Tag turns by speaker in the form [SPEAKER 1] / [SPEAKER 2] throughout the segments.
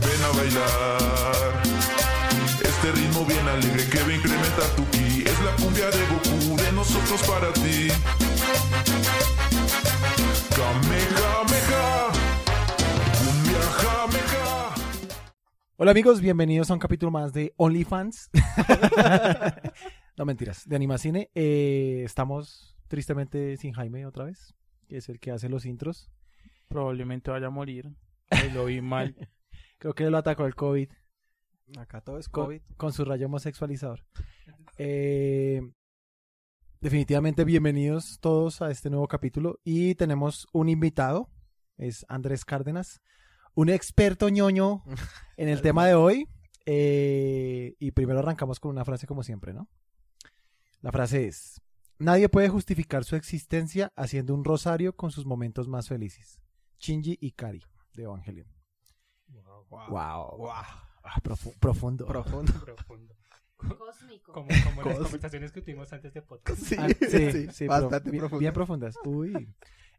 [SPEAKER 1] Ven a bailar. Este ritmo bien alegre que va a incrementar tu ki. Es la cumbia de Goku, de nosotros para ti. Kamehameha. Cumbia jameha.
[SPEAKER 2] Hola amigos, bienvenidos a un capítulo más de OnlyFans. no mentiras, de Animacine. Eh, estamos tristemente sin Jaime otra vez, que es el que hace los intros.
[SPEAKER 3] Probablemente vaya a morir. Ay, lo vi mal.
[SPEAKER 2] Creo que lo atacó el COVID
[SPEAKER 4] Acá todo es
[SPEAKER 2] con,
[SPEAKER 4] COVID.
[SPEAKER 2] con su rayo homosexualizador. Eh, definitivamente bienvenidos todos a este nuevo capítulo y tenemos un invitado, es Andrés Cárdenas, un experto ñoño en el tema de hoy. Eh, y primero arrancamos con una frase como siempre, ¿no? La frase es, nadie puede justificar su existencia haciendo un rosario con sus momentos más felices. Shinji Ikari, de Evangelion. Wow. Ah, profu- profundo.
[SPEAKER 4] Profundo.
[SPEAKER 5] profundo.
[SPEAKER 6] Cósmico.
[SPEAKER 5] Como, como las
[SPEAKER 2] Cos-
[SPEAKER 5] conversaciones que tuvimos antes de podcast.
[SPEAKER 4] Sí,
[SPEAKER 2] Ah,
[SPEAKER 4] sí,
[SPEAKER 2] pero
[SPEAKER 4] bastante
[SPEAKER 2] bien,
[SPEAKER 4] profundo.
[SPEAKER 2] bien profundas. Uy.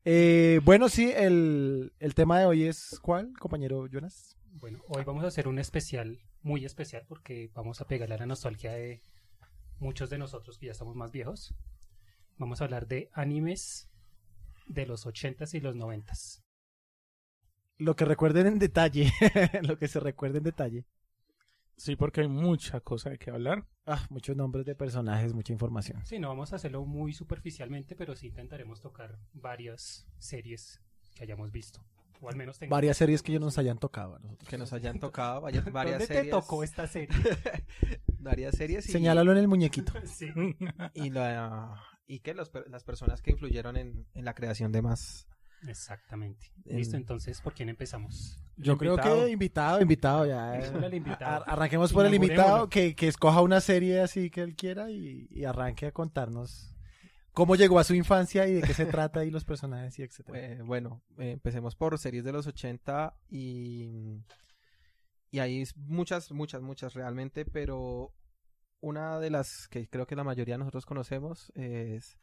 [SPEAKER 2] Eh, bueno, sí, el, el tema de hoy es ¿cuál, compañero Jonas?
[SPEAKER 5] Bueno, hoy vamos a hacer un especial, muy especial, porque vamos a pegarle a la nostalgia de muchos de nosotros que ya estamos más viejos. Vamos a hablar de animes de los 80s y los 90s.
[SPEAKER 2] Lo que recuerden en detalle. lo que se recuerde en detalle.
[SPEAKER 3] Sí, porque hay mucha cosa de qué hablar.
[SPEAKER 2] Ah, muchos nombres de personajes, mucha información.
[SPEAKER 5] Sí, no vamos a hacerlo muy superficialmente, pero sí intentaremos tocar varias series que hayamos visto. O al menos tengamos.
[SPEAKER 2] Varias series que ellos nos hayan tocado a nosotros.
[SPEAKER 4] Que nos hayan tocado vaya- varias
[SPEAKER 5] ¿Dónde
[SPEAKER 4] series.
[SPEAKER 5] te tocó este? esta serie?
[SPEAKER 4] Varias series y,
[SPEAKER 2] Señálalo en el muñequito.
[SPEAKER 5] sí.
[SPEAKER 4] y, la, y que los per- las personas que influyeron en, en la creación de más.
[SPEAKER 5] Exactamente.
[SPEAKER 4] En-
[SPEAKER 5] Listo, entonces, ¿por quién empezamos?
[SPEAKER 2] Yo creo que invitado, invitado ya. eh.
[SPEAKER 5] Elijan al invitado.
[SPEAKER 2] Ar- Arranquemos por el
[SPEAKER 5] Inaugurémoslo.
[SPEAKER 2] invitado, que, que escoja una serie así que él quiera y, y arranque a contarnos cómo llegó a su infancia y de qué se trata y los personajes y etcétera.
[SPEAKER 4] eh, bueno, eh, empecemos por series de los 80 y. Y hay muchas, muchas, muchas realmente, pero una de las que creo que la mayoría de nosotros conocemos es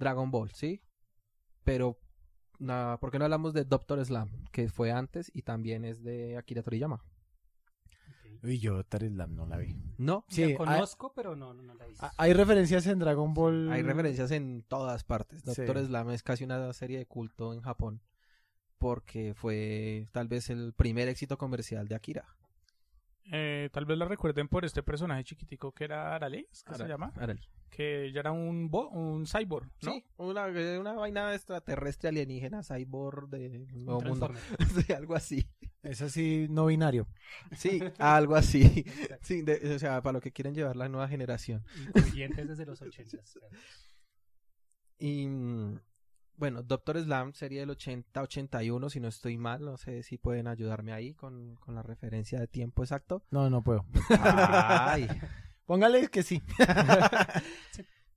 [SPEAKER 4] Dragon Ball, ¿sí? Pero, na- ¿por qué no hablamos de Doctor Slam? Que fue antes y también es de Akira Toriyama.
[SPEAKER 5] Ok.
[SPEAKER 2] Y yo Tarislam no la vi.
[SPEAKER 4] No,
[SPEAKER 2] Sí, hay-
[SPEAKER 5] la conozco, pero no, no, no la he visto.
[SPEAKER 2] a- Ah, hay referencias en Dragon Ball.
[SPEAKER 4] Hay referencias en todas partes.
[SPEAKER 2] Mm. Sí.
[SPEAKER 4] Doctor Slam es casi una serie de culto en Japón. Porque fue tal vez el primer éxito comercial de Akira.
[SPEAKER 3] Eh, tal vez la recuerden por este personaje chiquitico que era Arale, ¿es que se
[SPEAKER 4] Ara-
[SPEAKER 3] llama?
[SPEAKER 4] Arale.
[SPEAKER 3] Que ya era un, bo- un cyborg, ¿no?
[SPEAKER 4] Sí, una, eh, una vaina extraterrestre alienígena, cyborg de un nuevo mundo.
[SPEAKER 5] Transformer.
[SPEAKER 4] Sí, algo así.
[SPEAKER 2] Es así, no binario.
[SPEAKER 4] Sí, algo así. Sí, de- o sea, para lo que quieren llevar la nueva generación.
[SPEAKER 5] Incluyentes desde los 80.
[SPEAKER 4] Y mm, bueno, Doctor Slam sería del 80-81, si no estoy mal. No sé si pueden ayudarme ahí con, con la referencia de tiempo exacto.
[SPEAKER 2] No, no puedo.
[SPEAKER 4] Ay.
[SPEAKER 2] Póngale que sí.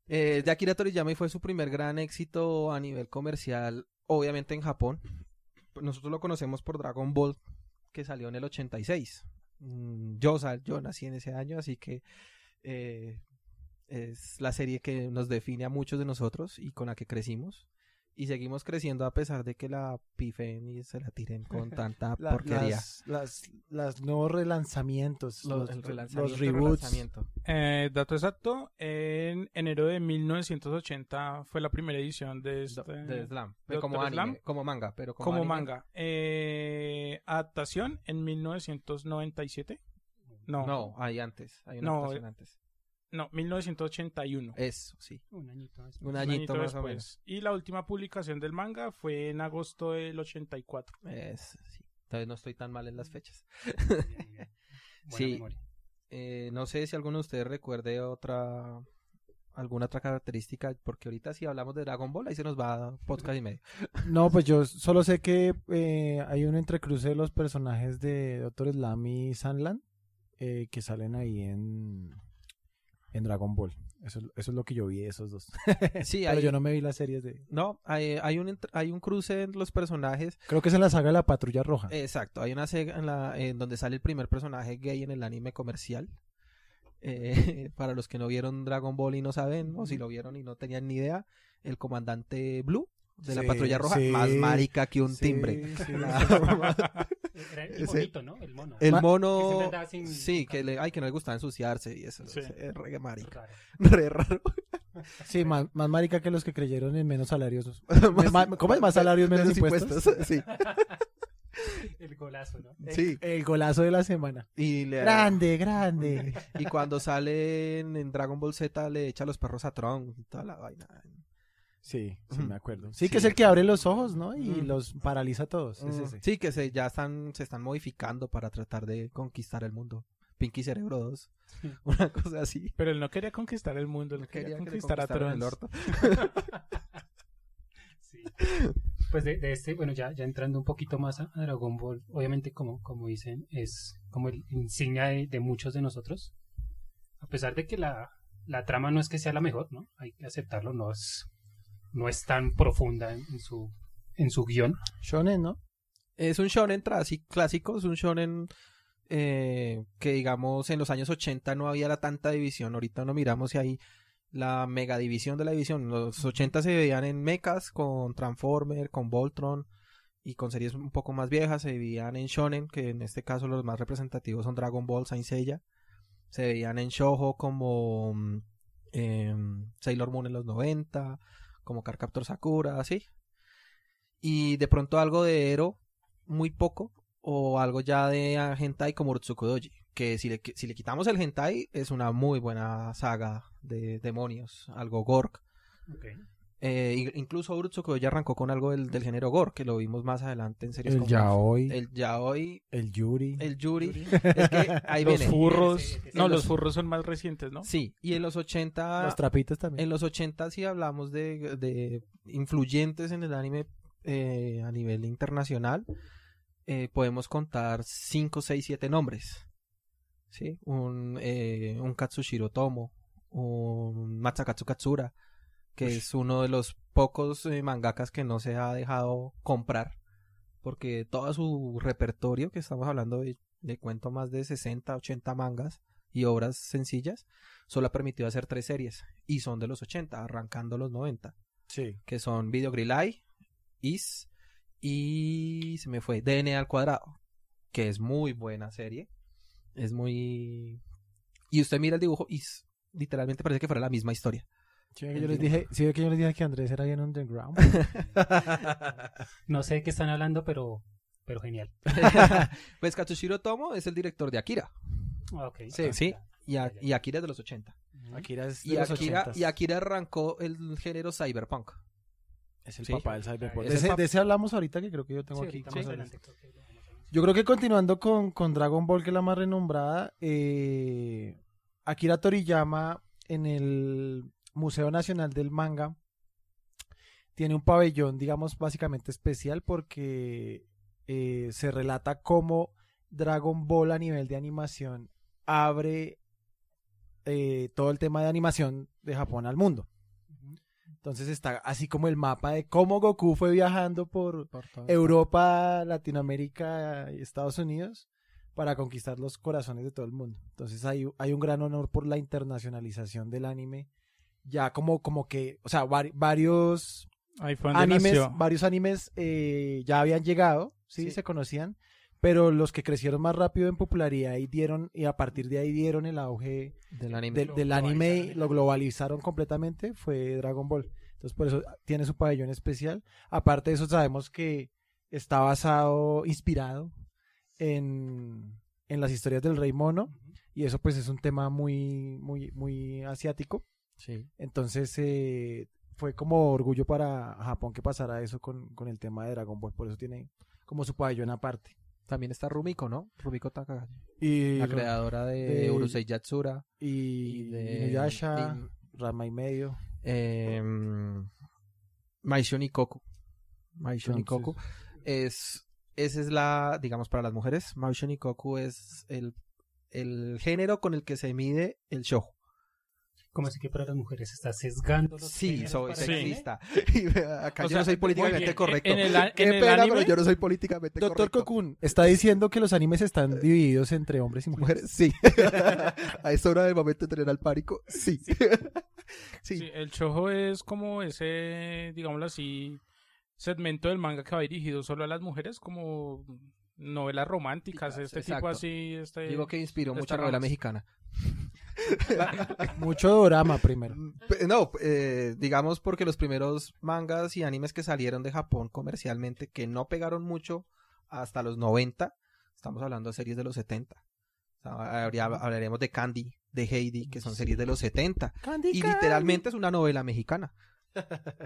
[SPEAKER 4] Eh, de Akira Toriyama y fue su primer gran éxito a nivel comercial, obviamente en Japón. Nosotros lo conocemos por Dragon Ball, que salió en el 86. Mm, Yo, sal- yo nací en ese año, así que eh, es la serie que nos define a muchos de nosotros y con la que crecimos. Y seguimos creciendo a pesar de que la pifen y se la tiren con tanta
[SPEAKER 2] La-
[SPEAKER 4] porquería.
[SPEAKER 2] Las, las, las nuevos relanzamientos,
[SPEAKER 4] Lo-
[SPEAKER 2] los,
[SPEAKER 4] el relanzamiento,
[SPEAKER 2] los
[SPEAKER 4] el
[SPEAKER 2] reboots.
[SPEAKER 4] relanzamiento.
[SPEAKER 3] Eh, dato exacto, en enero de 1980 fue la primera edición de este...
[SPEAKER 4] Do- de Slam, pero como
[SPEAKER 3] Doctor
[SPEAKER 4] anime,
[SPEAKER 3] Slam.
[SPEAKER 4] como manga, pero como,
[SPEAKER 3] como
[SPEAKER 4] anime.
[SPEAKER 3] manga. Eh, adaptación en 1997. No, no,
[SPEAKER 4] No, hay antes, hay una
[SPEAKER 3] No,
[SPEAKER 4] adaptación antes.
[SPEAKER 3] 1981.
[SPEAKER 4] Eso, sí.
[SPEAKER 5] Un añito más.
[SPEAKER 4] Un
[SPEAKER 3] Un
[SPEAKER 4] añito,
[SPEAKER 3] añito
[SPEAKER 4] más o
[SPEAKER 3] después.
[SPEAKER 4] menos.
[SPEAKER 3] Y la última publicación del manga fue en agosto del 84.
[SPEAKER 4] Es- sí. Entonces no estoy tan mal en las fechas.
[SPEAKER 5] Muy bien, muy bien. Buena
[SPEAKER 4] Sí.
[SPEAKER 5] memoria.
[SPEAKER 4] Eh, no sé si alguno de ustedes recuerde otra alguna otra característica, porque ahorita si hablamos de Dragon Ball, ahí se nos va podcast y medio.
[SPEAKER 2] No, pues yo solo sé que eh, hay un entrecruce de los personajes de Doctor Slam y Sandland eh, que salen ahí en, en Dragon Ball. Eso, es- eso es lo que yo vi de esos dos.
[SPEAKER 4] Sí,
[SPEAKER 2] Pero
[SPEAKER 4] hay,
[SPEAKER 2] yo no me vi las series de...
[SPEAKER 4] no, hay, hay un, ent- hay un cruce en los personajes.
[SPEAKER 2] Creo que es en la saga de la Patrulla Roja.
[SPEAKER 4] Exacto, hay una sega en, la- en donde sale el primer personaje gay en el anime comercial. Eh, para los que no vieron Dragon Ball y no saben, o si lo vieron y no tenían ni idea, el comandante Blue de la
[SPEAKER 2] Sí,
[SPEAKER 4] patrulla roja,
[SPEAKER 2] sí,
[SPEAKER 4] más marica que un
[SPEAKER 2] Sí,
[SPEAKER 4] timbre.
[SPEAKER 2] sí.
[SPEAKER 4] La-
[SPEAKER 5] Era el
[SPEAKER 4] Ese-
[SPEAKER 5] bonito, ¿no? El mono.
[SPEAKER 4] El
[SPEAKER 2] Ma-
[SPEAKER 5] Que
[SPEAKER 4] mono.
[SPEAKER 5] siempre andaba sin-
[SPEAKER 4] Sí, que le, ay, que no le gustaba ensuciarse y eso.
[SPEAKER 3] Sí.
[SPEAKER 4] Es re marica.
[SPEAKER 5] Raro.
[SPEAKER 4] Re raro.
[SPEAKER 2] Sí, más, más marica que los que creyeron en menos salarios. Ma- ¿Cómo es? Más salarios, menos, impuestos.
[SPEAKER 4] Sí,
[SPEAKER 5] El golazo, ¿no?
[SPEAKER 4] sí.
[SPEAKER 2] El golazo de la semana.
[SPEAKER 4] Y, le-
[SPEAKER 2] Grande, grande.
[SPEAKER 4] y cuando salen en Dragon Ball Z le echa los perros a Tron y toda la vaina.
[SPEAKER 2] Sí, sí,
[SPEAKER 4] Ujú.
[SPEAKER 2] me acuerdo. Sí, que
[SPEAKER 4] Sí.
[SPEAKER 2] es el que abre los ojos, ¿no? Y
[SPEAKER 4] Ujú.
[SPEAKER 2] los paraliza a todos. Es ese.
[SPEAKER 4] Sí, que se, ya están, se están modificando para tratar de conquistar el mundo. Pinky Cerebro 2. Una cosa así.
[SPEAKER 3] Pero él no quería conquistar el mundo, él quería,
[SPEAKER 4] Quería que le
[SPEAKER 3] conquistar a
[SPEAKER 4] conquistaran el
[SPEAKER 3] Trons.
[SPEAKER 4] orto.
[SPEAKER 5] Sí. Pues de, de este, bueno, ya, ya entrando un poquito más a a Dragon Ball, obviamente como, como dicen, es como el insignia de, de muchos de nosotros. A pesar de que la, la trama no es que sea la mejor, ¿no? Hay que aceptarlo, no es, no es tan profunda en, en su en su guión.
[SPEAKER 2] Shonen, ¿no?
[SPEAKER 4] Es un shonen tra- así clásico, es un shonen eh, que digamos en los años 80 no había la tanta división, ahorita no miramos si hay la mega división de la división. Los 80 se veían en mechas con Transformer, con Voltron y con series un poco más viejas se veían en shonen, que en este caso los más representativos son Dragon Ball, Saint Seiya. Se veían en shojo como mm, em, Sailor Moon en los 90, como Carcaptor Sakura, así. Y de pronto algo de Ero, muy poco, o algo ya de ah, Hentai como Urtsuko Doji. Que si le, qui- si le quitamos el Hentai, es una muy buena saga de demonios, algo Gork. Eh, in- incluso Urtsuko Doji arrancó con algo del, del género Gork, que lo vimos más adelante en series
[SPEAKER 2] El
[SPEAKER 4] como
[SPEAKER 2] yaoi, el,
[SPEAKER 4] el Yaoi,
[SPEAKER 2] yuri.
[SPEAKER 4] el Yuri. es que ahí
[SPEAKER 3] Los
[SPEAKER 4] viene.
[SPEAKER 3] furros.
[SPEAKER 5] Ese- ese-
[SPEAKER 3] No,
[SPEAKER 4] los-
[SPEAKER 3] los furros son más recientes, ¿no?
[SPEAKER 4] Sí, y en los 80
[SPEAKER 2] Los trapitos también.
[SPEAKER 4] En los 80 sí hablamos de, de influyentes en el anime eh, a nivel internacional. Eh, podemos contar 5, 6, 7 nombres. ¿Sí? Un, eh, un Katsushiro Tomo, un Matsakatsu Katsura, que es uno de los pocos eh, mangakas que no se ha dejado comprar. Porque todo su repertorio, que estamos hablando de, de cuento más de 60, 80 mangas y obras sencillas, solo ha permitido hacer tres series y son de los 80, arrancando los 90,
[SPEAKER 2] Sí.
[SPEAKER 4] que son Video Grill Eye, Is y se me fue DNA al cuadrado, que es muy buena serie. Es muy y usted mira el dibujo y s- literalmente parece que fuera la misma historia.
[SPEAKER 2] Sí, ve que yo les dije, sí, ve que yo les dije que Andrés era bien underground.
[SPEAKER 5] No sé de qué están hablando, pero, pero genial.
[SPEAKER 4] pues Katsushiro Tomo es el director de Akira
[SPEAKER 5] Ah, ok.
[SPEAKER 4] Sí. Sí. y, a-
[SPEAKER 5] Ya, ya.
[SPEAKER 4] y Akira es de los 80.
[SPEAKER 5] Ujú.
[SPEAKER 2] Akira Ah, es de
[SPEAKER 4] Y
[SPEAKER 2] los
[SPEAKER 4] Akira,
[SPEAKER 2] 80s.
[SPEAKER 4] y Akira arrancó el género cyberpunk.
[SPEAKER 2] Es el
[SPEAKER 4] Sí.
[SPEAKER 2] papá del cyberpunk.
[SPEAKER 5] Es
[SPEAKER 2] De
[SPEAKER 4] el
[SPEAKER 2] ese,
[SPEAKER 4] pap-
[SPEAKER 2] de ese hablamos ahorita que creo que yo tengo
[SPEAKER 5] Sí,
[SPEAKER 2] aquí.
[SPEAKER 5] ahorita
[SPEAKER 2] más
[SPEAKER 5] más
[SPEAKER 2] adelante.
[SPEAKER 5] adelante creo que lo vamos a mencionar.
[SPEAKER 2] Yo creo que continuando con, con Dragon Ball, que es la más renombrada, eh, Akira Toriyama en el Museo Nacional del Manga tiene un pabellón, digamos, básicamente especial porque eh, se relata cómo Dragon Ball a nivel de animación abre eh, todo el tema de animación de Japón al mundo. Entonces está así como el mapa de cómo Goku fue viajando por, Europa, Latinoamérica y Estados Unidos para conquistar los corazones de todo el mundo. Entonces hay, hay un gran honor por la internacionalización del anime. Ya como, como que, o sea, vari- varios
[SPEAKER 3] Ahí fue donde
[SPEAKER 2] animes,
[SPEAKER 3] nació.
[SPEAKER 2] varios animes eh, ya habían llegado, ¿sí?
[SPEAKER 4] Sí.
[SPEAKER 2] se conocían, pero los que crecieron más rápido en popularidad y dieron, y a partir de ahí dieron el auge
[SPEAKER 4] Del anime.
[SPEAKER 2] del,
[SPEAKER 5] Lo
[SPEAKER 2] del anime y
[SPEAKER 5] globalizaron.
[SPEAKER 2] lo globalizaron completamente fue Dragon Ball. Entonces por eso tiene su pabellón especial. Aparte de eso sabemos que está basado, inspirado en, en las historias del Rey Mono
[SPEAKER 5] Ujú.
[SPEAKER 2] y eso pues es un tema muy, muy, muy asiático.
[SPEAKER 4] Sí.
[SPEAKER 2] Entonces eh, fue como orgullo para Japón que pasara eso con, con el tema de Dragon Ball. Por eso tiene como su pabellón aparte.
[SPEAKER 4] También está Rumiko, ¿no? Rumiko Takahashi.
[SPEAKER 2] Y,
[SPEAKER 4] la creadora de,
[SPEAKER 2] de-
[SPEAKER 4] Urusei Yatsura
[SPEAKER 2] y,
[SPEAKER 4] y de
[SPEAKER 2] Inuyasha,
[SPEAKER 4] y,
[SPEAKER 2] Rama y medio.
[SPEAKER 4] eh, Maisho Nikoku. Maisho
[SPEAKER 2] Entonces-
[SPEAKER 4] Nikoku es esa es la, digamos para las mujeres, Maisho Nikoku es el el género con el que se mide el show.
[SPEAKER 5] Como así que para las mujeres está sesgando los
[SPEAKER 4] Sí,
[SPEAKER 5] géneros
[SPEAKER 4] soy
[SPEAKER 5] para
[SPEAKER 3] el anime?
[SPEAKER 4] sexista. Y, eh, Acá
[SPEAKER 3] O
[SPEAKER 4] yo no
[SPEAKER 3] sea,
[SPEAKER 4] soy políticamente
[SPEAKER 3] muy bien.
[SPEAKER 4] correcto.
[SPEAKER 3] En el, a-
[SPEAKER 4] Qué
[SPEAKER 3] en el
[SPEAKER 4] pena,
[SPEAKER 3] anime,
[SPEAKER 4] pero yo no soy políticamente
[SPEAKER 2] Doctor
[SPEAKER 4] correcto.
[SPEAKER 2] Cocoon está diciendo que los animes están divididos entre hombres y mujeres.
[SPEAKER 4] Mujeres, sí. A esta hora del momento de tener al pánico, sí. Sí.
[SPEAKER 3] sí, el chojo es como ese, digámoslo así, segmento del manga que va dirigido solo a las mujeres, como novelas románticas, este tipo
[SPEAKER 4] Exacto.
[SPEAKER 3] así, este...
[SPEAKER 4] Digo que inspiró
[SPEAKER 3] Esta
[SPEAKER 4] mucha
[SPEAKER 3] rama
[SPEAKER 4] novela
[SPEAKER 3] sí.
[SPEAKER 4] mexicana.
[SPEAKER 2] Mucho dorama primero.
[SPEAKER 4] Mm, Pe- No, eh, digamos porque los primeros mangas y animes que salieron de Japón comercialmente, que no pegaron mucho hasta los 90, estamos hablando de series de los 70. O sea, habría- hablaremos de Candy, de Heidi, que son series de los 70. Y literalmente es una novela mexicana.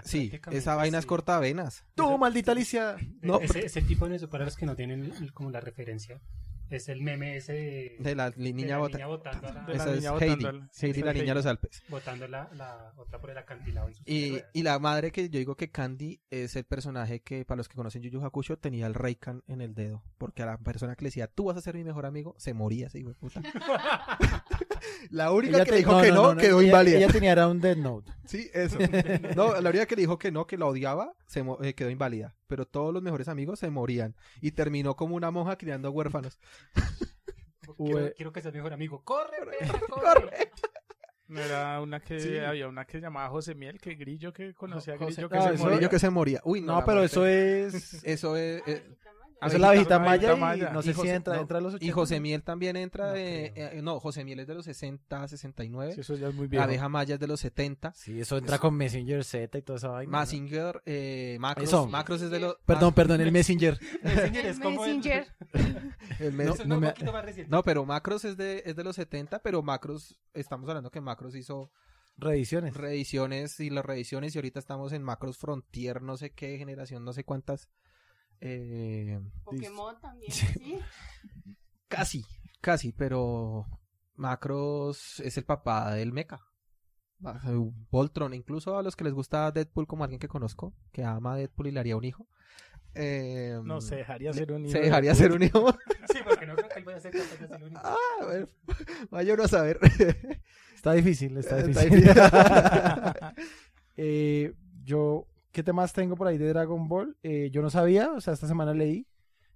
[SPEAKER 4] Sí,
[SPEAKER 5] Prácticamente,
[SPEAKER 4] esa vaina es
[SPEAKER 5] sí.
[SPEAKER 4] cortavenas.
[SPEAKER 2] Tú, maldita Alicia.
[SPEAKER 4] No,
[SPEAKER 5] ese, ese tipo de eso, para los que no tienen el- como la referencia, es el meme ese de,
[SPEAKER 4] De la
[SPEAKER 5] de
[SPEAKER 4] li- niña
[SPEAKER 5] la
[SPEAKER 4] bota.
[SPEAKER 5] niña botando, a la-
[SPEAKER 3] De la
[SPEAKER 4] Esa es
[SPEAKER 3] niña
[SPEAKER 4] Heidi.
[SPEAKER 3] botando al-
[SPEAKER 4] Heidi,
[SPEAKER 5] sí,
[SPEAKER 4] la
[SPEAKER 5] sí,
[SPEAKER 4] niña de
[SPEAKER 5] Heidi.
[SPEAKER 4] los Alpes.
[SPEAKER 5] botando la, la otra por el acantilado. en sus
[SPEAKER 4] Y,
[SPEAKER 5] ruedas.
[SPEAKER 4] y la madre que yo digo que Candy es el personaje que, para los que conocen Yu Yu Hakusho, tenía el Reikan en el dedo. Porque a la persona que le decía, tú vas a ser mi mejor amigo, se moría ese hijo de puta. la única que
[SPEAKER 2] te-
[SPEAKER 4] le dijo que no, quedó
[SPEAKER 2] ella-
[SPEAKER 4] inválida.
[SPEAKER 2] Ella tenía era un Dead Note.
[SPEAKER 4] Sí, eso. No, la única que le dijo que no, que la odiaba, se mo- eh, quedó inválida. Pero todos los mejores amigos se morían. Y terminó como una monja criando huérfanos.
[SPEAKER 5] quiero,
[SPEAKER 2] Ue-
[SPEAKER 5] quiero que seas mi mejor amigo. ¡Corre, perra, corre!
[SPEAKER 3] No era una que
[SPEAKER 4] Sí.
[SPEAKER 3] había una que se llamaba José Miel, que grillo que conocía a
[SPEAKER 5] Jo- José-
[SPEAKER 3] grillo que
[SPEAKER 2] Ah,
[SPEAKER 3] se
[SPEAKER 2] eso-
[SPEAKER 3] moría.
[SPEAKER 4] Yo que se moría. Uy, no.
[SPEAKER 2] No,
[SPEAKER 4] la
[SPEAKER 2] pero
[SPEAKER 4] muerte.
[SPEAKER 2] eso es.
[SPEAKER 4] Eso es. eh,
[SPEAKER 2] Eso es la
[SPEAKER 3] abejita
[SPEAKER 2] abejita
[SPEAKER 3] maya
[SPEAKER 2] maya y
[SPEAKER 3] maya.
[SPEAKER 2] no sé
[SPEAKER 4] Y
[SPEAKER 2] si
[SPEAKER 4] José-
[SPEAKER 2] entra,
[SPEAKER 4] no,
[SPEAKER 2] entra a los 80.
[SPEAKER 4] Y José Miel también entra
[SPEAKER 5] No
[SPEAKER 4] de...
[SPEAKER 5] creo.
[SPEAKER 4] eh, no, José Miel es de los 60, 69.
[SPEAKER 3] Sí, eso ya es muy
[SPEAKER 4] la
[SPEAKER 3] viejo.
[SPEAKER 4] abeja maya es de los 70.
[SPEAKER 2] Sí, eso entra con Messenger Z y toda esa vaina. ¿no?
[SPEAKER 4] Massinger, eh, Macros.
[SPEAKER 2] Eso.
[SPEAKER 4] Macros es de los...
[SPEAKER 2] Perdón, perdón, el Messenger.
[SPEAKER 5] Messenger
[SPEAKER 6] El
[SPEAKER 5] es como el-
[SPEAKER 6] Messenger.
[SPEAKER 4] Mac- el mes-
[SPEAKER 5] Eso
[SPEAKER 4] no,
[SPEAKER 5] es un
[SPEAKER 2] me-
[SPEAKER 5] poquito más reciente.
[SPEAKER 4] pero Macros es de, es de los 70, pero Macros... Estamos hablando que Macros hizo
[SPEAKER 2] Reediciones.
[SPEAKER 4] reediciones y las reediciones y ahorita estamos en Macros Frontier, no sé qué generación, no sé cuántas. Eh,
[SPEAKER 6] Pokémon también, sí.
[SPEAKER 4] Casi, casi, pero Macros es el papá del mecha. Va- Voltron, incluso a los que les gusta Deadpool, como alguien que conozco, que ama a Deadpool y le haría un hijo. eh,
[SPEAKER 3] No, se dejaría ser un
[SPEAKER 4] Se
[SPEAKER 3] hijo.
[SPEAKER 4] dejaría hacer un hijo.
[SPEAKER 5] Sí, porque no creo que él vaya a ser capaz de hacer un
[SPEAKER 4] ah, bueno, vaya uno a saber.
[SPEAKER 2] Está difícil, está
[SPEAKER 4] Está
[SPEAKER 2] difícil. Eh, yo, ¿qué temas tengo por ahí de Dragon Ball? Eh, yo no sabía, o sea, esta semana leí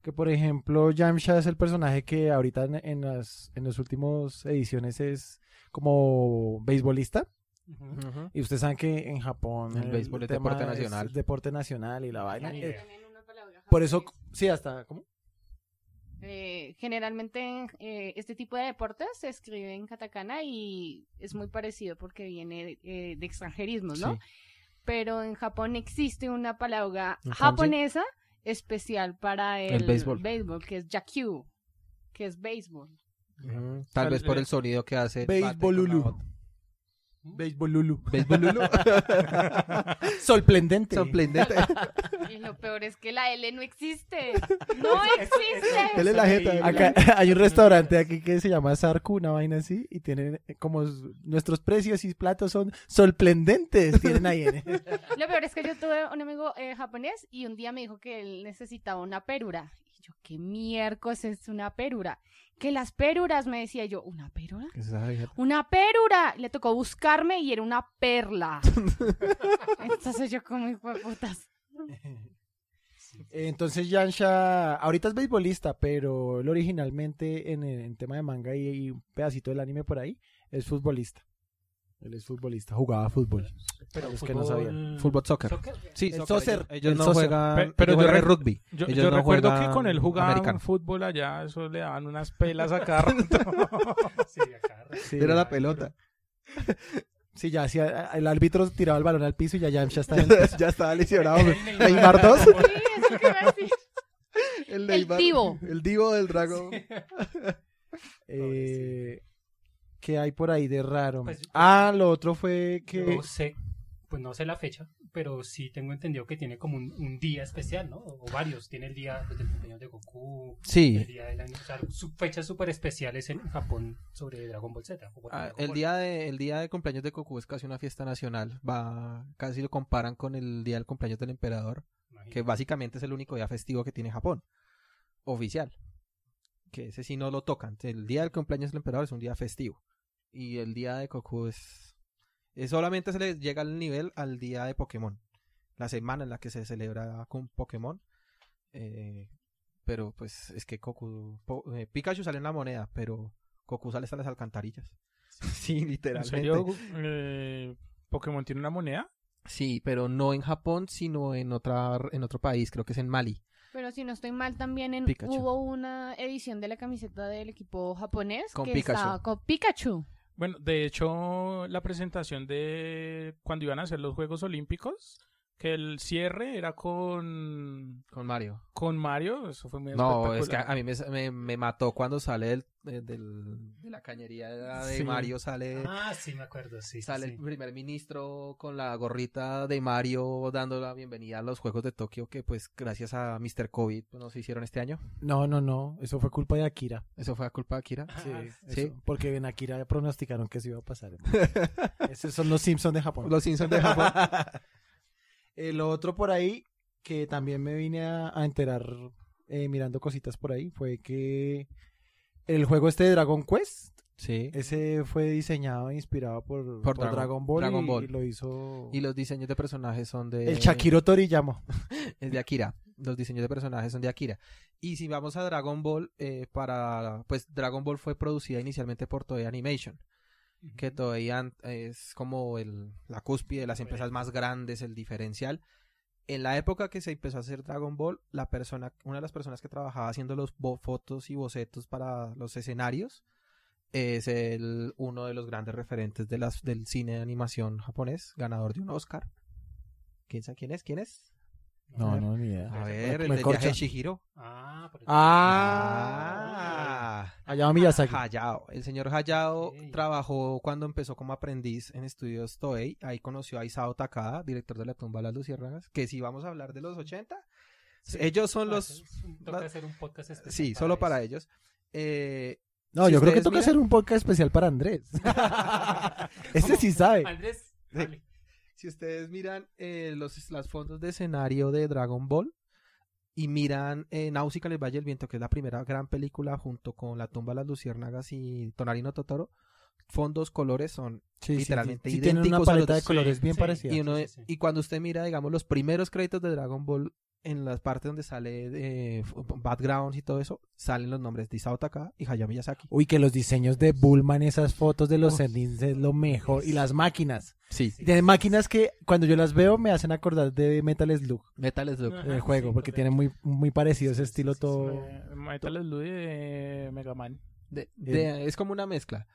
[SPEAKER 2] que, por ejemplo, Yamcha es el personaje que ahorita en, en las, en las últimas ediciones es como beisbolista.
[SPEAKER 5] Ujú.
[SPEAKER 4] Ujú.
[SPEAKER 2] Y ustedes saben que en Japón
[SPEAKER 4] El béisbol es
[SPEAKER 2] tema
[SPEAKER 4] deporte nacional.
[SPEAKER 2] deporte nacional y la vaina.
[SPEAKER 5] Ni
[SPEAKER 2] Eh,
[SPEAKER 5] idea.
[SPEAKER 6] Tienen una palabra
[SPEAKER 2] por eso,
[SPEAKER 6] japonesa.
[SPEAKER 2] sí, hasta, ¿cómo?
[SPEAKER 6] Eh, generalmente eh, este tipo de deportes se escribe en katakana y es muy parecido porque viene eh, de extranjerismos, ¿no?
[SPEAKER 4] Sí.
[SPEAKER 6] Pero en Japón existe una palabra
[SPEAKER 4] En kanji.
[SPEAKER 6] japonesa especial para el,
[SPEAKER 4] El béisbol.
[SPEAKER 6] que es jakyu, que es béisbol.
[SPEAKER 4] Ujú. Tal vez por el sonido que hace. el bate
[SPEAKER 2] Béisbol
[SPEAKER 4] con la
[SPEAKER 2] Lulu.
[SPEAKER 4] bota.
[SPEAKER 2] Béisbol Lulu.
[SPEAKER 4] Béisbol Lulu.
[SPEAKER 2] Sorprendente.
[SPEAKER 4] Sorprendente.
[SPEAKER 6] Y lo peor es que la L no existe. ¡No existe!
[SPEAKER 4] Dele la jeta.
[SPEAKER 2] Acá hay un restaurante aquí que se llama Sarku, una vaina así, y tienen eh, como s- nuestros precios y platos son sorprendentes. Tienen ahí en-
[SPEAKER 6] Lo peor es que yo tuve un amigo eh, japonés y un día me dijo que él necesitaba una pérula. Y yo, ¿qué miércoles es una pérula? Que las pérulas, me decía yo, ¿una pérula? ¡Una pérula! Le tocó buscarme y era una perla. Entonces yo como hijo de putas.
[SPEAKER 2] Eh, Entonces Yansha, ahorita es beisbolista, pero él originalmente en, el, en tema de manga y, y un pedacito del anime por ahí, es futbolista. Él es futbolista, jugaba fútbol.
[SPEAKER 5] Pero
[SPEAKER 2] los que no sabían.
[SPEAKER 4] Fútbol soccer. Sí,
[SPEAKER 2] El
[SPEAKER 4] soccer.
[SPEAKER 2] soccer.
[SPEAKER 4] Ellos, ellos
[SPEAKER 2] El
[SPEAKER 4] no
[SPEAKER 2] soccer.
[SPEAKER 4] juegan.
[SPEAKER 3] Pe-
[SPEAKER 4] ellos
[SPEAKER 3] pero yo
[SPEAKER 4] juegan
[SPEAKER 3] rec-
[SPEAKER 4] rugby.
[SPEAKER 3] Yo,
[SPEAKER 4] Ellos
[SPEAKER 3] yo
[SPEAKER 4] no
[SPEAKER 3] recuerdo que
[SPEAKER 4] juegan
[SPEAKER 3] con él jugaban
[SPEAKER 4] americano.
[SPEAKER 3] fútbol allá, eso le daban unas pelas a cada rato.
[SPEAKER 5] Sí, acá.
[SPEAKER 2] Sí,
[SPEAKER 4] Era la pelota.
[SPEAKER 2] sí, ya hacía- el árbitro tiraba el balón al piso y ya Yansha está en el piso.
[SPEAKER 4] ya estaba lesionado.
[SPEAKER 5] Neymar
[SPEAKER 4] dos.
[SPEAKER 6] Sí, es lo que iba a decir.
[SPEAKER 4] El,
[SPEAKER 6] Neymar- divo.
[SPEAKER 4] El divo del dragón.
[SPEAKER 2] Eh, ¿Qué hay por ahí de raro?
[SPEAKER 5] Pues-
[SPEAKER 2] ah, lo otro fue que...
[SPEAKER 5] No sé, pues no sé la fecha, pero sí tengo entendido que tiene como un, un día especial, ¿no? O, o varios. Tiene el día pues, del cumpleaños de Goku, el
[SPEAKER 4] Sí.
[SPEAKER 5] día del año. O sea, su- fechas súper especiales en Japón sobre Dragon Ball Z. o bueno,
[SPEAKER 4] Ah,
[SPEAKER 5] Dragon
[SPEAKER 4] el,
[SPEAKER 5] Ball.
[SPEAKER 4] día de, el día de cumpleaños de Goku es casi una fiesta nacional. Va, casi lo comparan con el día del cumpleaños del emperador,
[SPEAKER 5] Imagínate.
[SPEAKER 4] que básicamente es el único día festivo que tiene Japón. Oficial. Que ese sí no lo tocan. El día del cumpleaños del emperador es un día festivo. Y el día de Goku es. es solamente se le llega al nivel al día de Pokémon. La semana en la que se celebra con Pokémon. Eh, pero pues es que Goku. po- eh, Pikachu sale en la moneda, pero Goku sale hasta las alcantarillas. Sí,
[SPEAKER 3] ¿En
[SPEAKER 4] literalmente.
[SPEAKER 3] serio? Eh, ¿Pokémon tiene una moneda?
[SPEAKER 4] Sí, pero no en Japón, sino en otra en otro país, creo que es en Mali.
[SPEAKER 6] Pero si no estoy mal, también en,
[SPEAKER 4] Pikachu.
[SPEAKER 6] hubo una edición de la camiseta del equipo japonés
[SPEAKER 4] Con
[SPEAKER 6] que
[SPEAKER 4] Pikachu.
[SPEAKER 6] estaba con Pikachu.
[SPEAKER 3] Bueno, de hecho, la presentación de cuando iban a hacer los Juegos Olímpicos, que el cierre era con,
[SPEAKER 4] Con Mario.
[SPEAKER 3] con Mario, eso fue muy
[SPEAKER 4] No, es que
[SPEAKER 3] espectacular.
[SPEAKER 4] a mí me, me- me mató cuando sale del, eh, del- de la cañería de
[SPEAKER 3] Sí.
[SPEAKER 4] Mario, sale,
[SPEAKER 5] Ah, sí, me acuerdo, sí. sí,
[SPEAKER 4] sale
[SPEAKER 5] sí.
[SPEAKER 4] el primer ministro con la gorrita de Mario dando la bienvenida a los Juegos de Tokio que pues gracias a Mr. COVID pues, no se hicieron este año.
[SPEAKER 2] No, no, no. Eso fue culpa de Akira.
[SPEAKER 4] Eso fue a culpa de Akira.
[SPEAKER 5] Ah,
[SPEAKER 2] Sí,
[SPEAKER 4] sí.
[SPEAKER 2] eso, Porque en Akira pronosticaron que eso iba a pasar. Esos son los Simpsons de Japón.
[SPEAKER 4] Los Simpsons de Japón.
[SPEAKER 2] El otro por ahí, que también me vine a, a enterar eh, mirando cositas por ahí, fue que el juego este de Dragon Quest,
[SPEAKER 4] sí.
[SPEAKER 2] ese fue diseñado e inspirado por, por
[SPEAKER 4] Dragon-
[SPEAKER 2] Dragon, Ball,
[SPEAKER 4] Dragon
[SPEAKER 2] y,
[SPEAKER 4] Ball.
[SPEAKER 2] y lo hizo
[SPEAKER 4] Y los diseños de personajes son de...
[SPEAKER 2] el Shakiro Toriyama.
[SPEAKER 4] Es de Akira. Los diseños de personajes son de Akira. Y si vamos a Dragon Ball, eh, para. Pues Dragon Ball fue producida inicialmente por Toei Animation. Que Toei an- es como el, la cúspide de las empresas más grandes, el diferencial. En la época que se empezó a hacer Dragon Ball, la persona, una de las personas que trabajaba haciendo los bo- fotos y bocetos para los escenarios eh, es el, uno de los grandes referentes de las, del cine de animación japonés, ganador de un Oscar. ¿Quién sabe quién es? ¿Quién es? No, no,
[SPEAKER 2] ni idea.
[SPEAKER 4] A ver,
[SPEAKER 2] me
[SPEAKER 4] el del
[SPEAKER 2] corcha.
[SPEAKER 4] viaje de Shihiro.
[SPEAKER 5] Ah, por el-
[SPEAKER 2] Ah, Hayao Miyazaki.
[SPEAKER 4] Hayao. El señor Hayao
[SPEAKER 5] Ok.
[SPEAKER 4] trabajó cuando empezó como aprendiz en estudios Toei. Ahí conoció a Isao Takada, director de La tumba de las luciérnagas, que si vamos a hablar de los 80, ellos son
[SPEAKER 5] Ah,
[SPEAKER 4] los...
[SPEAKER 5] es un- toca
[SPEAKER 4] la-
[SPEAKER 5] hacer un podcast especial
[SPEAKER 4] Sí, solo para
[SPEAKER 5] eso.
[SPEAKER 4] ellos. Eh,
[SPEAKER 2] No,
[SPEAKER 4] Si
[SPEAKER 2] yo creo que
[SPEAKER 4] ustedes
[SPEAKER 2] toca
[SPEAKER 4] miran-
[SPEAKER 2] hacer un podcast especial para Andrés. Este sí sabe.
[SPEAKER 5] Andrés,
[SPEAKER 4] Sí.
[SPEAKER 5] dale.
[SPEAKER 4] si ustedes miran eh, los las fondos de escenario de Dragon Ball y miran eh, Náusica en el Valle del Viento, que es la primera gran película junto con La tumba de las luciérnagas y Tonarino Totoro, fondos, colores son
[SPEAKER 2] Sí, sí,
[SPEAKER 4] literalmente
[SPEAKER 2] sí, sí, tiene una
[SPEAKER 4] idénticos a los
[SPEAKER 2] paleta de
[SPEAKER 4] de-
[SPEAKER 2] colores bien
[SPEAKER 5] sí.
[SPEAKER 2] parecida.
[SPEAKER 4] y, uno,
[SPEAKER 5] sí, sí.
[SPEAKER 4] y cuando usted mira, digamos, los primeros créditos de Dragon Ball en las partes donde sale eh, f- backgrounds y todo eso, salen los nombres de Isao Takada y Hayao Miyazaki.
[SPEAKER 2] Uy, que los diseños de Bulma en esas fotos de los
[SPEAKER 4] Uf.
[SPEAKER 2] zenins es lo mejor. Y las máquinas.
[SPEAKER 4] Sí.
[SPEAKER 5] Sí.
[SPEAKER 2] De máquinas que cuando yo las veo me hacen acordar de Metal Slug,
[SPEAKER 4] Metal Slug.
[SPEAKER 3] Ajá,
[SPEAKER 2] el juego,
[SPEAKER 3] sí,
[SPEAKER 2] porque tiene
[SPEAKER 3] correcto.
[SPEAKER 2] muy, muy parecido ese estilo todo.
[SPEAKER 3] Eh, Metal Slug de eh, Mega Man.
[SPEAKER 4] De- de- es como una mezcla,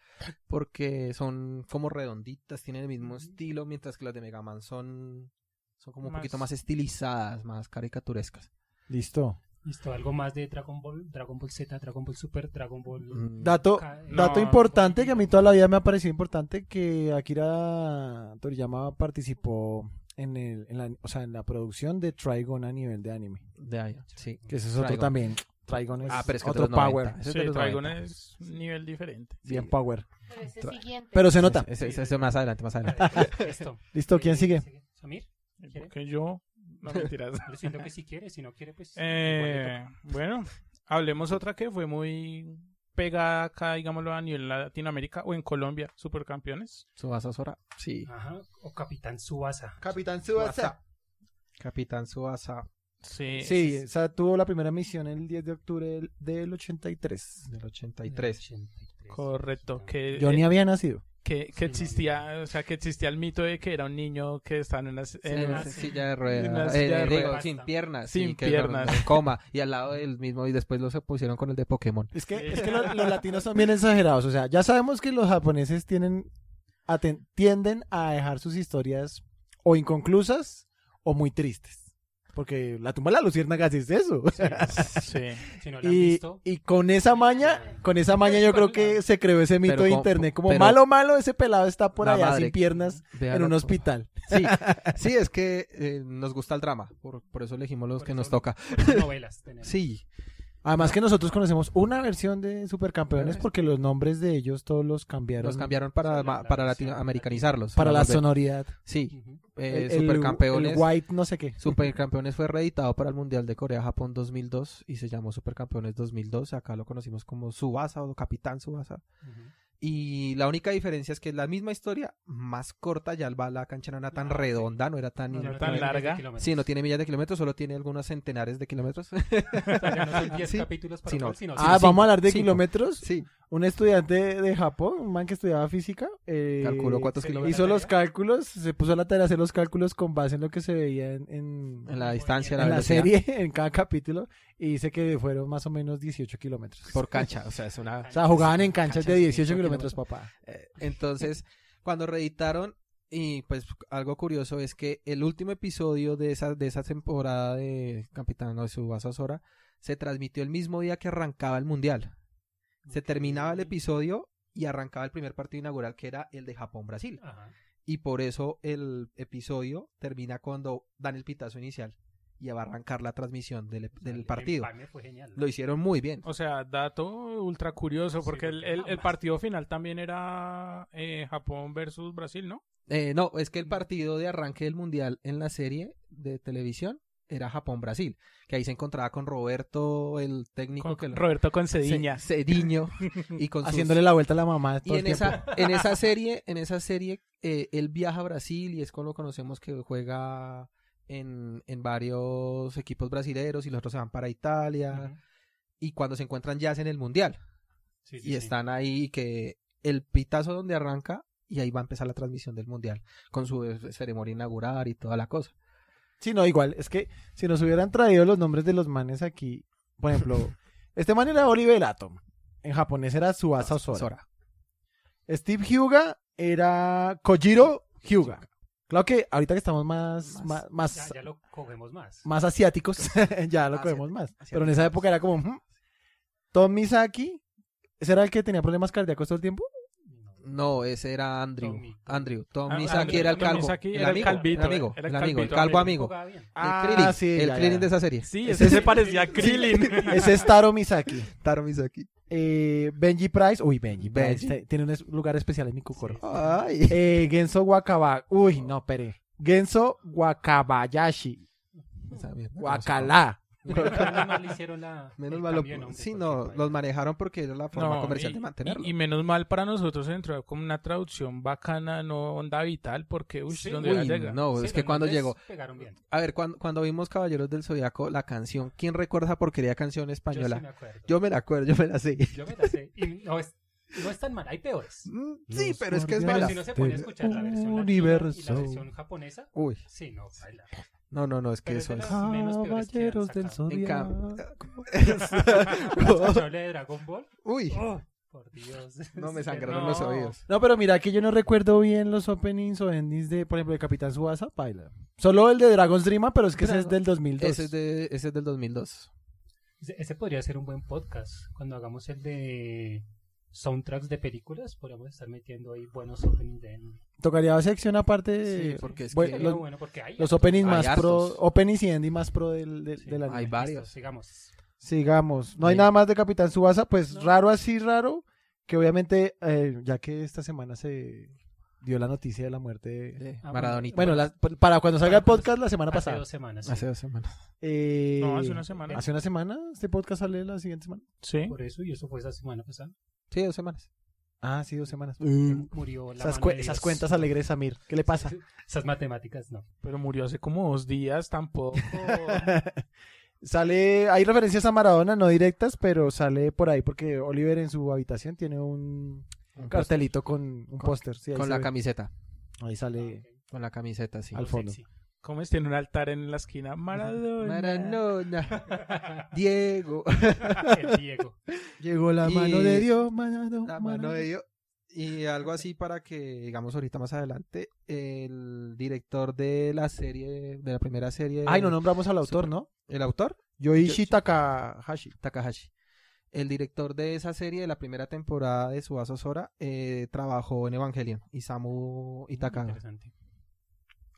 [SPEAKER 4] porque son como redonditas, tienen el mismo estilo, mientras que las de Mega Man son, son como un
[SPEAKER 3] Más-
[SPEAKER 4] poquito más estilizadas, más caricaturescas.
[SPEAKER 2] Listo.
[SPEAKER 5] Listo, algo más de Dragon Ball, Dragon Ball Z, Dragon Ball Super, Dragon Ball.
[SPEAKER 4] Mm,
[SPEAKER 2] Dato,
[SPEAKER 5] Ca- eh,
[SPEAKER 2] dato
[SPEAKER 3] No,
[SPEAKER 2] importante que a mí toda la vida me ha parecido importante que Akira Toriyama participó en, el, en, la, o sea, en la producción de Trigon a nivel de anime.
[SPEAKER 4] de ahí, sí.
[SPEAKER 2] Que ese es otro
[SPEAKER 4] Trigon.
[SPEAKER 2] también. Trigon es,
[SPEAKER 4] Ah, pero es que
[SPEAKER 2] otro
[SPEAKER 4] de los 90,
[SPEAKER 2] power.
[SPEAKER 4] ese es de
[SPEAKER 3] Sí,
[SPEAKER 4] los
[SPEAKER 3] Dragon
[SPEAKER 4] 90.
[SPEAKER 3] es un nivel diferente.
[SPEAKER 2] Bien
[SPEAKER 4] Sí.
[SPEAKER 2] power.
[SPEAKER 6] Pero ese
[SPEAKER 4] Tra-
[SPEAKER 6] siguiente.
[SPEAKER 2] Pero se nota.
[SPEAKER 4] Ese- ese- ese más adelante, más adelante.
[SPEAKER 5] Vale, Listo.
[SPEAKER 2] Listo, ¿quién
[SPEAKER 5] Eh,
[SPEAKER 2] sigue?
[SPEAKER 5] ¿Samir? ¿Quiere?
[SPEAKER 3] Porque yo... No mentiras.
[SPEAKER 5] Yo siento que si quiere, si no quiere, pues.
[SPEAKER 3] Eh, bueno, hablemos otra que fue muy pegada acá, digámoslo, a nivel Latinoamérica o en Colombia, Supercampeones.
[SPEAKER 4] Subasa Sora. Sí.
[SPEAKER 5] igual le toca. Ajá, o Capitán Subasa.
[SPEAKER 2] Capitán
[SPEAKER 4] Tsubasa. Capitán Subasa
[SPEAKER 3] Sí.
[SPEAKER 2] Sí, esa tuvo la primera misión el 10 de octubre del, del 83.
[SPEAKER 4] del 83.
[SPEAKER 5] 83.
[SPEAKER 3] Correcto,
[SPEAKER 4] Eh,
[SPEAKER 3] que, eh,
[SPEAKER 2] Yo ni había nacido.
[SPEAKER 3] que, que
[SPEAKER 5] Sí, no,
[SPEAKER 3] existía, o sea, que existía el mito de que era un niño que estaba en una, en
[SPEAKER 4] En
[SPEAKER 3] una-
[SPEAKER 4] una silla de
[SPEAKER 3] en una
[SPEAKER 4] ruedas.
[SPEAKER 3] silla de
[SPEAKER 4] Eh, digo,
[SPEAKER 5] ruedas.
[SPEAKER 4] sin piernas.
[SPEAKER 3] Sin
[SPEAKER 4] sí, que
[SPEAKER 3] piernas.
[SPEAKER 4] no- no- Coma. Y al lado del mismo. Y después lo se pusieron con el de Pokémon.
[SPEAKER 2] Es que,
[SPEAKER 3] Sí.
[SPEAKER 2] es que los, los latinos son bien exagerados. O sea, ya sabemos que los japoneses tienen, aten- tienden a dejar sus historias o inconclusas o muy tristes. Porque la tumba de la luciérnaga sí es eso. O sea,
[SPEAKER 3] Sí.
[SPEAKER 5] Si no lo han
[SPEAKER 2] y,
[SPEAKER 5] visto,
[SPEAKER 2] y con esa maña, con esa maña yo creo que se creó ese mito
[SPEAKER 4] Pero
[SPEAKER 2] de
[SPEAKER 4] con-
[SPEAKER 2] internet. Como
[SPEAKER 4] pero-
[SPEAKER 2] malo, malo, ese pelado está por
[SPEAKER 4] La
[SPEAKER 2] allá
[SPEAKER 4] madre.
[SPEAKER 2] sin piernas en
[SPEAKER 4] Véalo,
[SPEAKER 2] un
[SPEAKER 4] por
[SPEAKER 2] hospital.
[SPEAKER 4] Sí, sí, es que eh, nos gusta el drama, por, por eso elegimos los
[SPEAKER 5] Por
[SPEAKER 4] que
[SPEAKER 5] eso
[SPEAKER 4] nos
[SPEAKER 5] lo-
[SPEAKER 4] toca.
[SPEAKER 5] por novelas tenemos.
[SPEAKER 4] Sí,
[SPEAKER 2] Además que nosotros conocemos una versión de Supercampeones porque los nombres de ellos todos los cambiaron.
[SPEAKER 4] los cambiaron para,
[SPEAKER 5] Sí, la-
[SPEAKER 4] ma-
[SPEAKER 5] la
[SPEAKER 4] para
[SPEAKER 5] versión
[SPEAKER 4] latinoamericanizarlos.
[SPEAKER 2] Para la
[SPEAKER 4] volver-
[SPEAKER 2] sonoridad.
[SPEAKER 4] Sí,
[SPEAKER 5] Ujú.
[SPEAKER 4] eh,
[SPEAKER 2] El- el-
[SPEAKER 4] Supercampeones.
[SPEAKER 2] el White no sé qué.
[SPEAKER 4] Supercampeones fue reeditado para el Mundial de Corea-Japón 2002 y se llamó Supercampeones 2002. Acá lo conocimos como Subasa o Capitán Subasa.
[SPEAKER 5] Ujú.
[SPEAKER 4] Y la única diferencia es que es la misma historia, más corta. Ya el- la cancha no era tan
[SPEAKER 5] Ah, sí.
[SPEAKER 4] redonda, no era tan.
[SPEAKER 5] No,
[SPEAKER 3] no
[SPEAKER 5] no
[SPEAKER 3] tan
[SPEAKER 5] tiene
[SPEAKER 3] larga.
[SPEAKER 5] 20 kilómetros.
[SPEAKER 4] Sí, no tiene millas de kilómetros, solo tiene algunos centenares de kilómetros.
[SPEAKER 5] O sea, ya no son 10
[SPEAKER 4] Sí.
[SPEAKER 5] capítulos para
[SPEAKER 4] Sí, no.
[SPEAKER 5] gol, sino
[SPEAKER 4] Sí,
[SPEAKER 2] ah,
[SPEAKER 4] cinco,
[SPEAKER 2] vamos a hablar de
[SPEAKER 4] cinco.
[SPEAKER 2] kilómetros.
[SPEAKER 4] sí,
[SPEAKER 2] Un estudiante de Japón, un man que estudiaba física, eh,
[SPEAKER 4] Calculó cuántos
[SPEAKER 3] se lo
[SPEAKER 4] kilómetros.
[SPEAKER 2] hizo
[SPEAKER 3] la
[SPEAKER 2] los
[SPEAKER 3] tarea.
[SPEAKER 2] cálculos, se puso a la tarea de hacer los cálculos con base en lo que se veía en, en-
[SPEAKER 4] En la distancia, la
[SPEAKER 2] en la
[SPEAKER 4] velocidad.
[SPEAKER 2] serie, en cada capítulo, y dice que fueron más o menos 18 kilómetros.
[SPEAKER 4] Por cancha, o sea, es una...
[SPEAKER 2] O sea, jugaban en canchas
[SPEAKER 4] Canchas
[SPEAKER 2] de
[SPEAKER 4] de
[SPEAKER 2] 18
[SPEAKER 4] 18
[SPEAKER 2] kilómetros, papá.
[SPEAKER 4] Eh, Entonces, cuando reeditaron, y pues algo curioso es que el último episodio de esa, de esa temporada de Capitán no, Subasa Sora se transmitió el mismo día que arrancaba el mundial. Se terminaba el episodio y arrancaba el primer partido inaugural que era el de Japón-Brasil.
[SPEAKER 5] Ajá.
[SPEAKER 4] Y por eso el episodio termina cuando dan el pitazo inicial y va a arrancar la transmisión del,
[SPEAKER 5] O sea,
[SPEAKER 4] del
[SPEAKER 5] el
[SPEAKER 4] partido.
[SPEAKER 5] empalme fue genial. ¿no?
[SPEAKER 4] Lo hicieron muy bien.
[SPEAKER 3] O sea, dato ultra curioso,
[SPEAKER 5] Sí,
[SPEAKER 3] porque el,
[SPEAKER 5] porque
[SPEAKER 3] el- el
[SPEAKER 5] ambas.
[SPEAKER 3] partido final también era eh, Japón versus Brasil, ¿no?
[SPEAKER 4] Eh, no, es que el partido de arranque del mundial en la serie de televisión era Japón-Brasil, que ahí se encontraba con Roberto, el técnico
[SPEAKER 3] Con-
[SPEAKER 4] que lo-
[SPEAKER 3] Roberto
[SPEAKER 4] Ce-
[SPEAKER 3] Concediña.
[SPEAKER 4] Cediño, y con sus-
[SPEAKER 2] Haciéndole la vuelta a la mamá todo
[SPEAKER 4] y
[SPEAKER 2] el
[SPEAKER 4] en
[SPEAKER 2] tiempo.
[SPEAKER 4] esa en esa serie, en esa serie eh, él viaja a Brasil y es con lo conocemos que juega en, en varios equipos brasileños y los otros se van para Italia
[SPEAKER 5] Ujú.
[SPEAKER 4] y cuando se encuentran ya es en el mundial
[SPEAKER 5] Sí, sí,
[SPEAKER 4] y
[SPEAKER 5] sí.
[SPEAKER 4] están ahí y que el pitazo donde arranca y ahí va a empezar la transmisión del mundial con su eh, ceremonia inaugural y toda la cosa.
[SPEAKER 2] Sí, no, igual, es que si nos hubieran traído los nombres de los manes aquí, por ejemplo, este man era Oliver Atom, en japonés era Suasa Osora.
[SPEAKER 4] Sora.
[SPEAKER 2] Steve Hyuga era Kojiro Hyuga. Claro que ahorita que estamos más, más,
[SPEAKER 4] Más.
[SPEAKER 2] más,
[SPEAKER 5] Ya, ya lo cogemos más.
[SPEAKER 2] más asiáticos, ya lo comemos más.
[SPEAKER 4] asiáticos.
[SPEAKER 2] Pero en esa época era como, "Ujú". Tom Misaki, ¿ese era el que tenía problemas cardíacos todo el tiempo?
[SPEAKER 5] No.
[SPEAKER 4] No, ese era Andrew.
[SPEAKER 5] Tommy.
[SPEAKER 4] Andrew. Tom
[SPEAKER 3] Ah,
[SPEAKER 4] Misaki
[SPEAKER 3] Andrew.
[SPEAKER 4] era el
[SPEAKER 3] Tom
[SPEAKER 4] calvo.
[SPEAKER 3] Misaki
[SPEAKER 4] el
[SPEAKER 3] era el
[SPEAKER 4] amigo,
[SPEAKER 3] calvito, eh,
[SPEAKER 4] el amigo,
[SPEAKER 3] era el
[SPEAKER 4] el amigo, el
[SPEAKER 3] calvito,
[SPEAKER 4] calvo
[SPEAKER 3] amigo.
[SPEAKER 4] amigo.
[SPEAKER 5] Jugaba bien.
[SPEAKER 2] Ah,
[SPEAKER 4] el Krillin,
[SPEAKER 2] sí,
[SPEAKER 4] el
[SPEAKER 2] ya,
[SPEAKER 4] Krillin
[SPEAKER 2] ya.
[SPEAKER 4] de esa serie.
[SPEAKER 3] Sí,
[SPEAKER 2] Ese-
[SPEAKER 3] ese se parecía a Krillin.
[SPEAKER 2] Ese es Taro Misaki.
[SPEAKER 4] Taro Misaki.
[SPEAKER 2] Eh, Benji Price, uy, Benji, Price,
[SPEAKER 4] Benji.
[SPEAKER 2] te- tiene un es- lugar especial en mi cocoro.
[SPEAKER 4] Ay.
[SPEAKER 2] Eh, Genso Wakaba. Uy, no, pere. Genso Wakabayashi.
[SPEAKER 4] Esa mierda,
[SPEAKER 2] Wakala.
[SPEAKER 5] Menos mal hicieron la.
[SPEAKER 4] Menos
[SPEAKER 5] el
[SPEAKER 4] malo.
[SPEAKER 5] cambio de nombre,
[SPEAKER 4] Sí,
[SPEAKER 5] porque,
[SPEAKER 4] no,
[SPEAKER 5] pues,
[SPEAKER 4] los manejaron porque era la forma
[SPEAKER 3] No,
[SPEAKER 4] comercial
[SPEAKER 3] y-
[SPEAKER 4] de mantenerlo.
[SPEAKER 3] Y, y menos mal para nosotros entró como una traducción bacana, no onda vital, porque, uy,
[SPEAKER 5] Sí,
[SPEAKER 3] ¿dónde
[SPEAKER 4] Uy,
[SPEAKER 3] la llega?
[SPEAKER 4] no,
[SPEAKER 5] sí,
[SPEAKER 4] es que
[SPEAKER 5] los
[SPEAKER 4] cuando
[SPEAKER 5] nombres
[SPEAKER 4] llegó.
[SPEAKER 5] Pegaron bien. Yo
[SPEAKER 4] A ver, cuando, cuando vimos Caballeros del Zodiaco, la canción, ¿quién recuerda esa porquería canción
[SPEAKER 5] sí
[SPEAKER 4] española? Yo,
[SPEAKER 5] me acuerdo.
[SPEAKER 4] me la acuerdo, yo me la sé.
[SPEAKER 5] Yo me la sé. Y no es, no es tan mala, hay peores.
[SPEAKER 4] Mm, Sí,
[SPEAKER 2] Los
[SPEAKER 4] pero es que es
[SPEAKER 5] Pero
[SPEAKER 4] mala.
[SPEAKER 5] si no se pone a escuchar la versión latina y
[SPEAKER 2] Universo.
[SPEAKER 5] la versión japonesa,
[SPEAKER 4] Uy,
[SPEAKER 5] sí, no, baila.
[SPEAKER 4] no, no, no, es que
[SPEAKER 5] Pero es
[SPEAKER 4] eso
[SPEAKER 5] de
[SPEAKER 4] es.
[SPEAKER 5] las- menos peores que han
[SPEAKER 2] Caballeros del
[SPEAKER 5] sacado.
[SPEAKER 4] En
[SPEAKER 2] Zodiaco.
[SPEAKER 4] cam-
[SPEAKER 5] Responsable de Dragon Ball.
[SPEAKER 4] Uy,
[SPEAKER 5] Oh, por Dios.
[SPEAKER 4] no me
[SPEAKER 5] Sí,
[SPEAKER 4] sangraron
[SPEAKER 3] no.
[SPEAKER 4] los oídos.
[SPEAKER 2] No, pero mira que yo no recuerdo bien los openings o endings de, por ejemplo, de Capitán Subasa, baila. Solo el de Dragon's Dreamer, pero es que ese es del 2002.
[SPEAKER 4] Ese es, de, ese es del 2002.
[SPEAKER 5] Ese ese podría ser un buen podcast. Cuando hagamos el de soundtracks de películas, podríamos estar metiendo ahí buenos openings de...
[SPEAKER 2] Tocaría sección aparte de
[SPEAKER 5] pues,
[SPEAKER 4] Sí, porque es
[SPEAKER 2] bueno,
[SPEAKER 4] que-
[SPEAKER 5] Sería
[SPEAKER 2] los,
[SPEAKER 5] bueno porque hay...
[SPEAKER 2] los openings
[SPEAKER 4] Hay
[SPEAKER 2] más pro,
[SPEAKER 4] hartos.
[SPEAKER 2] openings y endings más pro del, del,
[SPEAKER 5] Sí,
[SPEAKER 2] del anime.
[SPEAKER 4] hay
[SPEAKER 5] listo,
[SPEAKER 4] varios.
[SPEAKER 5] Sigamos.
[SPEAKER 2] Sigamos. No hay
[SPEAKER 4] Sí.
[SPEAKER 2] nada más de Capitán Subasa, pues
[SPEAKER 5] No.
[SPEAKER 2] raro así, raro, que obviamente, eh, ya que esta semana se dio la noticia de la muerte de...
[SPEAKER 4] Eh,
[SPEAKER 5] Ah,
[SPEAKER 4] Maradonita.
[SPEAKER 2] Bueno, la- para cuando salga el
[SPEAKER 5] cuando
[SPEAKER 2] podcast la semana
[SPEAKER 5] Hace
[SPEAKER 2] pasada.
[SPEAKER 5] dos semanas. sí.
[SPEAKER 4] hace dos semanas.
[SPEAKER 2] Eh,
[SPEAKER 3] No, hace una semana.
[SPEAKER 2] hace una semana, este podcast sale la siguiente semana.
[SPEAKER 3] Sí.
[SPEAKER 5] Por eso, y eso fue esa semana pasada.
[SPEAKER 4] Sí, dos semanas.
[SPEAKER 2] Ah, sí, dos semanas.
[SPEAKER 4] Mm.
[SPEAKER 5] Murió la
[SPEAKER 2] Mm. Esas,
[SPEAKER 5] mano
[SPEAKER 2] cue-
[SPEAKER 5] de Dios.
[SPEAKER 2] esas cuentas alegres, Samir. ¿Qué le pasa?
[SPEAKER 5] Esas matemáticas, no.
[SPEAKER 3] Pero murió hace como dos días, tampoco.
[SPEAKER 2] sale, hay referencias a Maradona, no directas, pero sale por ahí porque Oliver en su habitación tiene un cartelito con un póster. sí, ahí
[SPEAKER 4] Con
[SPEAKER 2] se
[SPEAKER 4] la
[SPEAKER 2] ve.
[SPEAKER 4] camiseta.
[SPEAKER 2] Ahí
[SPEAKER 5] Ah,
[SPEAKER 2] sale.
[SPEAKER 4] Con la camiseta, sí.
[SPEAKER 2] Al fondo.
[SPEAKER 5] Sexy.
[SPEAKER 3] ¿Cómo es? Tiene un altar en la esquina. Maradona.
[SPEAKER 4] Maradona. Diego.
[SPEAKER 5] El Diego.
[SPEAKER 2] Llegó la
[SPEAKER 4] Y-
[SPEAKER 2] mano de Dios, Maradona.
[SPEAKER 4] La mano de Dios. Y algo así para que, digamos, ahorita más adelante, el director de la serie, de la primera serie.
[SPEAKER 2] Ay, no nombramos al autor, ¿no?
[SPEAKER 4] El autor,
[SPEAKER 2] Yoichi Takahashi.
[SPEAKER 4] Takahashi. El director de esa serie, de la primera temporada de Suazo Sora, eh, trabajó en Evangelion. Isamu Itakaga.
[SPEAKER 5] Interesante.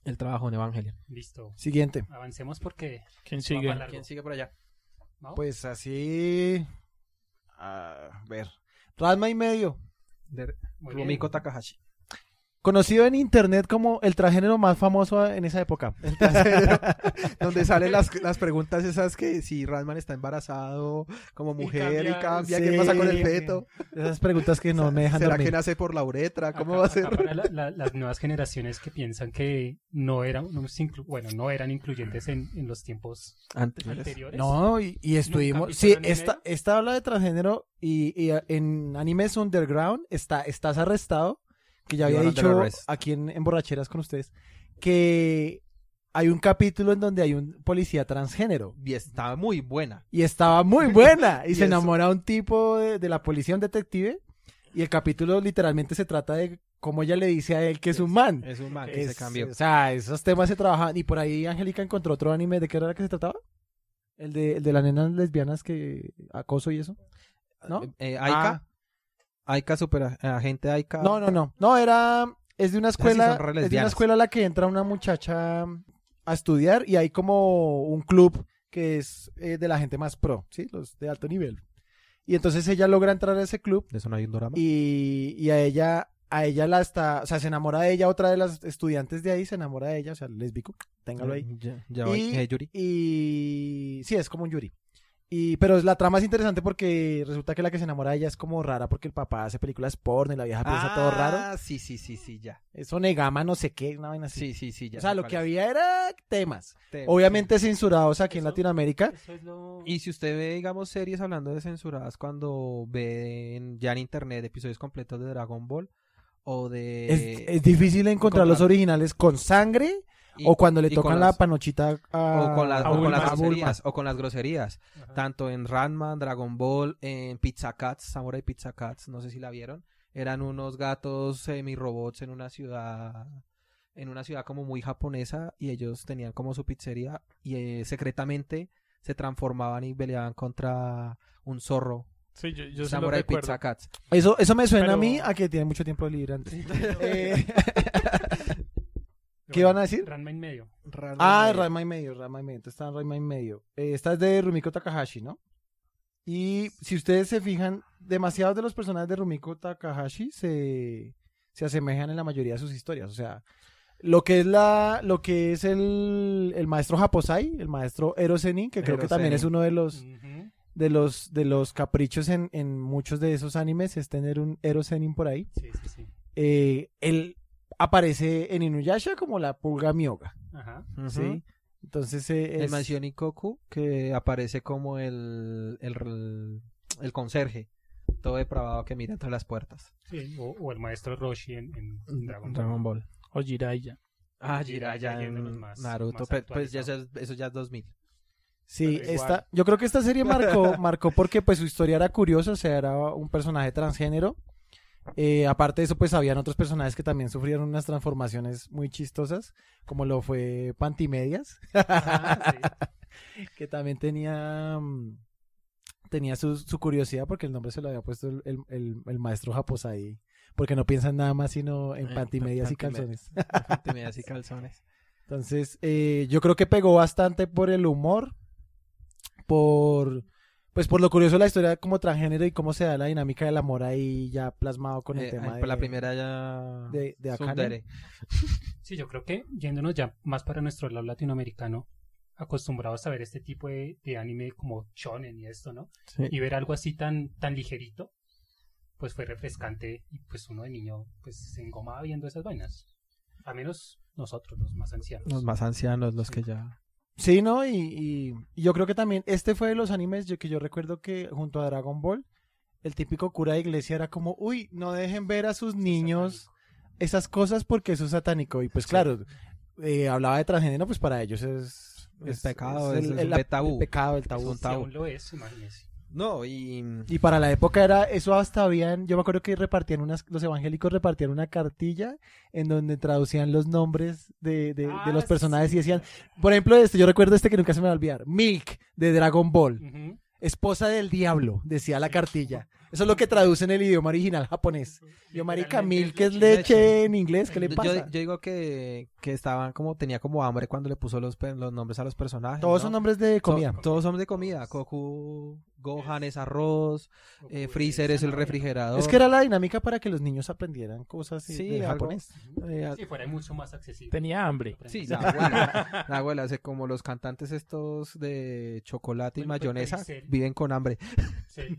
[SPEAKER 4] Él trabajó en Evangelion.
[SPEAKER 5] Listo.
[SPEAKER 2] Siguiente.
[SPEAKER 5] Avancemos porque...
[SPEAKER 3] ¿Quién
[SPEAKER 5] va
[SPEAKER 3] sigue?
[SPEAKER 5] para largo.
[SPEAKER 4] ¿Quién sigue por allá?
[SPEAKER 5] ¿no?
[SPEAKER 2] Pues así. A ver. Rasma y medio.
[SPEAKER 5] Muy bien.
[SPEAKER 4] Rumiko Takahashi.
[SPEAKER 2] Conocido en internet como el transgénero más famoso en esa época.
[SPEAKER 4] El trasero, donde salen las, las preguntas esas que si Radman está embarazado como mujer y
[SPEAKER 3] cambia-
[SPEAKER 4] cambia,
[SPEAKER 2] sí.
[SPEAKER 4] ¿qué pasa con el feto?
[SPEAKER 2] Esas preguntas que no me dejan
[SPEAKER 4] ¿Será
[SPEAKER 2] dormir.
[SPEAKER 4] que nace por la uretra? ¿Cómo va a ser?
[SPEAKER 5] Acá para la- la- las nuevas generaciones que piensan que no eran, no se inclu- bueno, no eran incluyentes en, en los tiempos
[SPEAKER 4] Antes.
[SPEAKER 5] anteriores.
[SPEAKER 2] No, y, y estuvimos.
[SPEAKER 5] pisaron
[SPEAKER 2] Sí,
[SPEAKER 5] en
[SPEAKER 2] esta,
[SPEAKER 5] medio?
[SPEAKER 2] esta habla de transgénero y, y, ah, en Animes Underground está, estás arrestado, que ya
[SPEAKER 4] You
[SPEAKER 2] había
[SPEAKER 4] are under
[SPEAKER 2] dicho
[SPEAKER 4] arrest.
[SPEAKER 2] aquí en, en Borracheras con ustedes, que hay un capítulo en donde hay un policía transgénero.
[SPEAKER 4] Y está muy buena.
[SPEAKER 2] Y estaba muy buena. Y,
[SPEAKER 4] Y
[SPEAKER 2] se
[SPEAKER 4] eso.
[SPEAKER 2] enamora un tipo de, de la policía, un detective. Y el capítulo literalmente se trata de cómo ella le dice a él que es un man.
[SPEAKER 4] Es un man Ah, que se
[SPEAKER 2] Es-
[SPEAKER 4] cambió.
[SPEAKER 2] O sea, esos temas se trabajan. Y por ahí Angélica encontró otro anime. ¿De qué era que se trataba? El de, el de las nenas lesbianas que acoso y eso. ¿No?
[SPEAKER 4] Eh, Aika. Aika supera. eh, Agente Aika.
[SPEAKER 2] No, no, no. No, era. Es de una
[SPEAKER 4] Ah, sí son
[SPEAKER 2] escuela. es
[SPEAKER 4] re
[SPEAKER 2] de una
[SPEAKER 4] lesbianas.
[SPEAKER 2] escuela a la que entra una muchacha a estudiar y hay como un club que es eh, de la gente más pro, ¿sí? Los de alto nivel. Y entonces ella logra entrar a ese club
[SPEAKER 4] De eso no hay un drama.
[SPEAKER 2] y, y a ella a ella la está, o sea, se enamora de ella, otra de las estudiantes de ahí se enamora de ella, o sea, lesbico, téngalo ahí.
[SPEAKER 4] Ya, ya va,
[SPEAKER 2] Y-
[SPEAKER 4] eh, Yuri.
[SPEAKER 2] Y sí, es como un Yuri. Y, pero la trama es interesante porque resulta que la que se enamora de ella es como rara porque el papá hace películas porno y la vieja piensa todo raro.
[SPEAKER 4] Ah, sí, sí, sí, sí, ya.
[SPEAKER 2] Es onegama, no sé qué, una vaina así.
[SPEAKER 4] Ah, Sí, sí, sí, ya.
[SPEAKER 2] o sea,
[SPEAKER 4] sé
[SPEAKER 2] lo
[SPEAKER 4] cuál
[SPEAKER 2] que
[SPEAKER 4] es.
[SPEAKER 2] había era temas.
[SPEAKER 4] Te-
[SPEAKER 2] Obviamente censurados aquí en
[SPEAKER 5] Eso-
[SPEAKER 2] Latinoamérica.
[SPEAKER 5] Eso es lo-
[SPEAKER 4] Y si usted ve, digamos, series hablando de censuradas cuando ve en- ya en internet episodios completos de Dragon Ball o de...
[SPEAKER 2] es, es difícil encontrar los
[SPEAKER 4] encontrar.
[SPEAKER 2] originales con sangre
[SPEAKER 4] y-
[SPEAKER 2] o cuando le
[SPEAKER 4] y con
[SPEAKER 2] tocan
[SPEAKER 4] las-
[SPEAKER 2] la panochita a,
[SPEAKER 4] o con las,
[SPEAKER 3] a
[SPEAKER 4] o con
[SPEAKER 3] Bulma.
[SPEAKER 4] las
[SPEAKER 3] A Bulma.
[SPEAKER 4] groserías, o con las groserías.
[SPEAKER 5] Ajá.
[SPEAKER 4] Tanto en Ranman, Dragon Ball, en Pizza Cats, Samurai Pizza Cats, no sé si la vieron. Eran unos gatos semi-robots en una ciudad, en una ciudad como muy japonesa, y ellos tenían como su pizzería, y eh, secretamente se transformaban y peleaban contra un zorro.
[SPEAKER 3] Sí, yo, yo sí lo
[SPEAKER 4] Samurai
[SPEAKER 3] recuerdo.
[SPEAKER 4] Pizza Cats.
[SPEAKER 2] Eso, eso me suena
[SPEAKER 3] Pero-
[SPEAKER 2] a mí a que tiene mucho tiempo libre antes. Eh,
[SPEAKER 5] Pero
[SPEAKER 2] ¿Qué
[SPEAKER 5] bueno,
[SPEAKER 2] iban a decir?
[SPEAKER 5] Ranma en medio.
[SPEAKER 2] ah, Rama y medio, Rama y medio. Entonces está en Rama y medio. Eh, esta es de Rumiko Takahashi, ¿no? Y si ustedes se fijan, demasiados de los personajes de Rumiko Takahashi se, se asemejan en la mayoría de sus historias. O sea, lo que es la, lo que es el, el maestro Japosai, el maestro Ero Zenin, que creo
[SPEAKER 4] Ero
[SPEAKER 2] que también
[SPEAKER 4] Zenin.
[SPEAKER 2] es uno de los,
[SPEAKER 5] Ujú.
[SPEAKER 2] de los, de los caprichos en, en muchos de esos animes, es tener un Ero Zenin por ahí.
[SPEAKER 5] Sí, sí, sí.
[SPEAKER 2] Eh, él aparece en Inuyasha como la pulga mioga,
[SPEAKER 5] Ajá.
[SPEAKER 4] Ujú.
[SPEAKER 2] ¿sí? Entonces eh,
[SPEAKER 4] El
[SPEAKER 2] es-
[SPEAKER 4] mansión Koku que aparece como el, el, el conserje, todo depravado que mira entre las puertas.
[SPEAKER 5] Sí, O, o el maestro Roshi en, en Dragon, Ball.
[SPEAKER 4] Ball.
[SPEAKER 3] O Jiraiya.
[SPEAKER 4] Ah,
[SPEAKER 5] Jiraiya
[SPEAKER 4] Jiraiya
[SPEAKER 5] en los
[SPEAKER 4] en
[SPEAKER 5] más-
[SPEAKER 4] Naruto.
[SPEAKER 5] más
[SPEAKER 4] pe- pues ya
[SPEAKER 5] actualizados.
[SPEAKER 4] eso, es- eso ya es 2000.
[SPEAKER 2] Sí,
[SPEAKER 3] Pero igual.
[SPEAKER 2] esta, yo creo que esta serie marcó, marcó porque pues su historia era curiosa, o sea, era un personaje transgénero. Eh, aparte de eso, pues habían otros personajes que también sufrieron unas transformaciones muy chistosas, como lo fue Pantimedias,
[SPEAKER 5] Ajá, Ah, sí.
[SPEAKER 2] que también tenía, mm, tenía su, su curiosidad porque el nombre se lo había puesto el, el- el- el maestro Japosai, porque no piensa en nada más sino en
[SPEAKER 4] Eh,
[SPEAKER 2] Pantimedias y
[SPEAKER 4] pantimedias.
[SPEAKER 2] calzones.
[SPEAKER 4] Timidez y calzones.
[SPEAKER 2] Entonces, eh, yo creo que pegó bastante por el humor, por pues por lo curioso de la historia como transgénero y cómo se da la dinámica del amor ahí ya plasmado con el
[SPEAKER 4] Eh,
[SPEAKER 2] tema
[SPEAKER 4] ah,
[SPEAKER 2] de
[SPEAKER 4] La primera ya...
[SPEAKER 2] de, de Akane.
[SPEAKER 4] Tsundere.
[SPEAKER 5] Sí, yo creo que yéndonos ya más para nuestro lado latinoamericano, acostumbrados a ver este tipo de, de anime como shonen y esto, ¿no? Y ver algo así tan, tan ligerito, pues fue refrescante y pues uno de niño pues se engomaba viendo esas vainas. A menos nosotros, los más ancianos.
[SPEAKER 4] Los más ancianos, los que ya...
[SPEAKER 2] Sí, ¿no? Y, y- y yo creo que también este fue de los animes yo- que yo recuerdo que junto a Dragon Ball, el típico cura de iglesia era como, uy, no dejen ver a sus niños esas cosas porque eso es satánico. Y pues claro, eh, hablaba de transgénero, pues para ellos es...
[SPEAKER 4] Es pecado, es- es un
[SPEAKER 2] la-
[SPEAKER 4] tabú.
[SPEAKER 2] el pecado, el tabú.
[SPEAKER 4] un
[SPEAKER 5] Si aún lo es, imagínese.
[SPEAKER 4] No, y...
[SPEAKER 2] Y para la época era, eso hasta habían, yo me acuerdo que repartían unas, los evangélicos repartían una cartilla en donde traducían los nombres de, de- de
[SPEAKER 5] Ah,
[SPEAKER 2] los personajes
[SPEAKER 5] sí.
[SPEAKER 2] y decían, por ejemplo, este, yo recuerdo este que nunca se me va a olvidar, Milk de Dragon Ball,
[SPEAKER 5] Ujú.
[SPEAKER 2] esposa del diablo, decía la cartilla. Eso es lo que traduce en el idioma original japonés. Yo, marica,
[SPEAKER 5] Literalmente
[SPEAKER 2] mil que es
[SPEAKER 4] leche.
[SPEAKER 2] leche en inglés, ¿qué le
[SPEAKER 4] Yo-
[SPEAKER 2] pasa?
[SPEAKER 4] Yo, yo digo que, que estaba como, tenía como hambre cuando le puso los, pe- los nombres a los personajes.
[SPEAKER 2] Todos
[SPEAKER 4] ¿no?
[SPEAKER 2] son nombres de
[SPEAKER 4] So-
[SPEAKER 2] comida.
[SPEAKER 4] todos son de comida. Goku, Gohan es arroz, eh, Freezer es el refrigerador.
[SPEAKER 2] Es que era la dinámica para que los niños aprendieran cosas
[SPEAKER 4] Sí,
[SPEAKER 2] de
[SPEAKER 4] algo.
[SPEAKER 2] japonés.
[SPEAKER 4] Eh,
[SPEAKER 5] Si fuera mucho más accesible.
[SPEAKER 3] Tenía hambre.
[SPEAKER 4] sí, la abuela, la abuela, hace como los cantantes estos de chocolate y
[SPEAKER 5] Bueno, pero
[SPEAKER 4] mayonesa,
[SPEAKER 5] Freezer.
[SPEAKER 4] viven con hambre.
[SPEAKER 5] Cel-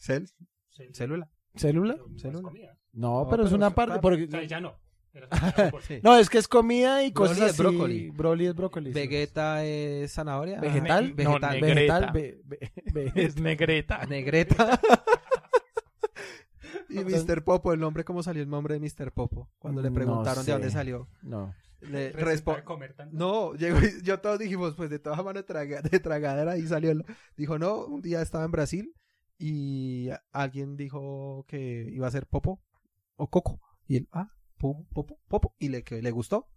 [SPEAKER 4] Cel-
[SPEAKER 5] cel-
[SPEAKER 4] Célula.
[SPEAKER 2] ¿Célula?
[SPEAKER 5] pero más
[SPEAKER 4] célula.
[SPEAKER 5] comida.
[SPEAKER 2] No,
[SPEAKER 4] No,
[SPEAKER 2] pero, es
[SPEAKER 4] pero
[SPEAKER 2] una
[SPEAKER 4] es-
[SPEAKER 2] parte.
[SPEAKER 4] claro.
[SPEAKER 5] O sea,
[SPEAKER 2] Porque...
[SPEAKER 5] ya no. Era comida por-
[SPEAKER 4] Sí.
[SPEAKER 2] No, es que es comida y
[SPEAKER 4] Broly
[SPEAKER 2] cosas
[SPEAKER 4] es
[SPEAKER 2] así.
[SPEAKER 4] brócoli.
[SPEAKER 2] Broly es brócoli. sí.
[SPEAKER 4] Vegeta es zanahoria.
[SPEAKER 2] ¿Vegetal?
[SPEAKER 3] No,
[SPEAKER 4] Vegetal.
[SPEAKER 3] negra.
[SPEAKER 2] Vegetal.
[SPEAKER 3] Negreta.
[SPEAKER 2] ve- ve- ve-
[SPEAKER 3] Es negreta.
[SPEAKER 4] Negreta. y Mr. Popo, el nombre, ¿cómo salió el nombre de Mr. Popo? Cuando le
[SPEAKER 2] No
[SPEAKER 4] preguntaron
[SPEAKER 2] sé.
[SPEAKER 4] de dónde salió.
[SPEAKER 2] No.
[SPEAKER 4] Le
[SPEAKER 5] Resulta
[SPEAKER 4] respo-
[SPEAKER 5] comer tanto.
[SPEAKER 4] No, llegó y yo todos dijimos, pues de todas manos traga- de tragadera y salió. el- Dijo, no, un día estaba en Brasil y a- alguien dijo que iba a ser Popo o Coco. Y él, ah, Popo, Popo, Popo. Y le, que le gustó.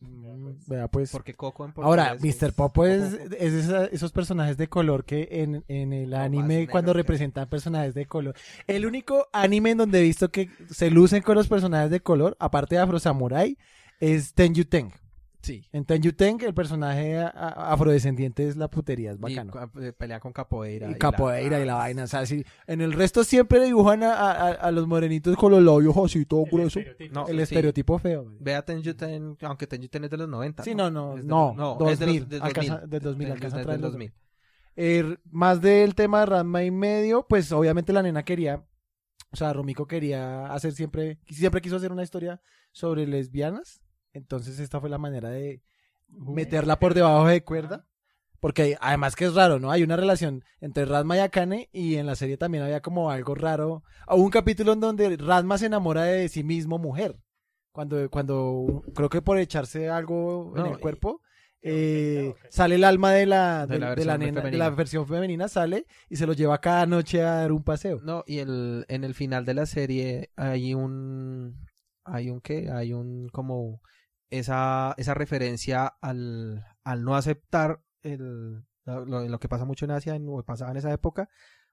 [SPEAKER 4] Mm,
[SPEAKER 2] Vea, pues.
[SPEAKER 4] Porque Coco en
[SPEAKER 2] Ahora,
[SPEAKER 4] portugués
[SPEAKER 2] Mr. Popo es,
[SPEAKER 4] Popo.
[SPEAKER 2] es esa- esos personajes de color que en, en el
[SPEAKER 4] No, más
[SPEAKER 2] anime,
[SPEAKER 4] negro
[SPEAKER 2] cuando
[SPEAKER 4] que-
[SPEAKER 2] representan personajes de color. El único anime en donde he visto que se lucen con los personajes de color, aparte de Afro Samurai, es Tenyu Teng.
[SPEAKER 4] Sí.
[SPEAKER 2] En Tenyu Teng, el personaje a- a- afrodescendiente es la putería, es bacano.
[SPEAKER 4] Y, cua- eh, pelea con capoeira.
[SPEAKER 2] Y capoeira y la vaina, o sea, sí. En el resto siempre dibujan a, a- a los morenitos con los labios así, todo
[SPEAKER 5] El
[SPEAKER 2] grueso.
[SPEAKER 5] estereotipo.
[SPEAKER 4] No,
[SPEAKER 2] El
[SPEAKER 4] sí.
[SPEAKER 2] estereotipo feo. güey.
[SPEAKER 4] Vea Tenjuten, aunque Tenjuten es de los 90.
[SPEAKER 2] Sí, no, no,
[SPEAKER 4] Es de-
[SPEAKER 2] no,
[SPEAKER 4] es de
[SPEAKER 2] 2000,
[SPEAKER 4] los, del
[SPEAKER 2] alcanza-
[SPEAKER 4] 2000.
[SPEAKER 2] del 2000,
[SPEAKER 4] Tenjuten
[SPEAKER 2] alcanza a
[SPEAKER 4] es
[SPEAKER 2] traer
[SPEAKER 4] del
[SPEAKER 2] los
[SPEAKER 4] 2000.
[SPEAKER 2] Eh, más del tema de Ranma y medio, pues obviamente la nena quería, o sea, Rumiko quería hacer siempre, siempre quiso hacer una historia sobre lesbianas, entonces esta fue la manera de meterla por debajo de cuerda, porque hay- además que es raro, ¿no? Hay una relación entre Ranma y Akane y en la serie también había como algo raro, hubo un capítulo en donde Ranma se enamora de sí mismo mujer, cuando, cuando creo que por echarse algo en
[SPEAKER 4] No,
[SPEAKER 2] el
[SPEAKER 4] y-
[SPEAKER 2] cuerpo.
[SPEAKER 5] Ok,
[SPEAKER 2] eh,
[SPEAKER 5] ok.
[SPEAKER 2] sale el alma de la, Ah, de,
[SPEAKER 4] De la
[SPEAKER 2] de la
[SPEAKER 4] versión
[SPEAKER 2] nena, de
[SPEAKER 4] femenina.
[SPEAKER 2] la versión femenina sale y se lo lleva cada noche a dar un paseo.
[SPEAKER 4] No, y el, en el final de la serie hay un. ¿Hay un qué? Hay un como. Esa, esa referencia al, al no aceptar el, lo, lo- lo que pasa mucho en Asia, en- o pasaba en esa época,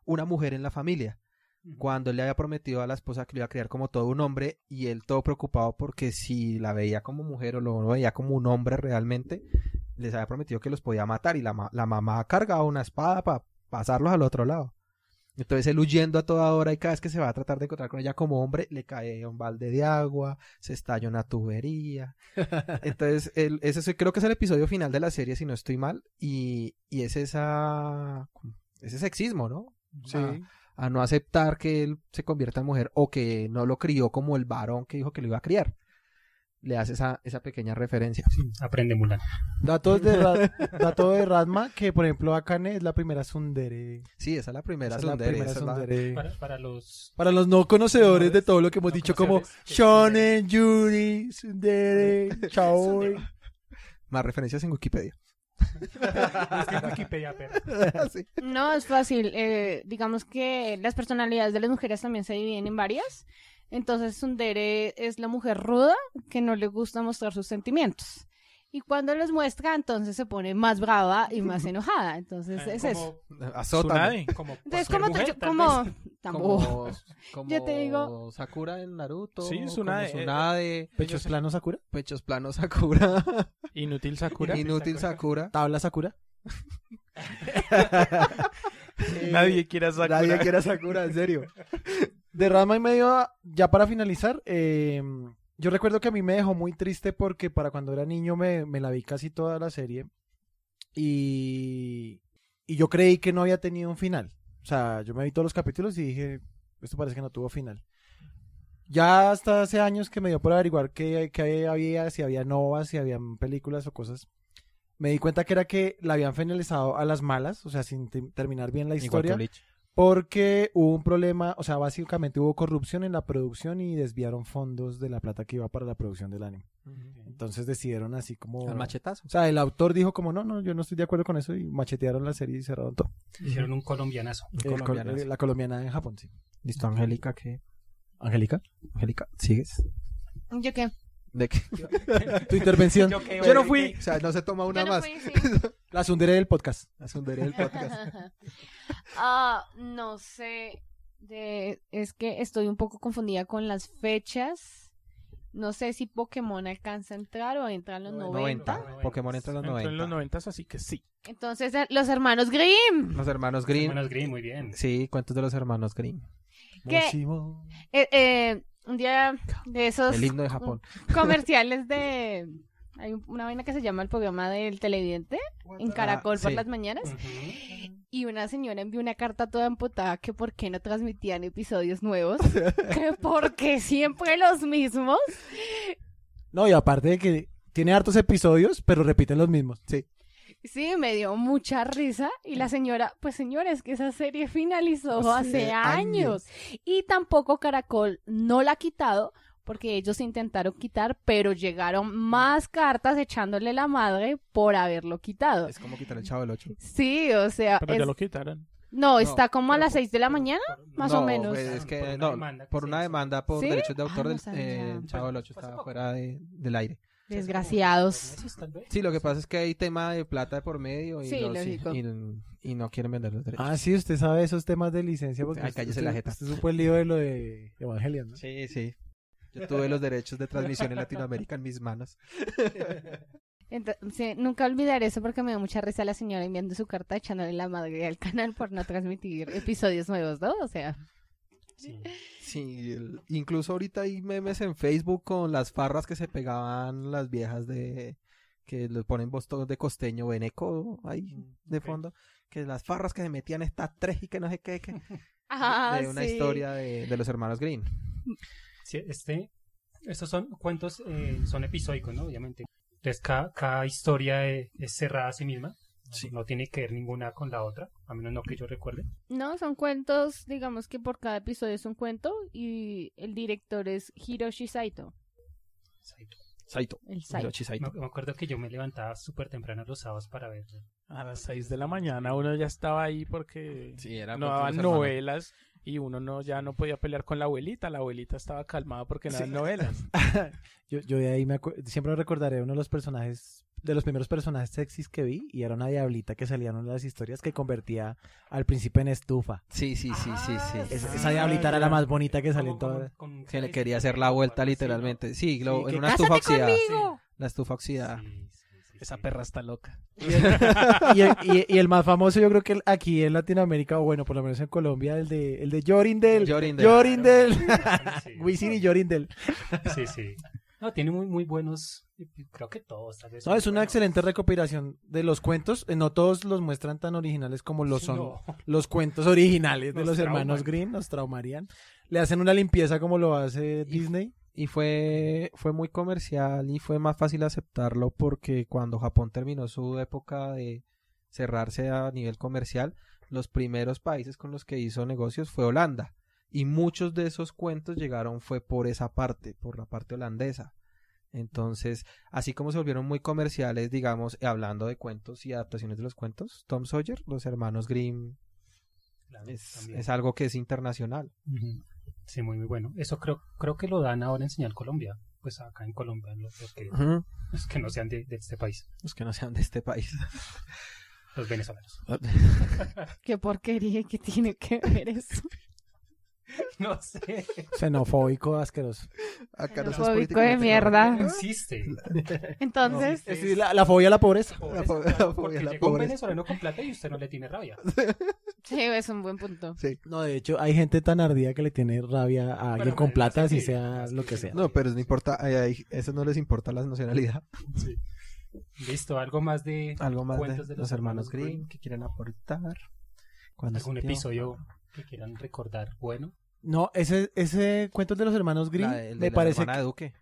[SPEAKER 4] una mujer en la familia. Cuando él le había prometido a la esposa que lo iba a criar como todo un hombre, y él todo preocupado porque si la veía como mujer o lo veía como un hombre realmente, les había prometido que los podía matar. Y la, ma- la mamá cargaba una espada para pasarlos al otro lado. Entonces él huyendo a toda hora y cada vez que se va a tratar de encontrar con ella como hombre, le cae un balde de agua, se estalla una tubería. Entonces, el- ese es- creo que es el episodio final de la serie, si no estoy mal, y, y es esa, ese sexismo, ¿no? Ah, A, no aceptar que él se convierta en mujer o que no lo crió como el varón que dijo que lo iba a criar. Le hace esa, esa pequeña referencia.
[SPEAKER 5] Aprende Mulan.
[SPEAKER 2] Datos de, Ra- dato de Radma, que por ejemplo Akane es la primera tsundere.
[SPEAKER 4] Sí, esa es la primera.
[SPEAKER 2] Esa es la
[SPEAKER 4] tsundere,
[SPEAKER 2] primera
[SPEAKER 4] esa es la-
[SPEAKER 2] tsundere.
[SPEAKER 5] Para, para los
[SPEAKER 2] Para los no conocedores de todo lo que hemos
[SPEAKER 5] No
[SPEAKER 2] dicho, como
[SPEAKER 5] conocedores, que
[SPEAKER 2] Shonen, Yuri, tsundere, Chaoi.
[SPEAKER 4] Más referencias en Wikipedia.
[SPEAKER 5] es que en Wikipedia, perro.
[SPEAKER 4] Sí.
[SPEAKER 6] No, es fácil. eh, digamos que las personalidades de las mujeres también se dividen en varias. Entonces, Sundere es la mujer ruda que no le gusta mostrar sus sentimientos. Y cuando los muestra, entonces se pone más brava y más enojada. Entonces, es eso.
[SPEAKER 3] Tsunade.
[SPEAKER 4] Azótame.
[SPEAKER 5] pues Como
[SPEAKER 6] Entonces,
[SPEAKER 5] cualquier
[SPEAKER 6] como,
[SPEAKER 5] mujer,
[SPEAKER 6] yo-
[SPEAKER 5] tal
[SPEAKER 6] como,
[SPEAKER 5] vez.
[SPEAKER 6] tampoco.
[SPEAKER 4] Como, como
[SPEAKER 6] Yo te digo-
[SPEAKER 4] Sakura en Naruto.
[SPEAKER 3] Sí,
[SPEAKER 4] como
[SPEAKER 3] Tsunade, eh,
[SPEAKER 4] Tsunade,
[SPEAKER 2] ¿Pechos planos Sakura?
[SPEAKER 4] pechos planos pues Sakura.
[SPEAKER 3] Inútil Sakura.
[SPEAKER 4] Inútil Sakura.
[SPEAKER 2] ¿Tabla Sakura?
[SPEAKER 3] Nadie quiere a Sakura.
[SPEAKER 4] Eh, Nadie quiere a Sakura, en serio.
[SPEAKER 2] De Rama y medio, ya para finalizar, eh, yo recuerdo que a mí me dejó muy triste porque para cuando era niño me, me la vi casi toda la serie y, y yo creí que no había tenido un final. O sea, yo me vi todos los capítulos y dije, esto parece que no tuvo final. Ya hasta hace años que me dio por averiguar qué, qué había, si había novas, si habían películas o cosas. Me di cuenta que era que la habían finalizado a las malas, o sea, sin te- terminar bien la historia. Porque hubo un problema, o sea, básicamente hubo corrupción en la producción y desviaron fondos de la plata que iba para la producción del anime. Entonces decidieron así como...
[SPEAKER 4] Al machetazo.
[SPEAKER 2] O sea, el autor dijo como, no, no, yo no estoy de acuerdo con eso y machetearon la serie y cerraron todo.
[SPEAKER 5] Hicieron un colombianazo.
[SPEAKER 2] El col-
[SPEAKER 4] colombiana,
[SPEAKER 2] el-
[SPEAKER 4] sí.
[SPEAKER 2] la colombiana en Japón, sí.
[SPEAKER 4] Listo, Angélica, ¿qué?
[SPEAKER 2] Angélica,
[SPEAKER 4] Angélica, ¿sigues?
[SPEAKER 6] ¿Yo qué?
[SPEAKER 4] ¿De qué?
[SPEAKER 2] tu intervención.
[SPEAKER 4] Yo no fui. O sea, no se toma una
[SPEAKER 6] Yo no
[SPEAKER 4] más.
[SPEAKER 6] fui, sí.
[SPEAKER 2] la sundere del podcast.
[SPEAKER 4] La sunderé del podcast.
[SPEAKER 6] Ah, no sé. de- es que estoy un poco confundida con las fechas. No sé si Pokémon alcanza a entrar o entra en los 90.
[SPEAKER 5] 90.
[SPEAKER 4] Pokémon entra en los 90.
[SPEAKER 3] Entró en los 90, así que sí.
[SPEAKER 6] Entonces, eh, los hermanos Grimm.
[SPEAKER 4] Los hermanos Grimm.
[SPEAKER 5] Hermanos Green, muy bien.
[SPEAKER 4] Sí, cuentos de los hermanos Grimm.
[SPEAKER 6] ¿Qué?
[SPEAKER 2] Moshimo.
[SPEAKER 6] Eh, eh, un día de esos
[SPEAKER 4] El himno de Japón.
[SPEAKER 6] comerciales de... Hay un- una vaina que se llama el programa del televidente en Caracol por
[SPEAKER 4] sí.
[SPEAKER 6] las mañanas.
[SPEAKER 5] Ujú.
[SPEAKER 6] Y una señora envió una carta toda emputada que por qué no transmitían episodios nuevos. que porque siempre los mismos.
[SPEAKER 2] No, y aparte de que tiene hartos episodios, pero repiten los mismos. Sí.
[SPEAKER 6] Sí, me dio mucha risa. Y la señora, pues señores, que esa serie finalizó hace
[SPEAKER 4] Hace
[SPEAKER 6] años. Y tampoco Caracol no la ha quitado porque ellos intentaron quitar, pero llegaron más cartas echándole la madre por haberlo quitado.
[SPEAKER 4] Es como quitar el chavo del 8.
[SPEAKER 6] Sí, o sea,
[SPEAKER 3] Pero ya
[SPEAKER 6] es-
[SPEAKER 3] lo quitaron.
[SPEAKER 6] no, está como a
[SPEAKER 5] pero
[SPEAKER 6] las
[SPEAKER 5] por-
[SPEAKER 6] 6 de la
[SPEAKER 5] pero-
[SPEAKER 6] mañana.
[SPEAKER 5] pero-
[SPEAKER 6] más o menos.
[SPEAKER 4] pues, es que,
[SPEAKER 5] Por una
[SPEAKER 4] no,
[SPEAKER 5] demanda que
[SPEAKER 4] por
[SPEAKER 5] se
[SPEAKER 4] una
[SPEAKER 5] hizo.
[SPEAKER 4] demanda por
[SPEAKER 6] ¿Sí?
[SPEAKER 4] derechos de
[SPEAKER 6] Ah,
[SPEAKER 4] autor
[SPEAKER 6] no
[SPEAKER 4] del
[SPEAKER 6] sabía.
[SPEAKER 4] eh, el chavo del 8
[SPEAKER 5] Pues,
[SPEAKER 4] estaba
[SPEAKER 5] tampoco.
[SPEAKER 4] fuera de- del aire.
[SPEAKER 6] Desgraciados.
[SPEAKER 5] Esos, tal vez.
[SPEAKER 4] Sí, lo que pasa es que hay tema de plata de por medio y,
[SPEAKER 6] Sí,
[SPEAKER 4] no,
[SPEAKER 6] lógico.
[SPEAKER 4] y- y no quieren vender los derechos.
[SPEAKER 2] Ah, sí, usted sabe esos temas de licencia. Porque este
[SPEAKER 4] Ay,
[SPEAKER 2] usted-
[SPEAKER 4] cállese la
[SPEAKER 2] usted-
[SPEAKER 4] jeta.
[SPEAKER 2] Usted supo el lío de lo de Evangelion, ¿no?
[SPEAKER 4] Sí, sí. Yo tuve los derechos de transmisión en Latinoamérica en mis manos.
[SPEAKER 6] Ento- sí, nunca olvidaré eso porque me dio mucha risa la señora enviando su carta echándole la madre al canal por no transmitir episodios nuevos, ¿no? O sea,
[SPEAKER 5] Sí.
[SPEAKER 4] Sí, el- incluso ahorita hay memes en Facebook con las farras que se pegaban las viejas de que le ponen bostos de costeño veneco ahí de
[SPEAKER 5] Mm, ok.
[SPEAKER 4] fondo, que las farras que se metían estas tres y que no sé qué, que,
[SPEAKER 6] ah,
[SPEAKER 4] de una
[SPEAKER 6] sí.
[SPEAKER 4] historia de, de los hermanos Green.
[SPEAKER 5] Sí, este, estos son cuentos, eh, son episódicos, ¿no? Obviamente. Entonces, cada, cada historia eh, es cerrada a sí misma. No- No tiene que ver ninguna con la otra, a menos no que yo recuerde.
[SPEAKER 6] No, son cuentos, digamos que por cada episodio es un cuento y el director es Hiroshi Saito,
[SPEAKER 5] Exacto.
[SPEAKER 4] Saito,
[SPEAKER 6] el Saito.
[SPEAKER 4] Hiroshi
[SPEAKER 5] Me,
[SPEAKER 4] Saito.
[SPEAKER 5] me acuerdo que yo me levantaba súper temprano los sábados para ver.
[SPEAKER 3] A las 6 de la mañana uno ya estaba ahí porque
[SPEAKER 4] Sí, era
[SPEAKER 3] no
[SPEAKER 4] cuento de
[SPEAKER 3] daban
[SPEAKER 4] los hermanos.
[SPEAKER 3] novelas y uno no ya no podía pelear con la abuelita. La abuelita estaba calmada porque no
[SPEAKER 2] Sí.
[SPEAKER 3] eran novelas.
[SPEAKER 2] Yo, yo de ahí me acu- siempre recordaré uno de los personajes, de los primeros personajes sexys que vi, y era una diablita que salía en una de las historias que convertía al príncipe en estufa.
[SPEAKER 4] Sí, sí, sí, sí, sí.
[SPEAKER 2] Es-
[SPEAKER 5] Ah,
[SPEAKER 2] esa diablita era
[SPEAKER 5] ya.
[SPEAKER 2] la más bonita que salió
[SPEAKER 5] Como-
[SPEAKER 2] en toda.
[SPEAKER 5] como- con-
[SPEAKER 4] Que le quería hacer la vuelta literalmente. Sí, lo-
[SPEAKER 2] Sí,
[SPEAKER 4] en
[SPEAKER 2] que
[SPEAKER 4] una estufa oxidada.
[SPEAKER 6] Digo,
[SPEAKER 4] La estufa oxidada.
[SPEAKER 5] Sí, sí, sí,
[SPEAKER 3] Esa
[SPEAKER 5] sí.
[SPEAKER 3] perra está loca.
[SPEAKER 2] Y el, y- y el más famoso, yo creo que el- aquí en Latinoamérica, o bueno, por lo menos en Colombia, el de, el de Jorindel.
[SPEAKER 4] Jorindel.
[SPEAKER 2] Jorindel.
[SPEAKER 5] Sí.
[SPEAKER 2] Wisin y Jorindel.
[SPEAKER 5] Sí, sí. No, tiene muy, muy buenos. eh, Creo que todos, tal vez.
[SPEAKER 2] No, es una
[SPEAKER 5] Bueno,
[SPEAKER 2] excelente recopilación de los cuentos. Eh, No todos los muestran tan originales como lo
[SPEAKER 5] sí,
[SPEAKER 2] son
[SPEAKER 5] no.
[SPEAKER 2] los cuentos originales de
[SPEAKER 5] Nos
[SPEAKER 2] los hermanos
[SPEAKER 5] trauman.
[SPEAKER 2] Green. Nos traumarían. Le hacen una limpieza como lo hace Disney.
[SPEAKER 4] Y fue, fue muy comercial y fue más fácil aceptarlo porque cuando Japón terminó su época de cerrarse a nivel comercial, los primeros países con los que hizo negocios fue Holanda. Y muchos de esos cuentos llegaron fue por esa parte, por la parte holandesa. Entonces, así como se volvieron muy comerciales, digamos, hablando de cuentos y adaptaciones de los cuentos, Tom Sawyer, los hermanos Grimm,
[SPEAKER 5] Claro,
[SPEAKER 4] es,
[SPEAKER 5] también.
[SPEAKER 4] es algo que es internacional.
[SPEAKER 5] Ujú. Sí, muy, muy bueno. Eso creo, creo que lo dan ahora en Señal Colombia. Pues acá en Colombia, los, los que, los que no sean de, de este país,
[SPEAKER 4] Los que no sean de este país.
[SPEAKER 5] los venezolanos.
[SPEAKER 6] Qué porquería que tiene que ver eso.
[SPEAKER 5] No sé.
[SPEAKER 2] Xenofóbico, asqueroso.
[SPEAKER 4] Acá
[SPEAKER 6] Xenofóbico
[SPEAKER 4] sos político,
[SPEAKER 6] de
[SPEAKER 4] no te
[SPEAKER 6] mierda.
[SPEAKER 4] conozco.
[SPEAKER 5] No existe.
[SPEAKER 6] Entonces,
[SPEAKER 5] No.
[SPEAKER 2] Es decir, la, la fobia a la pobreza.
[SPEAKER 5] Pobreza,
[SPEAKER 4] po-
[SPEAKER 5] claro,
[SPEAKER 4] la
[SPEAKER 5] Pues, porque llega
[SPEAKER 4] pobreza,
[SPEAKER 5] un
[SPEAKER 4] pobreza.
[SPEAKER 5] venezolano con plata y usted no le tiene rabia.
[SPEAKER 6] sí, es un buen punto.
[SPEAKER 2] No, de hecho, hay gente tan ardida que le tiene rabia a alguien
[SPEAKER 5] Bueno,
[SPEAKER 2] con
[SPEAKER 5] además
[SPEAKER 2] plata,
[SPEAKER 5] que
[SPEAKER 2] si
[SPEAKER 5] sí,
[SPEAKER 2] sea
[SPEAKER 5] además
[SPEAKER 2] lo
[SPEAKER 5] que
[SPEAKER 2] que
[SPEAKER 5] sí.
[SPEAKER 2] sea.
[SPEAKER 4] No, pero no importa, ay, ay, eso no les importa la nacionalidad.
[SPEAKER 5] Listo, algo más de
[SPEAKER 4] Algo más de,
[SPEAKER 5] Cuentos de
[SPEAKER 4] los, hermanos Grimm
[SPEAKER 5] Grimm.
[SPEAKER 4] que quieran aportar. Cuando
[SPEAKER 5] algún
[SPEAKER 4] se-
[SPEAKER 5] episodio que quieran recordar. Bueno,
[SPEAKER 2] No, ese, ese cuento de los hermanos Green
[SPEAKER 4] La de- el de
[SPEAKER 2] me
[SPEAKER 4] la
[SPEAKER 2] parece.
[SPEAKER 4] hermana de Duque.
[SPEAKER 2] que-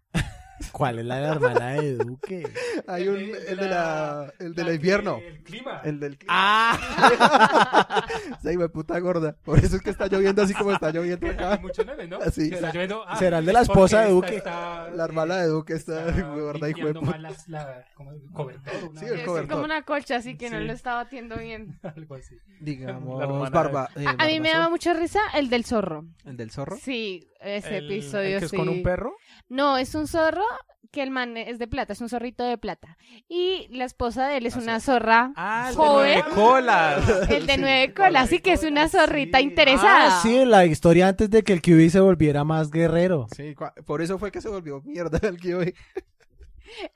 [SPEAKER 2] ¿Cuál es la de la hermana de Duque?
[SPEAKER 4] Hay un, el de la, el del invierno.
[SPEAKER 5] El clima.
[SPEAKER 4] El del
[SPEAKER 2] ¡Ah!
[SPEAKER 4] Esa hijo de puta gorda. Por eso es que está lloviendo así como está lloviendo acá.
[SPEAKER 5] Mucho nieve, ¿no?
[SPEAKER 4] Ah. Sí.
[SPEAKER 5] Está lloviendo. Ah,
[SPEAKER 2] Será el de la
[SPEAKER 5] es porque
[SPEAKER 2] esposa de
[SPEAKER 5] esta
[SPEAKER 2] Duque.
[SPEAKER 5] está-
[SPEAKER 4] La hermana de Duque está gorda, hijo de
[SPEAKER 5] limpiando
[SPEAKER 4] puta.
[SPEAKER 5] mal las- la- como el cobertor, una-
[SPEAKER 4] Sí,
[SPEAKER 6] Es
[SPEAKER 4] el cobertor.
[SPEAKER 6] como una colcha, así que no
[SPEAKER 5] Sí.
[SPEAKER 6] lo estaba batiendo bien.
[SPEAKER 5] algo así.
[SPEAKER 3] La
[SPEAKER 4] Digamos,
[SPEAKER 3] hermana
[SPEAKER 4] barba. eh,
[SPEAKER 6] A, a mí me
[SPEAKER 4] Barbazón.
[SPEAKER 6] daba mucha risa el del zorro.
[SPEAKER 4] El del zorro.
[SPEAKER 6] Sí, ese
[SPEAKER 3] El-
[SPEAKER 6] episodio
[SPEAKER 3] el que es
[SPEAKER 6] sí.
[SPEAKER 3] con un perro.
[SPEAKER 6] No, es un zorro que el man es de plata, es un zorrito de plata. Y la esposa de él es una zorra,
[SPEAKER 3] Ah, el
[SPEAKER 6] Joder.
[SPEAKER 3] de nueve colas.
[SPEAKER 6] el de nueve colas, así que es una zorrita interesada.
[SPEAKER 2] Ah, sí, la historia antes de que el QB se volviera más guerrero.
[SPEAKER 4] Sí, cua- por eso fue que se volvió mierda el que hoy.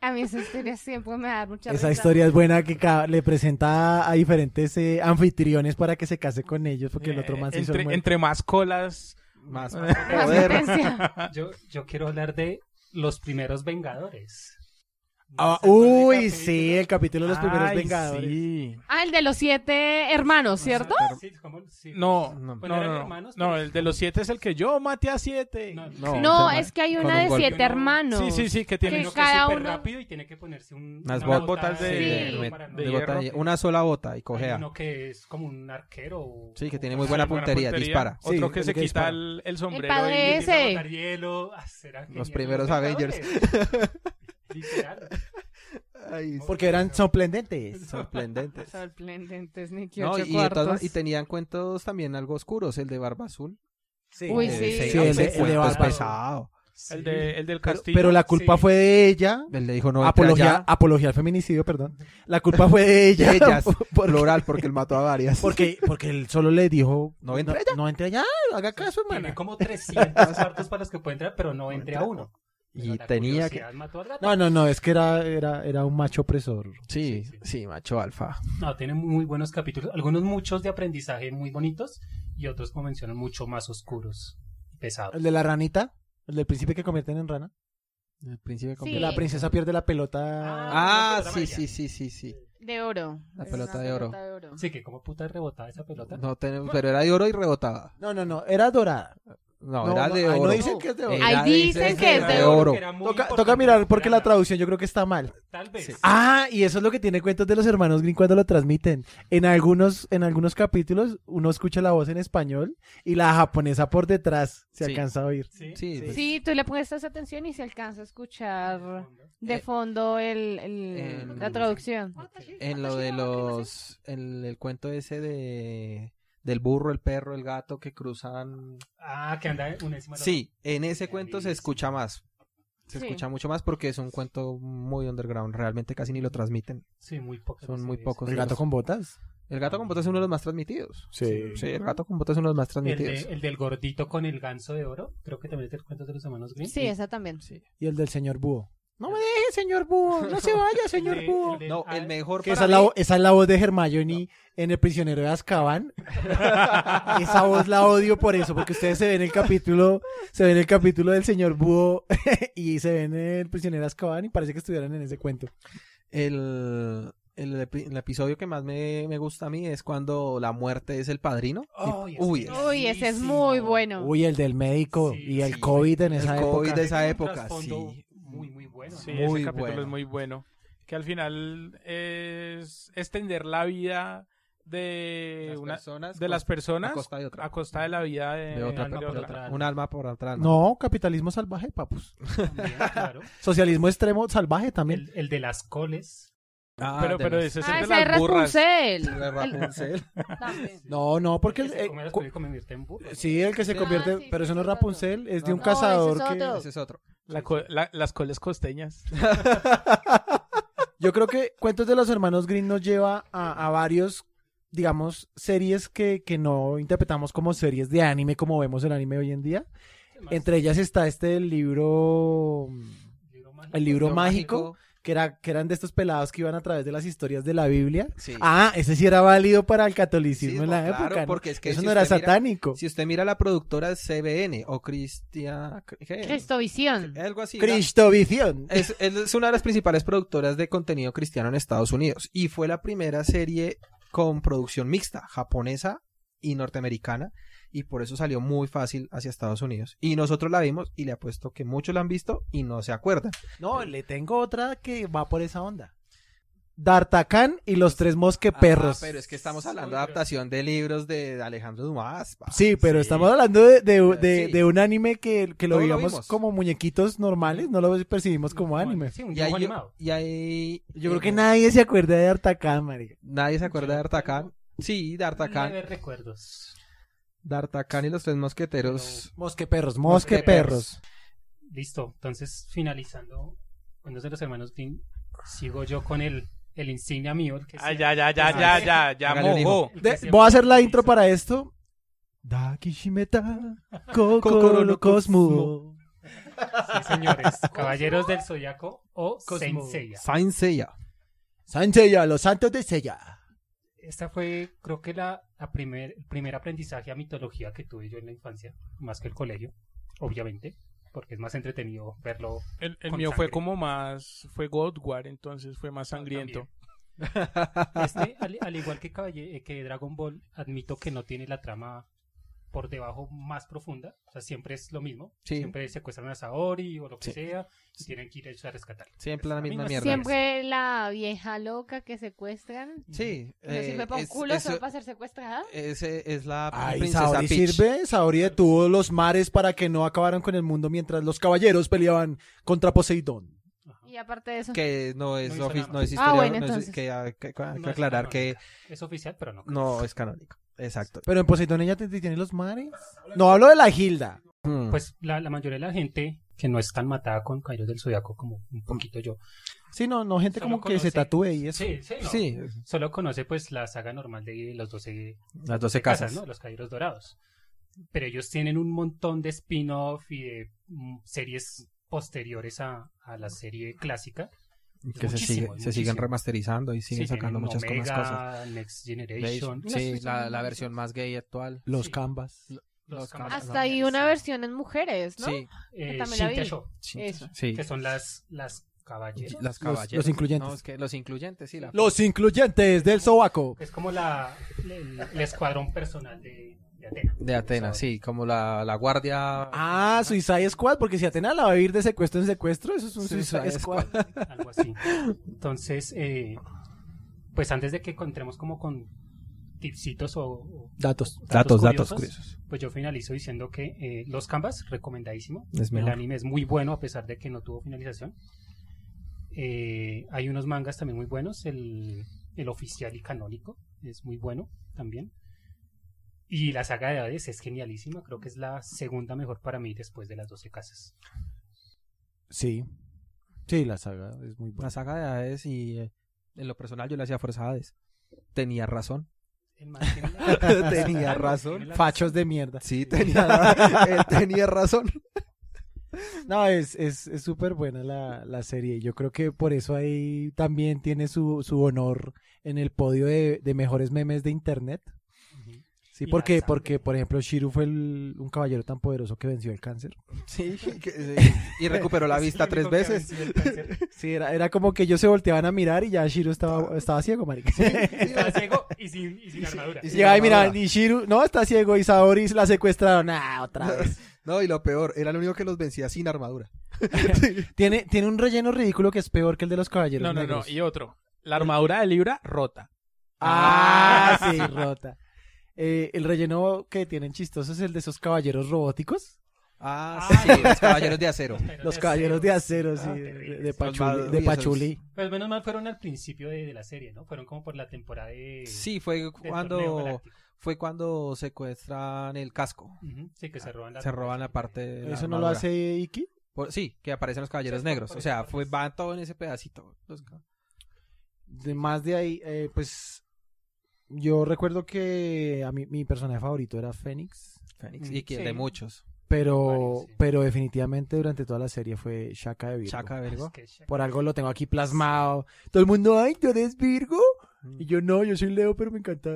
[SPEAKER 6] A mí esa historia siempre me da mucha
[SPEAKER 2] Esa
[SPEAKER 6] risa.
[SPEAKER 2] historia es buena que ca- le presenta a diferentes eh, anfitriones para que se case con ellos porque el otro man se
[SPEAKER 3] Eh,
[SPEAKER 2] hizo el
[SPEAKER 3] entre,
[SPEAKER 2] muerto.
[SPEAKER 3] entre más colas.
[SPEAKER 4] Más
[SPEAKER 6] Más
[SPEAKER 4] poder.
[SPEAKER 6] potencia.
[SPEAKER 5] Yo, yo quiero hablar de los primeros Vengadores.
[SPEAKER 2] Ah,
[SPEAKER 5] ¿Se acuerdan del
[SPEAKER 2] uy,
[SPEAKER 5] capítulo?
[SPEAKER 2] sí, el capítulo de los primeros
[SPEAKER 3] Ay,
[SPEAKER 2] Vengadores.
[SPEAKER 3] sí.
[SPEAKER 6] Ah, el de los siete hermanos, ¿cierto?
[SPEAKER 5] Ah, Sí, ¿cómo? Sí.
[SPEAKER 3] No,
[SPEAKER 4] No.
[SPEAKER 3] no,
[SPEAKER 5] Bueno, eran
[SPEAKER 3] no, no.
[SPEAKER 5] hermanos,
[SPEAKER 3] No,
[SPEAKER 5] pero-
[SPEAKER 3] el de los siete es el que yo maté a siete.
[SPEAKER 5] No,
[SPEAKER 4] No.
[SPEAKER 6] No,
[SPEAKER 4] Sí,
[SPEAKER 6] es que hay
[SPEAKER 4] con
[SPEAKER 6] una
[SPEAKER 4] un
[SPEAKER 6] de
[SPEAKER 4] golpe.
[SPEAKER 6] siete hermanos.
[SPEAKER 3] Sí, sí, sí, que
[SPEAKER 5] tiene
[SPEAKER 3] tiene.
[SPEAKER 5] uno que es
[SPEAKER 6] cada
[SPEAKER 5] súper
[SPEAKER 6] uno-
[SPEAKER 5] rápido y tiene que ponerse un,
[SPEAKER 4] Unas
[SPEAKER 5] una
[SPEAKER 4] bot-
[SPEAKER 5] botada
[SPEAKER 3] botas de-
[SPEAKER 5] hierro
[SPEAKER 3] de-
[SPEAKER 5] para no-
[SPEAKER 4] de
[SPEAKER 5] Hay
[SPEAKER 4] botella.
[SPEAKER 3] hierro.
[SPEAKER 4] Una sola bota y cojea.
[SPEAKER 5] uno que es como un arquero. o-
[SPEAKER 4] Sí, que
[SPEAKER 5] o-
[SPEAKER 4] tiene
[SPEAKER 5] o
[SPEAKER 4] muy
[SPEAKER 5] sea,
[SPEAKER 4] buena
[SPEAKER 5] buena
[SPEAKER 4] puntería, dispara.
[SPEAKER 3] Otro
[SPEAKER 2] Sí,
[SPEAKER 3] que
[SPEAKER 2] el
[SPEAKER 3] se
[SPEAKER 2] que
[SPEAKER 3] quita
[SPEAKER 2] dispara.
[SPEAKER 3] el, el sombrero.
[SPEAKER 6] padre
[SPEAKER 3] y-
[SPEAKER 5] Y empieza a
[SPEAKER 6] Ese.
[SPEAKER 5] botar hielo. ah, será genial.
[SPEAKER 4] primeros
[SPEAKER 5] Vengadores. Literal.
[SPEAKER 4] Ay, sí.
[SPEAKER 2] Porque eran sorprendentes.
[SPEAKER 4] sorprendentes.
[SPEAKER 6] Sorprendentes, ni que
[SPEAKER 4] No,
[SPEAKER 6] ocho
[SPEAKER 4] y, de todas
[SPEAKER 6] cuartos.
[SPEAKER 4] man- y tenían cuentos también algo oscuros, el de Barba Azul.
[SPEAKER 2] Sí,
[SPEAKER 6] Uy,
[SPEAKER 4] Eh,
[SPEAKER 6] sí.
[SPEAKER 4] ese-
[SPEAKER 2] Sí, el
[SPEAKER 4] ese
[SPEAKER 2] de- el de
[SPEAKER 4] cuento es
[SPEAKER 5] Barba Azul.
[SPEAKER 4] pesado.
[SPEAKER 5] Sí.
[SPEAKER 3] El, de, el
[SPEAKER 2] Pero,
[SPEAKER 3] del castillo.
[SPEAKER 2] pero la culpa
[SPEAKER 5] Sí.
[SPEAKER 2] fue de ella.
[SPEAKER 4] Él le dijo no, vete
[SPEAKER 2] Apología,
[SPEAKER 4] allá.
[SPEAKER 2] apología al feminicidio, perdón. La culpa fue de ella.
[SPEAKER 4] De ellas,
[SPEAKER 2] porque-
[SPEAKER 4] plural, porque él mató a varias.
[SPEAKER 2] Porque, porque él solo le dijo...
[SPEAKER 4] No entre
[SPEAKER 2] allá. No entre allá, haga caso,
[SPEAKER 5] Tiene
[SPEAKER 2] hermana.
[SPEAKER 5] como 300 cuartos para los que puede entrar, pero no entre a uno.
[SPEAKER 4] Y tenía que...
[SPEAKER 2] No, no, no, es que era, era, era un macho opresor.
[SPEAKER 4] Sí,
[SPEAKER 5] Sí,
[SPEAKER 4] sí, macho alfa.
[SPEAKER 5] No, tiene muy, muy buenos capítulos. Algunos muchos de aprendizaje muy bonitos y otros, como mencionan, mucho más oscuros y pesados.
[SPEAKER 2] El de la ranita, el del príncipe que convierten en rana.
[SPEAKER 4] El príncipe con
[SPEAKER 6] Sí. Ah,
[SPEAKER 2] Que
[SPEAKER 4] pelo.
[SPEAKER 2] la princesa pierde la pelota.
[SPEAKER 4] Ah,
[SPEAKER 5] la
[SPEAKER 4] sí,
[SPEAKER 5] amarilla.
[SPEAKER 4] sí, sí, sí, sí.
[SPEAKER 6] De oro.
[SPEAKER 4] La
[SPEAKER 6] Es
[SPEAKER 4] pelota
[SPEAKER 6] una
[SPEAKER 4] de oro.
[SPEAKER 6] pelota de oro.
[SPEAKER 5] Sí, que como puta rebotaba esa pelota.
[SPEAKER 4] No tenemos, pero era de oro y rebotaba.
[SPEAKER 2] No, no, no, era dorada.
[SPEAKER 4] No,
[SPEAKER 2] No,
[SPEAKER 4] era
[SPEAKER 2] no,
[SPEAKER 4] de
[SPEAKER 2] ahí
[SPEAKER 4] oro.
[SPEAKER 2] No dicen que es de oro.
[SPEAKER 4] Era
[SPEAKER 6] Ahí
[SPEAKER 4] de-
[SPEAKER 6] dicen que es de
[SPEAKER 4] de
[SPEAKER 6] oro.
[SPEAKER 4] oro.
[SPEAKER 5] que era muy
[SPEAKER 2] Toca,
[SPEAKER 5] importante
[SPEAKER 2] toca mirar porque la
[SPEAKER 5] era-
[SPEAKER 2] traducción yo creo que está mal.
[SPEAKER 5] Tal vez.
[SPEAKER 4] Sí.
[SPEAKER 2] Ah, y eso es lo que tiene cuentos de los hermanos Green cuando lo transmiten. En algunos, en algunos capítulos uno escucha la voz en español y la japonesa por detrás se
[SPEAKER 4] Sí.
[SPEAKER 2] alcanza a oír.
[SPEAKER 5] Sí.
[SPEAKER 4] Sí, pues,
[SPEAKER 6] Sí, tú le prestas atención y se alcanza a escuchar
[SPEAKER 4] Eh,
[SPEAKER 6] de fondo el, el-
[SPEAKER 4] en-
[SPEAKER 6] la traducción.
[SPEAKER 4] en lo de
[SPEAKER 2] pues,
[SPEAKER 4] los en el cuento ese de del burro, el perro, el gato que cruzan.
[SPEAKER 5] Ah, que anda una encima de la
[SPEAKER 4] Sí, en ese cuento se escucha más. Se
[SPEAKER 6] Sí.
[SPEAKER 4] escucha mucho más porque es un cuento muy underground, realmente casi ni lo transmiten.
[SPEAKER 5] otra. Sí, muy pocos.
[SPEAKER 4] Son
[SPEAKER 5] sí,
[SPEAKER 4] muy
[SPEAKER 5] sí.
[SPEAKER 4] pocos.
[SPEAKER 2] Pues El gato con botas.
[SPEAKER 4] El gato con botas es uno de los más transmitidos.
[SPEAKER 2] Sí.
[SPEAKER 4] Sí, el gato con botas es uno de los más
[SPEAKER 5] El, de-
[SPEAKER 4] transmitidos.
[SPEAKER 5] el del gordito con el ganso de oro. Creo que también te cuentos de los hermanos Green.
[SPEAKER 6] Sí, esa también.
[SPEAKER 4] Sí.
[SPEAKER 2] Y el del señor búho. No me deje, Eh, señor búho. No se vaya, señor
[SPEAKER 5] de-
[SPEAKER 2] búho.
[SPEAKER 5] de-
[SPEAKER 4] No,
[SPEAKER 5] ah,
[SPEAKER 4] el mejor
[SPEAKER 2] Que
[SPEAKER 4] para
[SPEAKER 2] esa, es la,
[SPEAKER 4] mí-
[SPEAKER 2] vo- esa es la voz de Hermione en El prisionero de Azkaban. esa voz la odio por eso, porque ustedes se ven el capítulo, se ven el capítulo del señor búho y se ven El prisionero de Azkaban y parece que estuvieran en ese cuento.
[SPEAKER 4] El, el, epi- el episodio que más me, me gusta a mí es cuando la muerte es el padrino.
[SPEAKER 5] Ay,
[SPEAKER 4] Y-
[SPEAKER 5] ese
[SPEAKER 4] uy,
[SPEAKER 5] es
[SPEAKER 6] Uy, ese es
[SPEAKER 5] buenísimo.
[SPEAKER 6] muy bueno.
[SPEAKER 2] Uy, el del médico
[SPEAKER 5] Sí,
[SPEAKER 2] y el
[SPEAKER 5] sí.
[SPEAKER 2] COVID en
[SPEAKER 4] El
[SPEAKER 2] esa
[SPEAKER 4] COVID
[SPEAKER 2] época.
[SPEAKER 4] de esa
[SPEAKER 5] Tiene un
[SPEAKER 4] época,
[SPEAKER 5] trasfondo
[SPEAKER 4] sí.
[SPEAKER 5] Muy, muy bueno.
[SPEAKER 3] Sí,
[SPEAKER 5] ¿no?
[SPEAKER 4] Muy
[SPEAKER 3] ese capítulo
[SPEAKER 4] bueno.
[SPEAKER 3] es muy bueno. Que al final es extender la vida de
[SPEAKER 4] Las
[SPEAKER 3] Eh, una,
[SPEAKER 4] personas
[SPEAKER 3] de
[SPEAKER 4] con-
[SPEAKER 3] las personas
[SPEAKER 4] a costa de otra.
[SPEAKER 3] a costa de la vida de,
[SPEAKER 4] de otra,
[SPEAKER 5] alma
[SPEAKER 4] per-
[SPEAKER 5] por
[SPEAKER 4] otra-
[SPEAKER 5] otra alma.
[SPEAKER 4] un alma por otra alma.
[SPEAKER 2] No, capitalismo salvaje, papus.
[SPEAKER 5] También, claro.
[SPEAKER 2] Socialismo extremo salvaje también.
[SPEAKER 5] El, el de las coles.
[SPEAKER 4] Ah,
[SPEAKER 3] pero
[SPEAKER 4] de
[SPEAKER 3] pero
[SPEAKER 4] las-
[SPEAKER 3] ese es
[SPEAKER 6] Ah,
[SPEAKER 3] el
[SPEAKER 6] ese
[SPEAKER 3] de
[SPEAKER 6] es
[SPEAKER 3] las burras.
[SPEAKER 6] Rapunzel.
[SPEAKER 4] de Rapunzel.
[SPEAKER 6] El- también.
[SPEAKER 2] No, no, porque
[SPEAKER 5] el,
[SPEAKER 2] el,
[SPEAKER 5] se
[SPEAKER 2] eh,
[SPEAKER 5] come las
[SPEAKER 2] cu-
[SPEAKER 5] coles y convierte en burro. ¿no?
[SPEAKER 2] sí, el que se
[SPEAKER 4] Ah,
[SPEAKER 2] convierte,
[SPEAKER 6] sí,
[SPEAKER 2] pero
[SPEAKER 6] sí,
[SPEAKER 2] eso no es
[SPEAKER 6] sí,
[SPEAKER 2] Rapunzel, es de
[SPEAKER 4] No,
[SPEAKER 2] un
[SPEAKER 4] no.
[SPEAKER 2] cazador
[SPEAKER 6] No, ese es
[SPEAKER 2] que
[SPEAKER 6] otro.
[SPEAKER 4] ese es otro.
[SPEAKER 3] La co- la- las coles costeñas.
[SPEAKER 2] Yo creo que Cuentos de los Hermanos Green nos lleva a, a varios, digamos, series que, que no interpretamos como series de anime como vemos el anime hoy en día. Entre ellas está este libro, el libro
[SPEAKER 4] Lo
[SPEAKER 2] mágico, que, era, que eran de estos pelados que iban a través de las historias de la Biblia.
[SPEAKER 4] Sí.
[SPEAKER 2] Ah, ese sí era válido para el catolicismo
[SPEAKER 4] Sí,
[SPEAKER 2] en la
[SPEAKER 4] claro,
[SPEAKER 2] época. ¿no?
[SPEAKER 4] porque es que
[SPEAKER 2] Eso
[SPEAKER 4] si
[SPEAKER 2] no era
[SPEAKER 4] usted mira-
[SPEAKER 2] satánico.
[SPEAKER 4] Si usted mira la productora CBN o Cristia... ¿qué?
[SPEAKER 6] Cristovisión.
[SPEAKER 4] Algo así. ¿no?
[SPEAKER 2] Cristovisión.
[SPEAKER 4] Es, es una de las principales productoras de contenido cristiano en Estados Unidos y fue la primera serie con producción mixta, japonesa y norteamericana, y por eso salió muy fácil hacia Estados Unidos. Y nosotros la vimos y le apuesto que muchos la han visto y no se acuerdan. eh.
[SPEAKER 2] No, le tengo otra que va por esa onda. D'Artacán y los tres mosqueperros.
[SPEAKER 4] Ah, pero es que estamos hablando de adaptación de libros de Alejandro Dumas. pa.
[SPEAKER 2] Sí, pero estamos hablando de, de- de-
[SPEAKER 4] Sí.
[SPEAKER 2] de un anime que, que lo
[SPEAKER 4] Todo lo
[SPEAKER 2] veíamos
[SPEAKER 4] vimos.
[SPEAKER 2] como muñequitos normales, no lo percibimos como anime.
[SPEAKER 5] Sí, un
[SPEAKER 4] Y
[SPEAKER 5] dibujo
[SPEAKER 4] ahí,
[SPEAKER 5] animado.
[SPEAKER 4] y ahí-
[SPEAKER 2] Yo creo que nadie se acuerda de D'Artacán, María.
[SPEAKER 4] nadie se acuerda de D'Artacán.
[SPEAKER 5] Yo
[SPEAKER 4] Sí, D'Artacán.
[SPEAKER 5] Leves recuerdos.
[SPEAKER 4] D'Artacán y los tres mosqueteros.
[SPEAKER 2] Mosqueperros,
[SPEAKER 4] Mosqueperros.
[SPEAKER 2] mosqueperros.
[SPEAKER 5] Listo. Entonces, finalizando Cuentos de los Hermanos Grimm, sigo yo con el, el insignia mío. el que
[SPEAKER 3] Ah,
[SPEAKER 5] sea-
[SPEAKER 3] ya, ya, ya, ya, ya, ya,
[SPEAKER 4] Hágale un hijo.
[SPEAKER 3] mojo.
[SPEAKER 5] el que
[SPEAKER 2] De-
[SPEAKER 5] siempre
[SPEAKER 2] voy a hacer la
[SPEAKER 5] utilizo.
[SPEAKER 2] intro para esto. Da Kishimeta, Kokoro no Cosmo.
[SPEAKER 5] Sí, señores. Caballeros del Zodiaco o
[SPEAKER 2] Cosmo.
[SPEAKER 5] Senseiya.
[SPEAKER 4] Saint Seiya.
[SPEAKER 2] Sanseya, los santos de Sella.
[SPEAKER 5] Esta fue, creo que, la, la primer, el primer aprendizaje a mitología que tuve yo en la infancia, más que el colegio, obviamente, porque es más entretenido verlo.
[SPEAKER 3] El, el
[SPEAKER 5] Con
[SPEAKER 3] mío fue
[SPEAKER 5] sangre.
[SPEAKER 3] como más, fue God War, entonces fue más sangriento.
[SPEAKER 5] Este, al, al igual que, Caballe- eh, que Dragon Ball, admito que no tiene la trama por debajo más profunda, o sea, siempre es lo mismo,
[SPEAKER 4] Sí.
[SPEAKER 5] siempre secuestran a Saori o lo que
[SPEAKER 4] Sí.
[SPEAKER 5] sea, y tienen que ir ellos a rescatar.
[SPEAKER 4] Siempre la misma mierda.
[SPEAKER 6] Siempre la vieja loca que secuestran.
[SPEAKER 4] Sí. eh,
[SPEAKER 6] No sirve para un
[SPEAKER 4] es-
[SPEAKER 6] culo,
[SPEAKER 4] eso-
[SPEAKER 6] solo para ser secuestrada.
[SPEAKER 4] ese es Ah, la
[SPEAKER 2] Ay,
[SPEAKER 4] princesa
[SPEAKER 2] Ah, Saori
[SPEAKER 4] Peach.
[SPEAKER 2] sirve. Saori detuvo los mares para que no acabaran con el mundo mientras los caballeros peleaban contra Poseidón.
[SPEAKER 5] Ajá.
[SPEAKER 6] Y aparte de eso,
[SPEAKER 4] Que no es,
[SPEAKER 5] No hizo
[SPEAKER 4] ofi-
[SPEAKER 5] nada. Ah,
[SPEAKER 4] no es
[SPEAKER 6] Ah,
[SPEAKER 4] historia,
[SPEAKER 6] bueno,
[SPEAKER 4] no es-
[SPEAKER 6] entonces.
[SPEAKER 4] que hay que, hay que
[SPEAKER 5] No es
[SPEAKER 4] aclarar que
[SPEAKER 5] Es oficial, pero no.
[SPEAKER 4] no es canónico. Exacto.
[SPEAKER 2] Pero en Poseidón ella te- tiene los mares. No hablo de la Gilda.
[SPEAKER 4] Mm.
[SPEAKER 5] Pues la, la mayoría de la gente que no es tan matada con Caballeros del Zodiaco como un poquito yo.
[SPEAKER 2] Sí, no, no, gente
[SPEAKER 5] Solo
[SPEAKER 2] como que se
[SPEAKER 5] conoce-
[SPEAKER 2] tatúe y eso.
[SPEAKER 5] Sí, sí, no.
[SPEAKER 4] Sí,
[SPEAKER 5] Solo conoce pues la saga normal de los 12
[SPEAKER 4] las 12
[SPEAKER 5] casas,
[SPEAKER 4] casas.
[SPEAKER 5] ¿no? Los Caballeros Dorados. Pero ellos tienen un montón de spin-off y de mm, series posteriores a, a la serie clásica.
[SPEAKER 4] Que se,
[SPEAKER 5] Muchísimo,
[SPEAKER 4] sigue- se siguen
[SPEAKER 5] muchísimo.
[SPEAKER 4] remasterizando y siguen
[SPEAKER 5] Sí,
[SPEAKER 4] sacando
[SPEAKER 5] tienen
[SPEAKER 4] muchas
[SPEAKER 5] Omega,
[SPEAKER 4] más cosas.
[SPEAKER 5] Next Generation.
[SPEAKER 4] Sí, la, la versión más gay actual.
[SPEAKER 2] Los
[SPEAKER 5] Sí.
[SPEAKER 2] canvas.
[SPEAKER 5] Los
[SPEAKER 4] los
[SPEAKER 5] cámaras,
[SPEAKER 6] hasta ahí una versión en mujeres, ¿no?
[SPEAKER 4] Sí,
[SPEAKER 5] eh,
[SPEAKER 6] también la vi.
[SPEAKER 5] Shinta Show,
[SPEAKER 4] sí,
[SPEAKER 6] Eso.
[SPEAKER 4] sí.
[SPEAKER 5] que son las, las caballeros.
[SPEAKER 4] Las caballeros.
[SPEAKER 2] los incluyentes.
[SPEAKER 4] No, es que los incluyentes, sí. La...
[SPEAKER 2] Los incluyentes del sobaco.
[SPEAKER 5] Es como la, el, el escuadrón personal de, de Atena.
[SPEAKER 4] De Atenas, sí, como la, la guardia.
[SPEAKER 2] Ah, Suicide Squad, porque si Atena la va a vivir de secuestro en secuestro, eso es un
[SPEAKER 4] Suicide
[SPEAKER 2] Suicide, Squad.
[SPEAKER 5] algo así. Entonces, eh, pues antes de que encontremos como con tipsitos o, o
[SPEAKER 2] Datos.
[SPEAKER 5] datos,
[SPEAKER 4] curiosos.
[SPEAKER 5] pues yo finalizo diciendo que eh, Los Canvas, recomendadísimo.
[SPEAKER 4] Es
[SPEAKER 5] El
[SPEAKER 4] mejor.
[SPEAKER 5] anime es muy bueno a pesar de que no tuvo finalización. Eh, hay unos mangas también muy buenos, el, el oficial y canónico es muy bueno también. Y la saga de Hades es genialísima, creo que es la segunda mejor para mí después de las 12 casas.
[SPEAKER 2] Sí. Sí, la saga es muy buena.
[SPEAKER 4] La saga de Hades y eh, en lo personal yo le hacía fuerza a Hades. Tenía razón.
[SPEAKER 5] El man tiene la-
[SPEAKER 4] Tenía razón.
[SPEAKER 5] la-
[SPEAKER 2] Fachos de mierda.
[SPEAKER 4] Sí, tenía, él tenía razón.
[SPEAKER 2] No, es es es súper buena la, la serie. Yo creo que por eso ahí también tiene su, su honor en el podio de, de mejores memes de internet.
[SPEAKER 5] Ujú.
[SPEAKER 2] Sí,
[SPEAKER 5] Y
[SPEAKER 2] porque,
[SPEAKER 5] la sangre.
[SPEAKER 2] porque por ejemplo, Shiru fue el- un caballero tan poderoso que venció el cáncer.
[SPEAKER 4] Sí, que- y recuperó la
[SPEAKER 5] Es el
[SPEAKER 4] vista tres
[SPEAKER 5] único que ha
[SPEAKER 4] veces.
[SPEAKER 5] vencido el cáncer.
[SPEAKER 2] Sí, era, era como que ellos se volteaban a mirar y ya Shiru
[SPEAKER 3] Ah.
[SPEAKER 2] estaba, estaba ciego, marica.
[SPEAKER 5] Estaba ciego y sin, y sin armadura.
[SPEAKER 4] y sin-
[SPEAKER 2] Llegaba y
[SPEAKER 4] armadura.
[SPEAKER 2] miraban, y Shiru, no, está ciego, y Saori la secuestraron. Ah, otra vez.
[SPEAKER 4] No, y lo peor, era el único que los vencía sin armadura.
[SPEAKER 2] Tiene, tiene un relleno ridículo que es peor que el de los caballeros
[SPEAKER 3] No, no, no,
[SPEAKER 2] negros.
[SPEAKER 3] y otro. La armadura de Libra rota.
[SPEAKER 2] Ah, sí, rota. Eh, el relleno que tienen chistoso es el de esos caballeros robóticos.
[SPEAKER 4] Ah,
[SPEAKER 5] Ah,
[SPEAKER 4] sí, los caballeros de acero.
[SPEAKER 2] Los Ah, caballeros de acero, sí, de,
[SPEAKER 5] terrible.
[SPEAKER 2] de
[SPEAKER 4] Malvados.
[SPEAKER 2] Pachuli.
[SPEAKER 4] Uy,
[SPEAKER 2] De
[SPEAKER 4] esos-
[SPEAKER 2] Pachuli.
[SPEAKER 5] Pues menos mal fueron al principio de, de la serie, ¿no? Fueron como por la temporada de.
[SPEAKER 4] Sí, fue
[SPEAKER 5] del torneo
[SPEAKER 4] cuando
[SPEAKER 5] galáctico.
[SPEAKER 4] fue cuando secuestran el casco.
[SPEAKER 5] Ujú, Sí,
[SPEAKER 2] Ah,
[SPEAKER 5] que se roban la.
[SPEAKER 4] Se roban la parte de la
[SPEAKER 2] ¿Eso no lo
[SPEAKER 4] armadura.
[SPEAKER 2] hace Iki?
[SPEAKER 4] Por- sí, que aparecen los caballeros
[SPEAKER 5] Sí, por-
[SPEAKER 4] negros.
[SPEAKER 5] por
[SPEAKER 4] O sea,
[SPEAKER 5] eso, por
[SPEAKER 4] fue,
[SPEAKER 5] eso.
[SPEAKER 4] van todo en ese pedacito. Los ca-
[SPEAKER 2] De más de ahí, eh, pues yo recuerdo que a mí, mi personaje favorito era Fénix,
[SPEAKER 4] Fénix.
[SPEAKER 5] Mm,
[SPEAKER 4] Y que
[SPEAKER 5] sí.
[SPEAKER 4] de muchos.
[SPEAKER 2] pero,
[SPEAKER 5] Varios, sí.
[SPEAKER 2] pero definitivamente durante toda la serie fue Shaka de Virgo.
[SPEAKER 4] Chaca
[SPEAKER 5] Es
[SPEAKER 4] Virgo.
[SPEAKER 5] que ya-
[SPEAKER 2] Por algo lo tengo aquí plasmado. Todo el mundo, ay, ¿tú eres Virgo? Y
[SPEAKER 4] Mm.
[SPEAKER 2] yo no, yo soy Leo, pero me encanta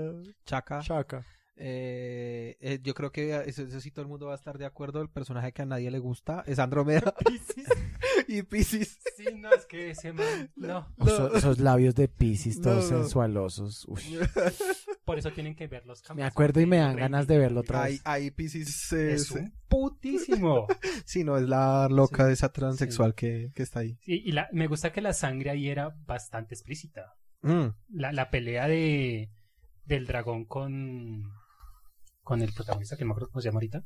[SPEAKER 4] Chaca.
[SPEAKER 2] Shaka.
[SPEAKER 4] Eh, eh, yo creo que eso, eso sí todo el mundo va a estar de acuerdo. El personaje que a nadie le gusta es Andrómeda y Pisces.
[SPEAKER 5] Sí, no, es que ese man. No.
[SPEAKER 2] Oh, so- esos labios de Pisces todos
[SPEAKER 4] No, no.
[SPEAKER 2] sensualosos. Uy.
[SPEAKER 5] Por eso tienen que ver los cambios.
[SPEAKER 2] Me acuerdo y me dan
[SPEAKER 5] Rey
[SPEAKER 2] ganas
[SPEAKER 5] Virgo.
[SPEAKER 2] de verlo otra vez.
[SPEAKER 4] Ahí, ahí Pisces
[SPEAKER 5] Es
[SPEAKER 4] es,
[SPEAKER 5] un putísimo.
[SPEAKER 4] sí, no, es la loca
[SPEAKER 5] Sí.
[SPEAKER 4] de esa transexual que, que está ahí.
[SPEAKER 5] Sí, y la- me gusta que la sangre ahí era bastante explícita.
[SPEAKER 4] Mm.
[SPEAKER 5] la, la pelea de del dragón con con el protagonista que no me acuerdo cómo se llama ahorita. La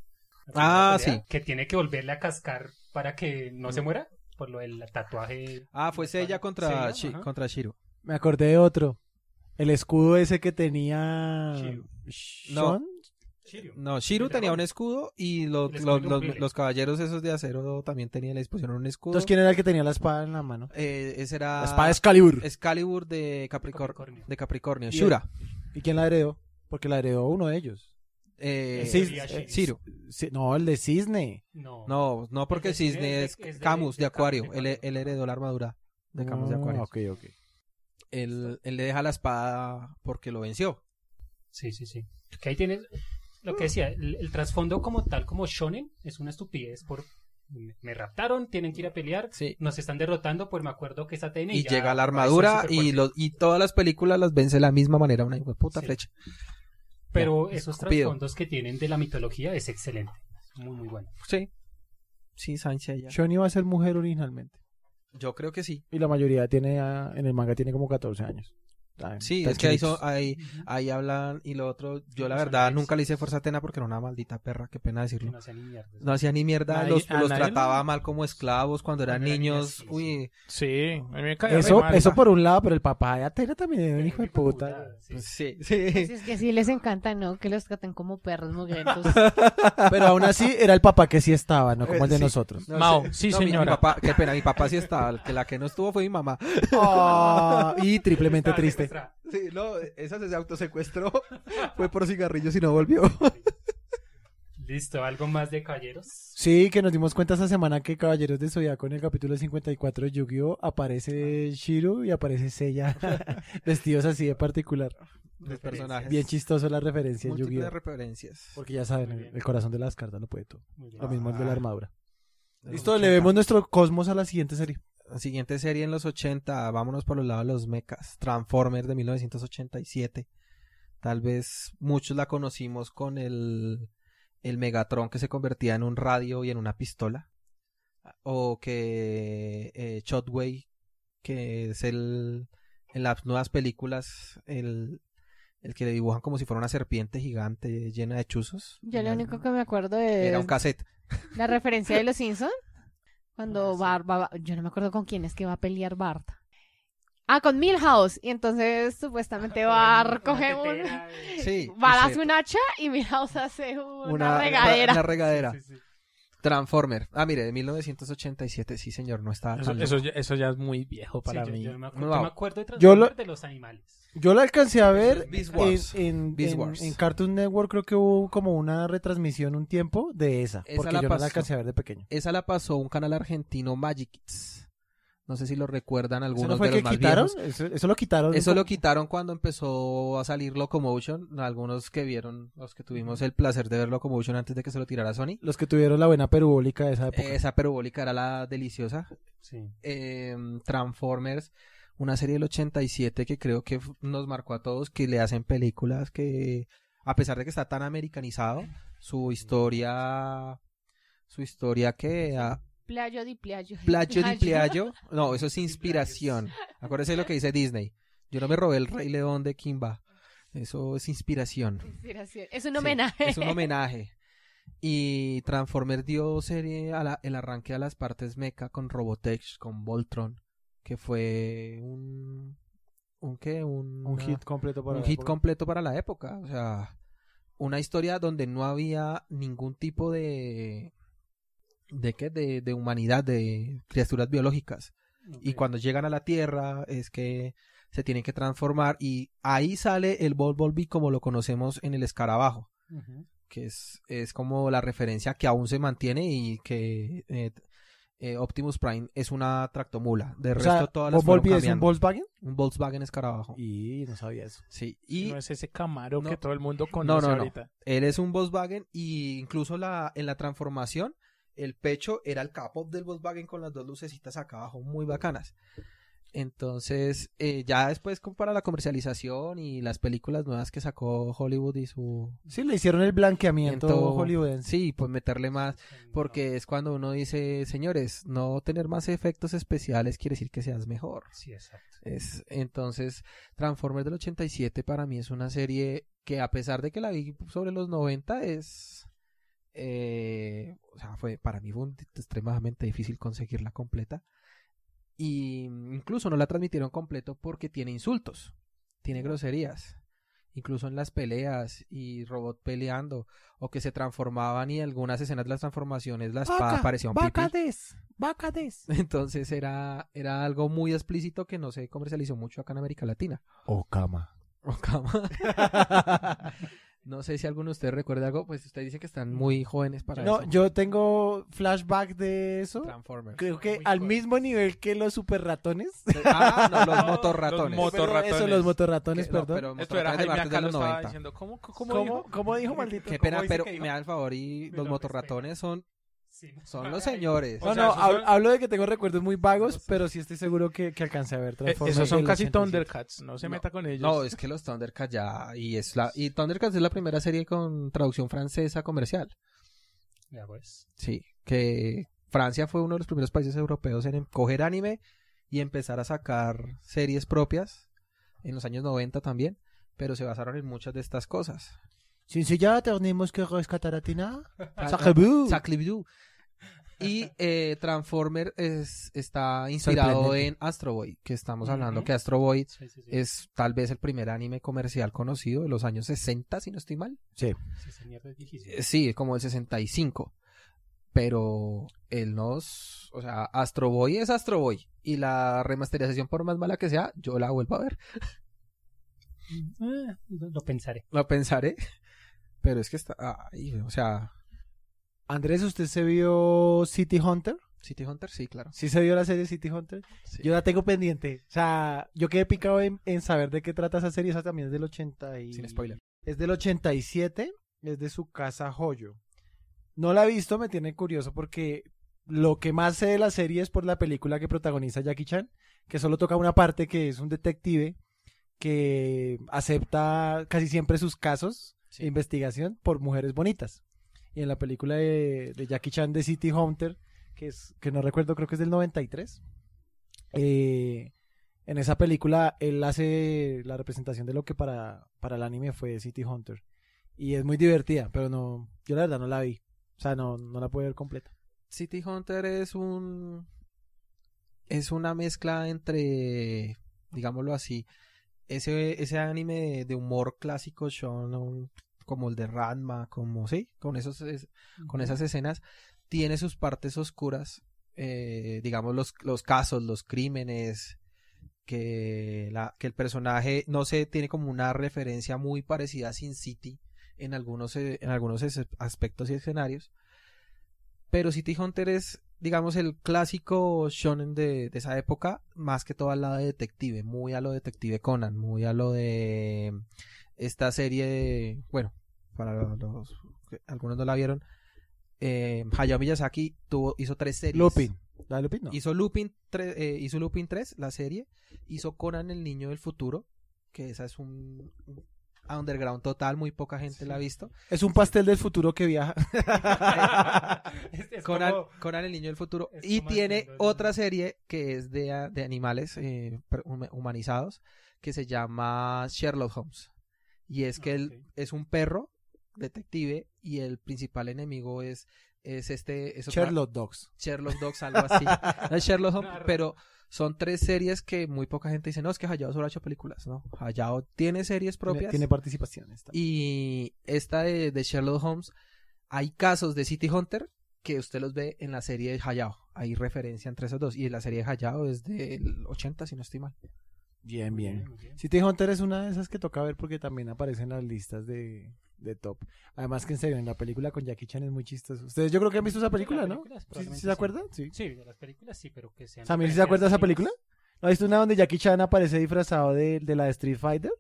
[SPEAKER 5] primera
[SPEAKER 4] Ah, sí. Mm.
[SPEAKER 5] Que tiene que volverle a cascar para que no se muera por lo del tatuaje.
[SPEAKER 4] Ah, fue ella
[SPEAKER 5] Seiya,
[SPEAKER 4] contra, Shi-
[SPEAKER 5] ajá.
[SPEAKER 4] contra Shiro.
[SPEAKER 2] Me acordé de otro. El escudo ese que tenía.
[SPEAKER 5] Shiryu.
[SPEAKER 2] Sh-
[SPEAKER 4] No.
[SPEAKER 2] Shon?
[SPEAKER 5] Shiryu.
[SPEAKER 4] No, Shiru
[SPEAKER 5] El
[SPEAKER 4] tenía
[SPEAKER 5] dragón.
[SPEAKER 4] un escudo y lo-
[SPEAKER 5] El
[SPEAKER 4] lo-
[SPEAKER 5] escudo
[SPEAKER 4] los,
[SPEAKER 5] incumplible.
[SPEAKER 4] los caballeros esos de acero también tenían, les pusieron un escudo.
[SPEAKER 2] Entonces, ¿quién era el que tenía la espada en la mano?
[SPEAKER 4] Eh, ese era
[SPEAKER 2] La espada Excalibur.
[SPEAKER 4] Excalibur de Capricor-
[SPEAKER 5] Capricornio.
[SPEAKER 4] De Capricornio.
[SPEAKER 2] Y-
[SPEAKER 4] Shura.
[SPEAKER 2] ¿Y quién la heredó? Porque la heredó uno de ellos.
[SPEAKER 4] Eh,
[SPEAKER 2] Sí,
[SPEAKER 5] Horiashi.
[SPEAKER 4] Shiru.
[SPEAKER 2] Sí, no, el de Cisne.
[SPEAKER 5] No.
[SPEAKER 4] No, no porque
[SPEAKER 5] El de
[SPEAKER 4] el
[SPEAKER 5] Cisne
[SPEAKER 4] cisne
[SPEAKER 5] es
[SPEAKER 4] es,
[SPEAKER 5] de- es de-
[SPEAKER 4] Camus de,
[SPEAKER 5] de Camus de
[SPEAKER 4] Acuario. Él,
[SPEAKER 5] Acuario.
[SPEAKER 4] él heredó la armadura de Camus de
[SPEAKER 2] Ah,
[SPEAKER 4] Acuario.
[SPEAKER 2] ok, ok.
[SPEAKER 4] Él, él le deja la espada porque lo venció.
[SPEAKER 5] Sí, sí, sí. Que ahí tienes lo que decía, el, el trasfondo como tal, como shonen, es una estupidez por... Me me raptaron, tienen que ir a pelear,
[SPEAKER 4] Sí.
[SPEAKER 5] nos están derrotando, pues me acuerdo que es Atene.
[SPEAKER 4] Y,
[SPEAKER 5] ya
[SPEAKER 4] llega la
[SPEAKER 5] apareció
[SPEAKER 4] armadura
[SPEAKER 5] superfuerte.
[SPEAKER 4] y, los, y todas las películas las vence de la misma manera, una hijo de puta
[SPEAKER 5] Sí.
[SPEAKER 4] flecha.
[SPEAKER 5] Pero
[SPEAKER 4] Ya,
[SPEAKER 5] esos
[SPEAKER 4] escupido.
[SPEAKER 5] trasfondos que tienen de la mitología es excelente. Es Muy, muy bueno.
[SPEAKER 4] Sí. Sí, Sánchez ya.
[SPEAKER 2] Shoni va a ser mujer originalmente.
[SPEAKER 4] Yo creo que sí.
[SPEAKER 2] Y la mayoría tiene, ah, en el manga tiene como 14 años. Ah, Está-
[SPEAKER 4] Sí,
[SPEAKER 2] están
[SPEAKER 4] es que ahí, son-
[SPEAKER 2] chiquitos.
[SPEAKER 4] ahí, ahí hablan y lo otro. Yo la
[SPEAKER 5] Son
[SPEAKER 4] verdad
[SPEAKER 5] gays.
[SPEAKER 4] nunca le hice fuerza a Atena porque era una maldita perra, qué pena
[SPEAKER 5] Que
[SPEAKER 4] decirlo.
[SPEAKER 5] no sean ni mierdas.
[SPEAKER 4] No hacía ni mierda,
[SPEAKER 3] Nadie-
[SPEAKER 4] los,
[SPEAKER 3] a
[SPEAKER 4] los
[SPEAKER 3] nadie
[SPEAKER 4] trataba
[SPEAKER 3] lo-
[SPEAKER 4] mal como esclavos cuando eran
[SPEAKER 5] Cuando eran
[SPEAKER 4] niños.
[SPEAKER 5] niños, sí,
[SPEAKER 4] Uy,
[SPEAKER 3] Sí, a mí me
[SPEAKER 4] ah,
[SPEAKER 3] cae
[SPEAKER 2] Eso,
[SPEAKER 3] mal.
[SPEAKER 2] eso por un lado, pero el papá de Atena también era
[SPEAKER 5] Pero
[SPEAKER 2] un hijo de
[SPEAKER 5] hijo de
[SPEAKER 2] puta.
[SPEAKER 5] puta, pues. sí.
[SPEAKER 4] sí, sí.
[SPEAKER 6] Pues Es que sí les encanta, ¿no? Que los tratan como perros mugrientos.
[SPEAKER 2] Pero aún así era el papá que sí estaba, no como el de
[SPEAKER 4] Eh, sí.
[SPEAKER 2] nosotros.
[SPEAKER 4] No
[SPEAKER 3] Mao,
[SPEAKER 4] sé.
[SPEAKER 3] sí,
[SPEAKER 4] No, mi- mi
[SPEAKER 3] señora.
[SPEAKER 4] papá- qué pena, mi papá sí estaba. el que la que no estuvo fue mi mamá.
[SPEAKER 2] Ah, y triplemente
[SPEAKER 5] Está
[SPEAKER 2] triste.
[SPEAKER 5] secuestrada.
[SPEAKER 4] Sí, no, esa se autosecuestró. fue por cigarrillos y no volvió.
[SPEAKER 5] Listo, algo más de caballeros.
[SPEAKER 2] Sí, que nos dimos cuenta esta semana que Caballeros de Zodiaco en el capítulo 54 de Yu-Gi-Oh!
[SPEAKER 4] Ah.
[SPEAKER 2] aparece Shiro y aparece Seiya vestidos así de particular.
[SPEAKER 4] Los personajes.
[SPEAKER 2] Bien chistoso la referencia en
[SPEAKER 4] Múltiples
[SPEAKER 2] Yu-Gi-oh!
[SPEAKER 4] referencias.
[SPEAKER 2] Porque ya saben,
[SPEAKER 5] Muy
[SPEAKER 2] el-
[SPEAKER 5] bien.
[SPEAKER 2] el corazón de las cartas lo puede todo.
[SPEAKER 5] Muy bien. Ah,
[SPEAKER 2] Lo mismo el de la armadura.
[SPEAKER 4] Ah, Los
[SPEAKER 2] Listo, le
[SPEAKER 4] 80.
[SPEAKER 2] vemos nuestro cosmos a la siguiente serie.
[SPEAKER 4] Siguiente serie en los 80. Vámonos por los lados de los mechas. Transformers de 1987. Tal vez muchos la conocimos con el, el Megatron que se convertía en un radio y en una pistola. O que eh, Shotway, que es el. En las nuevas películas, el, el que le dibujan como si fuera una serpiente gigante llena de chuzos.
[SPEAKER 6] Yo lo único que me acuerdo de
[SPEAKER 4] Era un cassette.
[SPEAKER 6] la referencia de los Simpsons. Cuando
[SPEAKER 5] Ah, sí.
[SPEAKER 6] Bart va, va- yo no me acuerdo con quién es que va a pelear Bart. Ah, con Milhouse. Y entonces supuestamente Bart coge
[SPEAKER 5] Una
[SPEAKER 6] un...
[SPEAKER 5] tetera, eh.
[SPEAKER 4] Sí.
[SPEAKER 6] Bart
[SPEAKER 4] ese-
[SPEAKER 6] hace un hacha y Milhouse hace una, regadera.
[SPEAKER 4] Una regadera.
[SPEAKER 5] Sí, sí, sí.
[SPEAKER 4] Transformer. Ah, mire, de 1987, sí, señor, no estaba
[SPEAKER 3] Eso,
[SPEAKER 4] tan
[SPEAKER 3] eso ya, eso ya es muy viejo para
[SPEAKER 5] Sí, yo-
[SPEAKER 3] mí.
[SPEAKER 5] Yo, no me acuerdo,
[SPEAKER 4] Wow.
[SPEAKER 5] yo me acuerdo de
[SPEAKER 2] Yo lo-
[SPEAKER 5] Transformers de los animales.
[SPEAKER 2] Yo la alcancé a ver
[SPEAKER 4] Beast
[SPEAKER 2] en,
[SPEAKER 4] Wars.
[SPEAKER 2] en,
[SPEAKER 4] Beast
[SPEAKER 2] en-
[SPEAKER 4] Wars.
[SPEAKER 2] en Cartoon Network, creo que hubo como una retransmisión un tiempo de esa.
[SPEAKER 4] Esa
[SPEAKER 2] porque
[SPEAKER 4] la
[SPEAKER 2] yo no
[SPEAKER 4] pasó.
[SPEAKER 2] la alcancé a ver de pequeño.
[SPEAKER 4] Esa la pasó un canal argentino, Magic Kids. No sé si lo recuerdan
[SPEAKER 2] ¿Eso
[SPEAKER 4] algunos
[SPEAKER 2] no fue
[SPEAKER 4] de los
[SPEAKER 2] que
[SPEAKER 4] más
[SPEAKER 2] quitaron?
[SPEAKER 4] viejos.
[SPEAKER 2] Eso, eso lo quitaron.
[SPEAKER 4] Eso lo quitaron cuando empezó a salir Locomotion. Algunos que vieron, los que tuvimos el placer de ver Locomotion antes de que se lo tirara Sony.
[SPEAKER 2] Los que tuvieron la buena perubólica de esa época.
[SPEAKER 4] Esa perubólica era la deliciosa.
[SPEAKER 5] Sí.
[SPEAKER 4] eh, Transformers, una serie del 87 que creo que f- nos marcó a todos, que le hacen películas que, a pesar de que está tan americanizado, su historia, su historia que ah, a
[SPEAKER 6] Playo di playo. di
[SPEAKER 4] playo di playo, no, eso es inspiración. Acuérdese lo que dice Disney. Yo no me robé el Rey León de Kimba. Eso es inspiración.
[SPEAKER 6] Inspiración. Es un
[SPEAKER 4] Sí,
[SPEAKER 6] homenaje.
[SPEAKER 4] es un homenaje. Y Transformers dio serie a la- el arranque a las partes mecha con Robotech, con Voltron, que fue un. ¿Un qué? Un,
[SPEAKER 2] un hit completo para
[SPEAKER 4] un
[SPEAKER 2] la
[SPEAKER 4] hit
[SPEAKER 2] época.
[SPEAKER 4] completo para la época. O sea, una historia donde no había ningún tipo de. ¿De qué? De, de humanidad, de criaturas biológicas. Y
[SPEAKER 5] Ok.
[SPEAKER 4] cuando llegan a la Tierra es que se tienen que transformar y ahí sale el Bol Volby como lo conocemos en el escarabajo
[SPEAKER 5] Ujú.
[SPEAKER 4] que es, es como la referencia que aún se mantiene y que eh, eh, Optimus Prime es una tractomula. De
[SPEAKER 2] O
[SPEAKER 4] resto,
[SPEAKER 2] sea,
[SPEAKER 4] todas las
[SPEAKER 2] Bob Volpi
[SPEAKER 4] fueron
[SPEAKER 2] es un
[SPEAKER 4] cambiando.
[SPEAKER 2] Volkswagen.
[SPEAKER 4] Un Volkswagen Escarabajo.
[SPEAKER 2] Y no sabía eso.
[SPEAKER 4] Sí, y
[SPEAKER 3] No es ese camaro
[SPEAKER 4] No.
[SPEAKER 3] que todo el mundo
[SPEAKER 4] no,
[SPEAKER 3] conoce
[SPEAKER 4] no.
[SPEAKER 3] ahorita.
[SPEAKER 4] él es un Volkswagen y incluso la, en la transformación el pecho era el capó del Volkswagen con las dos lucecitas acá abajo muy bacanas. Entonces, eh, ya después como para la comercialización y las películas nuevas que sacó Hollywood y su...
[SPEAKER 2] Sí, le hicieron el blanqueamiento
[SPEAKER 4] Miento-
[SPEAKER 2] hollywoodense.
[SPEAKER 4] Sí, pues meterle más Porque es cuando uno dice, señores, no tener más efectos especiales quiere decir que seas mejor.
[SPEAKER 5] Sí, exacto.
[SPEAKER 4] Es, entonces, Transformers del 87 para mí es una serie que a pesar de que la vi sobre los 90 es... eh, o sea, fue, para mí fue un- extremadamente difícil conseguirla completa. Y incluso no la transmitieron completo porque tiene insultos, tiene groserías. incluso en las peleas y robot peleando o que se transformaban y algunas escenas de las transformaciones la espada parecía un pipí.
[SPEAKER 2] Bacades, Bacades.
[SPEAKER 4] Entonces era, era algo muy explícito que no se comercializó mucho acá en América Latina.
[SPEAKER 2] O cama.
[SPEAKER 4] Okama. no sé si alguno de ustedes recuerda algo, pues ustedes dicen que están muy jóvenes para
[SPEAKER 2] Mm. No,
[SPEAKER 4] eso.
[SPEAKER 2] yo tengo flashback de eso.
[SPEAKER 4] Transformers.
[SPEAKER 2] Creo que
[SPEAKER 3] Muy
[SPEAKER 2] al
[SPEAKER 3] fuerte.
[SPEAKER 2] mismo nivel que los super ratones.
[SPEAKER 4] Ah, no, los
[SPEAKER 3] No,
[SPEAKER 4] motorratones.
[SPEAKER 3] los mot- Motorratones.
[SPEAKER 2] Eso, los motorratones,
[SPEAKER 4] Que- no,
[SPEAKER 2] perdón.
[SPEAKER 4] pero
[SPEAKER 3] Esto era
[SPEAKER 4] motorratones de
[SPEAKER 3] Jaime
[SPEAKER 4] parte de
[SPEAKER 3] acá lo
[SPEAKER 4] los
[SPEAKER 3] estaba
[SPEAKER 4] 90.
[SPEAKER 3] diciendo. ¿Cómo, cómo,
[SPEAKER 2] ¿Cómo,
[SPEAKER 3] dijo? Eh,
[SPEAKER 2] ¿Cómo, dijo, maldito?
[SPEAKER 4] Qué
[SPEAKER 2] ¿Cómo
[SPEAKER 4] pena,
[SPEAKER 2] dice
[SPEAKER 4] pero
[SPEAKER 2] que dijo?
[SPEAKER 4] me da el favor y
[SPEAKER 5] Me
[SPEAKER 4] los
[SPEAKER 5] lo
[SPEAKER 4] motorratones son,
[SPEAKER 5] Sí.
[SPEAKER 4] son los señores.
[SPEAKER 3] O
[SPEAKER 2] No,
[SPEAKER 3] sea,
[SPEAKER 2] no,
[SPEAKER 3] esos
[SPEAKER 2] hab-
[SPEAKER 3] son-
[SPEAKER 2] hablo de que tengo recuerdos muy vagos, pero sí estoy seguro que, que alcancé a ver
[SPEAKER 3] Eh,
[SPEAKER 2] Transformers.
[SPEAKER 3] esos son
[SPEAKER 2] del
[SPEAKER 3] casi
[SPEAKER 2] 87.
[SPEAKER 3] Thundercats. No se
[SPEAKER 4] No,
[SPEAKER 3] meta con ellos.
[SPEAKER 4] No, es que los Thundercats ya y es la y Thundercats es la primera serie con traducción francesa comercial.
[SPEAKER 5] Ya pues.
[SPEAKER 4] Sí, que Francia fue uno de los primeros países europeos en em- coger anime y empezar a sacar series propias en los años 90 también, pero se basaron en muchas de estas cosas.
[SPEAKER 2] Sin si ya tenemos que rescatar a Tina. Sacabú.
[SPEAKER 4] Saclibdú. Ah, Y eh, Transformer es- está inspirado
[SPEAKER 2] Sorprendente.
[SPEAKER 4] en Astro Boy, que estamos hablando
[SPEAKER 5] Ujú.
[SPEAKER 4] que Astro Boy
[SPEAKER 5] Sí, sí, sí.
[SPEAKER 4] es tal vez el primer anime comercial conocido de los años 60, si no estoy mal.
[SPEAKER 5] Sí, señor, es difícil.
[SPEAKER 4] Eh, Sí, como el 65. Pero él nos. O sea, Astro Boy es Astro Boy. Y la remasterización, por más mala que sea, yo la vuelvo a ver.
[SPEAKER 5] Ah, lo lo pensaré.
[SPEAKER 4] Lo pensaré. Pero es que está. ay, o sea,
[SPEAKER 2] Andrés, ¿usted se vio City Hunter?
[SPEAKER 4] City Hunter, sí, claro.
[SPEAKER 2] ¿Sí se vio la serie City Hunter?
[SPEAKER 4] Sí.
[SPEAKER 2] Yo la tengo pendiente. O sea, yo quedé picado en, en saber de qué trata esa serie. Esa también es del 80 y...
[SPEAKER 4] Sin spoiler.
[SPEAKER 2] Es del 87, es de su casa Joyo. No la he visto, me tiene curioso porque lo que más sé de la serie es por la película que protagoniza Jackie Chan, que solo toca una parte que es un detective que acepta casi siempre sus casos de investigación por mujeres bonitas. Y en la película de, de Jackie Chan de City Hunter, que, es, que no recuerdo, creo que es del 93, eh, en esa película él hace la representación de lo que para, para el anime fue City Hunter. Y es muy divertida, pero no, yo la verdad no la vi. O sea, no, no la pude ver completa.
[SPEAKER 4] City Hunter es un. Es una mezcla entre. Digámoslo así. Ese, ese anime de, de humor clásico shonen, como el de Ranma, como sí, con esos es- con esas escenas, tiene sus partes oscuras, eh, digamos los, los casos, los crímenes, que, la, que el personaje, no sé, tiene como una referencia muy parecida a Sin City en algunos, eh, en algunos es- aspectos y escenarios, pero City Hunter es, digamos, el clásico shonen de, de esa época, más que todo al lado de detective, muy a lo detective Conan, muy a lo de esta serie, de- bueno, para los, que algunos no la vieron, eh, Hayao Miyazaki tuvo, hizo tres series.
[SPEAKER 2] Lupin. ¿La de Lupin? No.
[SPEAKER 4] Hizo Lupin, tre- eh, hizo Lupin 3, la serie. Hizo Conan el Niño del Futuro, que esa es un un underground total, muy poca gente la ha visto.
[SPEAKER 2] Es un pastel del futuro que viaja.
[SPEAKER 5] Es- es
[SPEAKER 4] Conan,
[SPEAKER 5] como-
[SPEAKER 4] Conan el Niño del Futuro.
[SPEAKER 5] es
[SPEAKER 4] Y
[SPEAKER 5] como el
[SPEAKER 4] tiene
[SPEAKER 5] mundo del-
[SPEAKER 4] otra serie que es de, a- de animales eh, per- hum- humanizados, que se llama Sherlock Holmes. Y es que
[SPEAKER 5] Ah,
[SPEAKER 4] él
[SPEAKER 5] ok.
[SPEAKER 4] es un perro detective y el principal enemigo es, es este... es otra-
[SPEAKER 2] Sherlock Dogs.
[SPEAKER 4] Sherlock Dogs, algo así. No es Sherlock Holmes,
[SPEAKER 5] Claro.
[SPEAKER 4] pero son tres series que muy poca gente dice, no, es que Hayao solo ha hecho películas, ¿no? Hayao tiene series
[SPEAKER 2] Tiene,
[SPEAKER 4] propias.
[SPEAKER 2] tiene participaciones. también.
[SPEAKER 4] Y esta de, de Sherlock Holmes, hay casos de City Hunter que usted los ve en la serie de Hayao. Hay referencia entre esos dos. Y la serie de Hayao es del 80, si no estoy mal.
[SPEAKER 2] Bien,
[SPEAKER 5] Muy
[SPEAKER 2] bien.
[SPEAKER 5] muy bien.
[SPEAKER 2] City Hunter es una de esas que toca ver porque también aparece en las listas de, de top. Además que en serio, en la película con Jackie Chan es muy chistoso. Ustedes yo creo que han visto esa película, ¿no?
[SPEAKER 5] Películas,
[SPEAKER 2] ¿Sí,
[SPEAKER 5] probablemente
[SPEAKER 2] sí se acuerdan? Sí.
[SPEAKER 5] Sí, de las películas sí, pero que sean.
[SPEAKER 2] Samir, ¿sí se
[SPEAKER 5] referencias
[SPEAKER 2] acuerda de esa
[SPEAKER 5] mías.
[SPEAKER 2] película? ¿No has visto una donde Jackie Chan aparece disfrazado de, de la de Street Fighter?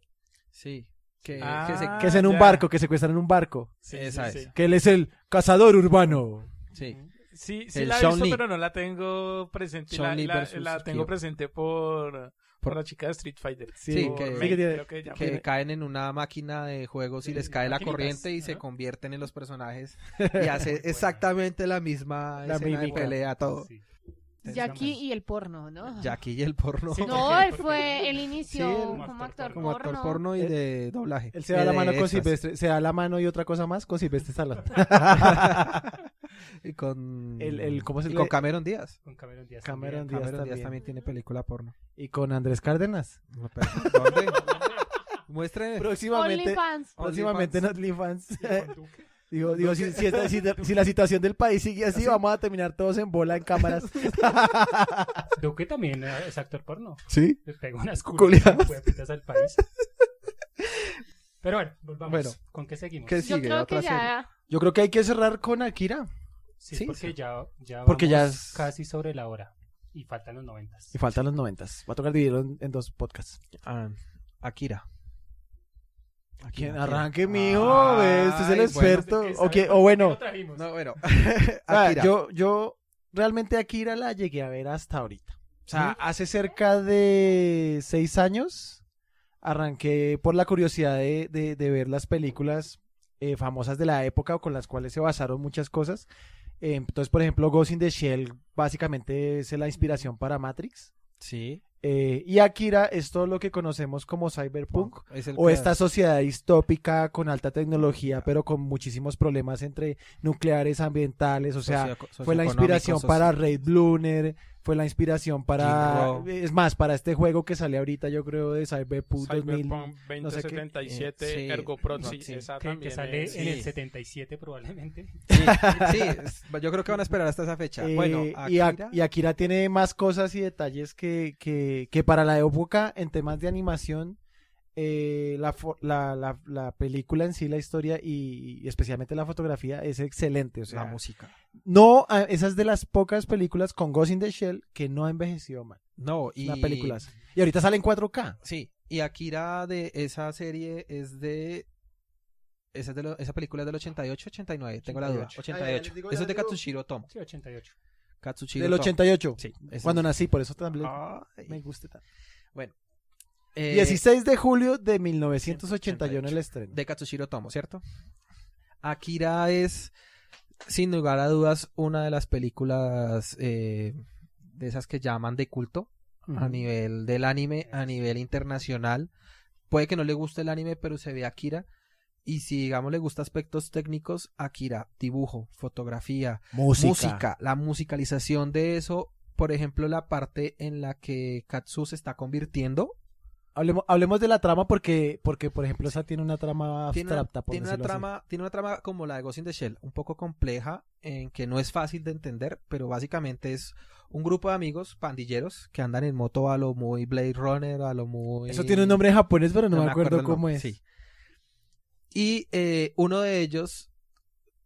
[SPEAKER 4] Sí. Que,
[SPEAKER 3] Ah,
[SPEAKER 4] que se-
[SPEAKER 2] Que es en un
[SPEAKER 3] ya.
[SPEAKER 2] barco, que secuestran un barco.
[SPEAKER 3] Sí,
[SPEAKER 4] Esa
[SPEAKER 3] sí,
[SPEAKER 4] es.
[SPEAKER 3] sí.
[SPEAKER 2] Que él es el cazador urbano.
[SPEAKER 4] sí.
[SPEAKER 3] Sí, sí
[SPEAKER 4] El
[SPEAKER 3] la he
[SPEAKER 4] Shaun
[SPEAKER 3] visto,
[SPEAKER 4] Lee.
[SPEAKER 3] pero no la tengo presente.
[SPEAKER 4] Shaun
[SPEAKER 3] La,
[SPEAKER 4] Lee
[SPEAKER 3] la-
[SPEAKER 4] versus
[SPEAKER 3] la tengo
[SPEAKER 4] Kyo.
[SPEAKER 3] presente por, por
[SPEAKER 4] Por-
[SPEAKER 3] la chica de Street Fighter.
[SPEAKER 4] Sí,
[SPEAKER 3] Por
[SPEAKER 4] que-
[SPEAKER 3] May,
[SPEAKER 2] sí, que tiene-
[SPEAKER 3] creo que ella-
[SPEAKER 4] que caen en una máquina de juegos y
[SPEAKER 5] Sí,
[SPEAKER 4] les cae la
[SPEAKER 5] maquinitas.
[SPEAKER 4] corriente y se
[SPEAKER 5] Ajá.
[SPEAKER 4] convierten en los personajes y hace exactamente la misma
[SPEAKER 2] La
[SPEAKER 4] escena de
[SPEAKER 2] mímica.
[SPEAKER 4] pelea todo.
[SPEAKER 5] Sí.
[SPEAKER 6] Jackie y el porno, ¿no?
[SPEAKER 4] Jackie y el porno.
[SPEAKER 5] Sí,
[SPEAKER 6] No,
[SPEAKER 5] porque-
[SPEAKER 6] él fue, él inició
[SPEAKER 2] Sí, él-
[SPEAKER 6] como actor
[SPEAKER 4] Como actor
[SPEAKER 6] porno.
[SPEAKER 4] porno y
[SPEAKER 2] Él-
[SPEAKER 4] de doblaje.
[SPEAKER 2] Eh, Él se da
[SPEAKER 4] Eh,
[SPEAKER 2] la
[SPEAKER 4] de
[SPEAKER 2] mano con
[SPEAKER 4] extras.
[SPEAKER 2] Silvestre, se da la mano y otra cosa más con Silvestre Stallone.
[SPEAKER 4] Y con
[SPEAKER 2] El- el- ¿cómo se
[SPEAKER 4] y
[SPEAKER 2] le-
[SPEAKER 4] con Cameron Díaz.
[SPEAKER 5] Con Cameron Díaz.
[SPEAKER 2] Cameron
[SPEAKER 5] también.
[SPEAKER 2] Díaz
[SPEAKER 4] Cameron Díaz
[SPEAKER 2] también.
[SPEAKER 4] también tiene película porno.
[SPEAKER 2] y con Andrés Cárdenas.
[SPEAKER 4] No, pero ¿Dónde? Muéstrame.
[SPEAKER 2] Próximamente,
[SPEAKER 6] OnlyFans.
[SPEAKER 2] próximamente en OnlyFans. digo, digo
[SPEAKER 4] No
[SPEAKER 2] si,
[SPEAKER 4] sé.
[SPEAKER 2] si esta- si- si la situación del país sigue así, vamos a terminar todos en bola en cámaras.
[SPEAKER 5] Duque también eh, es actor porno.
[SPEAKER 2] ¿Sí?
[SPEAKER 5] Le pega unas
[SPEAKER 2] Culeadas.
[SPEAKER 5] culitas al país. Pero bueno, volvamos.
[SPEAKER 4] Bueno.
[SPEAKER 5] ¿Con qué seguimos?
[SPEAKER 4] ¿Qué
[SPEAKER 6] Yo
[SPEAKER 4] sigue?
[SPEAKER 6] creo
[SPEAKER 4] Otra
[SPEAKER 6] que
[SPEAKER 4] serie.
[SPEAKER 6] ya.
[SPEAKER 2] Yo creo que hay que cerrar con Akira.
[SPEAKER 5] Sí,
[SPEAKER 4] Sí,
[SPEAKER 5] porque
[SPEAKER 4] sí.
[SPEAKER 5] ya, ya
[SPEAKER 2] Porque ya
[SPEAKER 5] vamos
[SPEAKER 2] es-
[SPEAKER 5] casi sobre la hora. Y faltan los noventas.
[SPEAKER 2] Y faltan los noventas. Va a tocar dividirlo en, en dos podcasts.
[SPEAKER 4] Ah, Akira.
[SPEAKER 2] ¿Quién
[SPEAKER 4] Akira.
[SPEAKER 2] arranque, mijo?
[SPEAKER 4] Ay,
[SPEAKER 2] Ve, Usted es el
[SPEAKER 4] bueno,
[SPEAKER 2] experto. o, que- o bueno,
[SPEAKER 4] No, bueno.
[SPEAKER 2] Ah,
[SPEAKER 4] Akira.
[SPEAKER 2] yo, yo realmente Akira la llegué a ver hasta ahorita. O sea,
[SPEAKER 4] Ujú.
[SPEAKER 2] hace cerca de seis años arranqué por la curiosidad de, de- de ver las películas eh, famosas de la época o con las cuales se basaron muchas cosas. Eh, entonces, por ejemplo, Ghost in the Shell básicamente es la inspiración para Matrix.
[SPEAKER 4] Sí.
[SPEAKER 2] Eh, y Akira es todo lo que conocemos como cyberpunk.
[SPEAKER 4] Es el
[SPEAKER 2] O
[SPEAKER 4] que-
[SPEAKER 2] esta sociedad distópica con alta tecnología, pero con muchísimos problemas entre nucleares, ambientales, o sea,
[SPEAKER 4] socio-
[SPEAKER 2] fue la
[SPEAKER 4] socioeconómico,
[SPEAKER 2] inspiración
[SPEAKER 4] socio-
[SPEAKER 2] para Red Lunar, fue la inspiración para...
[SPEAKER 4] Jim Row.
[SPEAKER 2] Es más, para este juego que sale ahorita, yo creo, de Cyberpunk 2000.
[SPEAKER 3] Cyberpunk
[SPEAKER 2] no sé qué.
[SPEAKER 3] 2077,
[SPEAKER 4] Eh, sí,
[SPEAKER 3] Ergo Proxy,
[SPEAKER 4] Proxy.
[SPEAKER 3] esa
[SPEAKER 5] Que,
[SPEAKER 3] también
[SPEAKER 5] que sale
[SPEAKER 3] es-
[SPEAKER 5] en el
[SPEAKER 4] Sí.
[SPEAKER 5] 77 probablemente.
[SPEAKER 4] Sí, sí, es- yo creo que van a esperar hasta esa fecha.
[SPEAKER 2] Eh,
[SPEAKER 4] bueno,
[SPEAKER 2] y,
[SPEAKER 4] Akira.
[SPEAKER 2] a- y Akira tiene más cosas y detalles que, que- que para la época en temas de animación. eh, la, fo- la- la- la película en sí, la historia y, y especialmente la fotografía es excelente. O sea,
[SPEAKER 4] la música.
[SPEAKER 2] No, ah, esa es de las pocas películas con Ghost in the Shell que no ha envejecido mal.
[SPEAKER 4] No, y
[SPEAKER 2] La película. esa. Y ahorita sale en 4K.
[SPEAKER 4] Sí, y Akira de esa serie es de. Esa, es de lo- esa película es del 88, 89, tengo la duda.
[SPEAKER 2] 88. Ah, ya
[SPEAKER 4] 88.
[SPEAKER 2] les digo, ya
[SPEAKER 4] Eso
[SPEAKER 2] les
[SPEAKER 4] es de
[SPEAKER 2] digo.
[SPEAKER 4] Katsushiro Tomo.
[SPEAKER 5] Sí, 88.
[SPEAKER 4] Katsushiro
[SPEAKER 2] Del
[SPEAKER 4] Tomo.
[SPEAKER 2] 88.
[SPEAKER 4] Sí, ese
[SPEAKER 2] Cuando
[SPEAKER 4] es.
[SPEAKER 2] nací, por eso también
[SPEAKER 4] Ah, Ay,
[SPEAKER 2] me gusta tanto.
[SPEAKER 4] eh,
[SPEAKER 2] 16 de julio de 1981 el estreno.
[SPEAKER 4] de Katsushiro Tomo, ¿cierto? Akira es, sin lugar a dudas, una de las películas eh, de esas que llaman de culto a
[SPEAKER 2] Ujú.
[SPEAKER 4] nivel del anime, a nivel internacional. Puede que no le guste el anime, pero se ve Akira. Y si, digamos, le gusta aspectos técnicos, Akira, dibujo, fotografía,
[SPEAKER 2] Música.
[SPEAKER 4] música, la musicalización de eso. Por ejemplo, la parte en la que Katsu se está convirtiendo
[SPEAKER 2] Hablemos, hablemos de la trama porque, porque por ejemplo, esa tiene una trama
[SPEAKER 4] tiene una,
[SPEAKER 2] abstracta. por
[SPEAKER 4] tiene una
[SPEAKER 2] decirlo así.
[SPEAKER 4] trama, tiene una trama como la de Ghost in the Shell, un poco compleja, en que no es fácil de entender, pero básicamente es un grupo de amigos pandilleros que andan en moto a lo muy Blade Runner, a lo muy...
[SPEAKER 2] Eso tiene un nombre en japonés, pero no, me acuerdo,
[SPEAKER 4] el
[SPEAKER 2] cómo
[SPEAKER 4] nombre,
[SPEAKER 2] es.
[SPEAKER 4] sí. Y eh, uno de ellos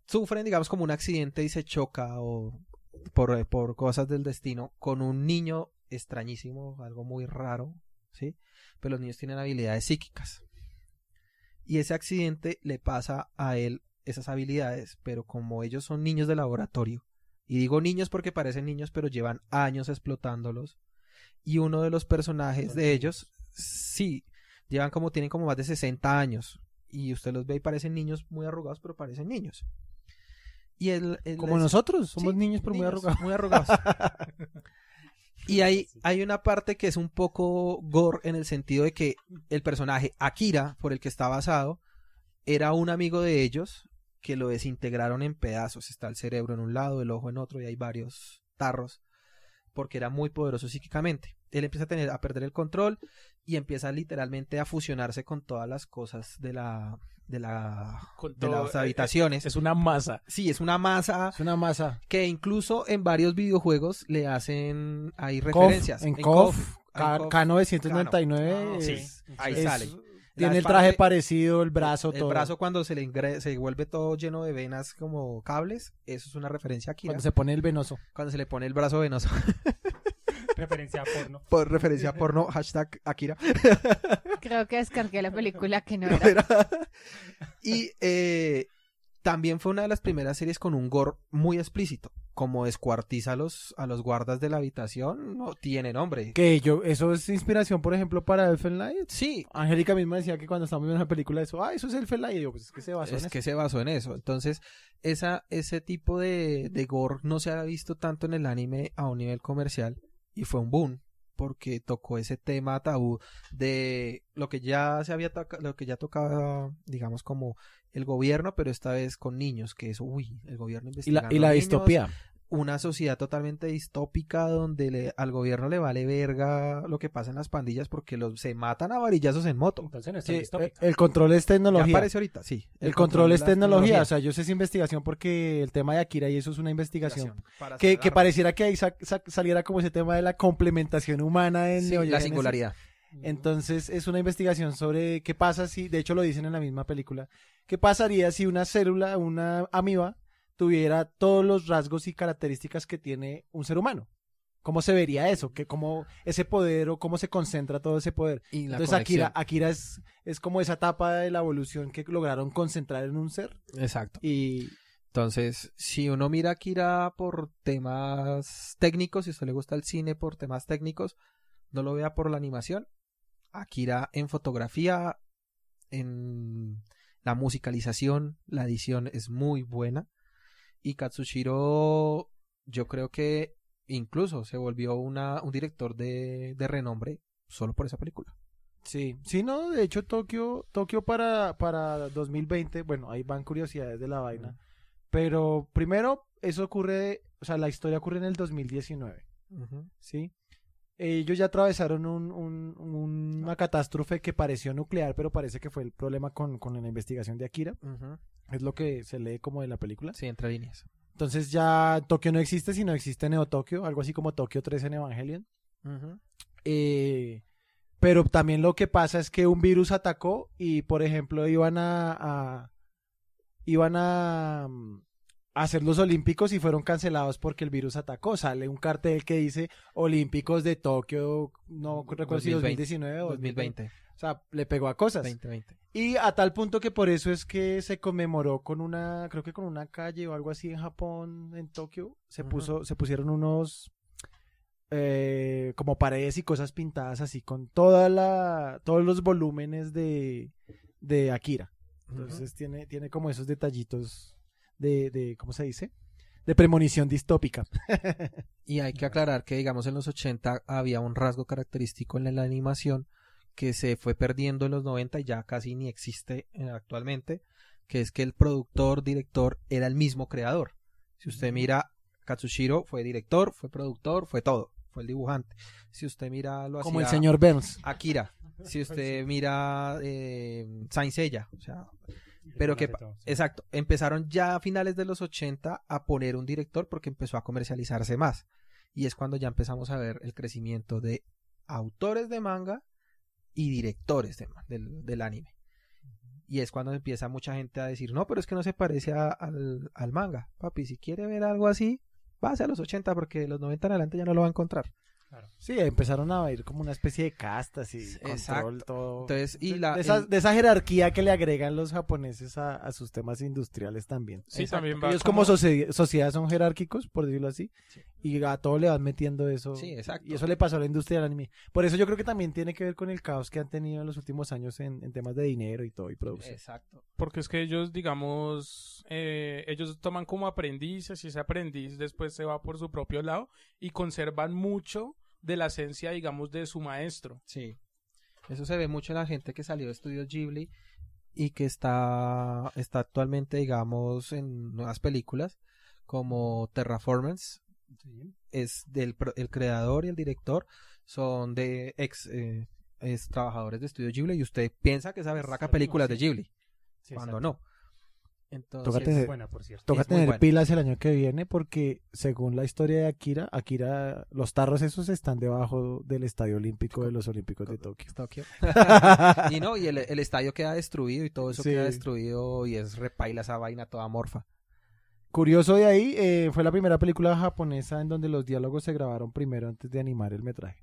[SPEAKER 4] sufren, digamos, como un accidente y se choca o por, eh, por cosas del destino con un niño extrañísimo, algo muy raro, ¿sí? Pero los niños tienen habilidades psíquicas. Y ese accidente le pasa a él esas habilidades, pero como ellos son niños de laboratorio, y digo niños porque parecen niños, pero llevan años explotándolos, y uno de los personajes de ellos, sí, llevan como, tienen como más de 60 años, y usted los ve y parecen niños muy arrugados, pero parecen niños. Y él, él
[SPEAKER 2] Como
[SPEAKER 4] les-
[SPEAKER 2] nosotros, somos
[SPEAKER 4] Sí,
[SPEAKER 2] niños, pero muy
[SPEAKER 4] niños,
[SPEAKER 2] arrugados.
[SPEAKER 4] muy arrugados. y hay, hay una parte que es un poco gore en el sentido de que el personaje Akira, por el que está basado, era un amigo de ellos que lo desintegraron en pedazos. Está el cerebro en un lado, el ojo en otro y hay varios tarros porque era muy poderoso psíquicamente. Él empieza a tener a perder el control y empieza literalmente a fusionarse con todas las cosas de la de la
[SPEAKER 3] con
[SPEAKER 4] de
[SPEAKER 3] todo- eh,
[SPEAKER 4] las habitaciones.
[SPEAKER 3] Es una masa.
[SPEAKER 4] Sí, es una masa
[SPEAKER 2] Es una masa.
[SPEAKER 4] que incluso en varios videojuegos le hacen hay
[SPEAKER 2] Cof,
[SPEAKER 4] referencias
[SPEAKER 2] en
[SPEAKER 4] en
[SPEAKER 2] KOF,
[SPEAKER 4] en KOF,
[SPEAKER 2] K999.
[SPEAKER 4] Cano.
[SPEAKER 2] es-
[SPEAKER 4] Ah, Sí, ahí
[SPEAKER 2] es-
[SPEAKER 4] sale
[SPEAKER 2] Tiene
[SPEAKER 4] La
[SPEAKER 2] el traje
[SPEAKER 4] parte-
[SPEAKER 2] parecido, el brazo,
[SPEAKER 4] el
[SPEAKER 2] todo.
[SPEAKER 4] brazo cuando se le ingre- se vuelve todo lleno de venas como cables eso es una referencia aquí
[SPEAKER 2] Cuando se pone el venoso.
[SPEAKER 4] cuando se le pone el brazo venoso
[SPEAKER 5] Referencia a porno.
[SPEAKER 4] por referencia a porno hashtag Akira
[SPEAKER 6] Creo que descargué la película que no
[SPEAKER 4] No
[SPEAKER 6] era.
[SPEAKER 4] era. y eh, también fue una de las primeras series con un gore muy explícito como descuartiza a los a los guardas de la habitación no tiene nombre
[SPEAKER 2] Que yo, eso es inspiración, por ejemplo, para Elfen Light.
[SPEAKER 4] sí
[SPEAKER 2] Angélica misma decía que cuando estábamos viendo la película, eso, ah, eso es Elfen Light. Y yo, pues es que se basó en
[SPEAKER 4] es
[SPEAKER 2] eso.
[SPEAKER 4] que se basó en eso. Entonces, esa, ese tipo de, de gore no se ha visto tanto en el anime a un nivel comercial y fue un boom porque tocó ese tema tabú de lo que ya se había toca- lo que ya tocaba digamos como el gobierno pero esta vez con niños que es uy el gobierno
[SPEAKER 2] Y la,
[SPEAKER 4] investigando
[SPEAKER 2] y la
[SPEAKER 4] niños,
[SPEAKER 2] distopía.
[SPEAKER 4] una sociedad totalmente distópica donde le- al gobierno le vale verga lo que pasa en las pandillas porque los, se matan a varillazos en moto.
[SPEAKER 5] Entonces no es
[SPEAKER 2] Sí,
[SPEAKER 5] tan
[SPEAKER 2] eh,
[SPEAKER 5] distópico.
[SPEAKER 2] el control es
[SPEAKER 4] Ya
[SPEAKER 2] tecnología.
[SPEAKER 4] aparece ahorita, sí.
[SPEAKER 2] El, control, es
[SPEAKER 4] la
[SPEAKER 2] tecnología. O sea, yo sé esa investigación porque el tema de Akira y eso es una investigación.
[SPEAKER 4] Para
[SPEAKER 2] Que,
[SPEAKER 4] hacer
[SPEAKER 2] que
[SPEAKER 4] armas.
[SPEAKER 2] pareciera que ahí sa- sa- saliera como ese tema de la complementación humana en
[SPEAKER 4] Sí, la
[SPEAKER 2] neogenesis.
[SPEAKER 4] singularidad.
[SPEAKER 2] Entonces es una investigación sobre qué pasa si, de hecho lo dicen en la misma película, qué pasaría si una célula, una amiba, tuviera todos los rasgos y características que tiene un ser humano. ¿Cómo se vería eso? ¿Qué, ¿Cómo ese poder o cómo se concentra todo ese poder?
[SPEAKER 4] Y la
[SPEAKER 2] Entonces
[SPEAKER 4] conexión.
[SPEAKER 2] Akira, Akira es, es como esa etapa de la evolución que lograron concentrar en un ser
[SPEAKER 4] Exacto.
[SPEAKER 2] y
[SPEAKER 4] Entonces, si uno mira a Akira por temas técnicos, si a usted le gusta el cine por temas técnicos, no lo vea por la animación. Akira en fotografía, en la musicalización, la edición es muy buena. Y Katsushiro, yo creo que incluso se volvió una, un director de, de renombre solo por esa película.
[SPEAKER 2] Sí, sí, no, de hecho Tokio, Tokio para, para 2020, bueno, ahí van curiosidades de la vaina. Pero primero, eso ocurre, o sea, la historia ocurre en el 2019, ¿sí? Ellos ya atravesaron un- un- una catástrofe que pareció nuclear, pero parece que fue el problema con, con la investigación de Akira,
[SPEAKER 4] Ujú.
[SPEAKER 2] es lo que se lee como de la película.
[SPEAKER 4] Sí, entre líneas.
[SPEAKER 2] Entonces ya Tokio no existe, sino existe Neo Tokio, algo así como Tokio 3 en Evangelion. Eh, pero también lo que pasa es que un virus atacó y, por ejemplo, iban a, a- iban a, mm, a hacer los Olímpicos y fueron cancelados porque el virus atacó. Sale un cartel que dice Olímpicos de Tokio, no recuerdo si
[SPEAKER 4] 2020,
[SPEAKER 2] 2019 o 2020.
[SPEAKER 4] 2020.
[SPEAKER 2] O sea, le pegó a cosas.
[SPEAKER 4] 2020.
[SPEAKER 2] Y a tal punto que por eso es que se conmemoró con una, creo que con una calle o algo así en Japón, en Tokio, se
[SPEAKER 4] Ajá.
[SPEAKER 2] puso, se pusieron unos eh, como paredes y cosas pintadas así con toda la, todos los volúmenes de, de Akira. Entonces tiene, tiene como esos detallitos de, de, ¿cómo se dice? De premonición distópica.
[SPEAKER 4] Y hay que aclarar que, digamos, en los 80 había un rasgo característico en la animación que se fue perdiendo en los 90 y ya casi ni existe eh, actualmente, que es que el productor, director era el mismo creador. Si usted mira, Katsushiro fue director, fue productor, fue todo, fue el dibujante. Si usted mira, lo
[SPEAKER 2] Como el
[SPEAKER 4] hacía
[SPEAKER 2] señor Burns.
[SPEAKER 4] Akira. Si usted mira eh, Saint Seiya, o sea, Pero que
[SPEAKER 5] Hace
[SPEAKER 4] pa-
[SPEAKER 5] todo, sí.
[SPEAKER 4] Exacto, empezaron ya a finales de los 80 a poner un director porque empezó a comercializarse más. Y es cuando ya empezamos a ver el crecimiento de autores de manga y directores de ma- del, del anime. Y es cuando empieza mucha gente a decir, no, pero es que no se parece a- al, al manga. Papi, si quiere ver algo así, pase a los 80 porque de los 90 en adelante ya no lo va a encontrar.
[SPEAKER 2] Sí, empezaron a ir como una especie de castas y
[SPEAKER 4] Sí,
[SPEAKER 2] control,
[SPEAKER 4] exacto.
[SPEAKER 2] todo.
[SPEAKER 4] Entonces, y
[SPEAKER 2] de,
[SPEAKER 4] la...
[SPEAKER 2] de esa,
[SPEAKER 4] el-
[SPEAKER 2] de esa jerarquía que le agregan los japoneses a, a sus temas industriales también.
[SPEAKER 3] Sí, también va
[SPEAKER 2] Ellos como,
[SPEAKER 3] como-
[SPEAKER 2] socie- sociedad son jerárquicos, por decirlo así, y a todo le van metiendo eso.
[SPEAKER 4] Sí, exacto.
[SPEAKER 2] Y eso le pasó a la industria del anime. Por eso yo creo que también tiene que ver con el caos que han tenido en los últimos años en, en temas de dinero y todo, y producción.
[SPEAKER 4] Exacto.
[SPEAKER 3] Porque es que ellos, digamos, eh, ellos toman como aprendices y ese aprendiz después se va por su propio lado y conservan mucho de la esencia, digamos, de su maestro.
[SPEAKER 4] Sí. Eso se ve mucho en la gente que salió de Estudios Ghibli y que está, está actualmente, digamos, en nuevas películas como Terraformance.
[SPEAKER 5] Sí.
[SPEAKER 4] Es del pro- el creador y el director son de ex, eh, ex trabajadores de Estudios Ghibli y usted piensa que esa berraca
[SPEAKER 5] Exacto,
[SPEAKER 4] película es de
[SPEAKER 5] sí.
[SPEAKER 4] Ghibli,
[SPEAKER 5] Sí,
[SPEAKER 4] cuando
[SPEAKER 5] exacto.
[SPEAKER 4] no.
[SPEAKER 2] Tócate
[SPEAKER 4] Entonces,
[SPEAKER 2] de-
[SPEAKER 5] Es buena, por cierto.
[SPEAKER 2] Toca
[SPEAKER 4] es muy
[SPEAKER 2] tener
[SPEAKER 4] bueno.
[SPEAKER 2] pilas el año que viene porque según la historia de Akira, Akira, los tarros esos están debajo del Estadio Olímpico de los Olímpicos de Tokio.
[SPEAKER 4] Tokio. Ah, y no, y el, el estadio queda destruido y todo eso
[SPEAKER 2] Sí.
[SPEAKER 4] queda destruido y es repaila esa vaina toda morfa.
[SPEAKER 2] Curioso de ahí, eh, fue la primera película japonesa en donde los diálogos se grabaron primero antes de animar el metraje.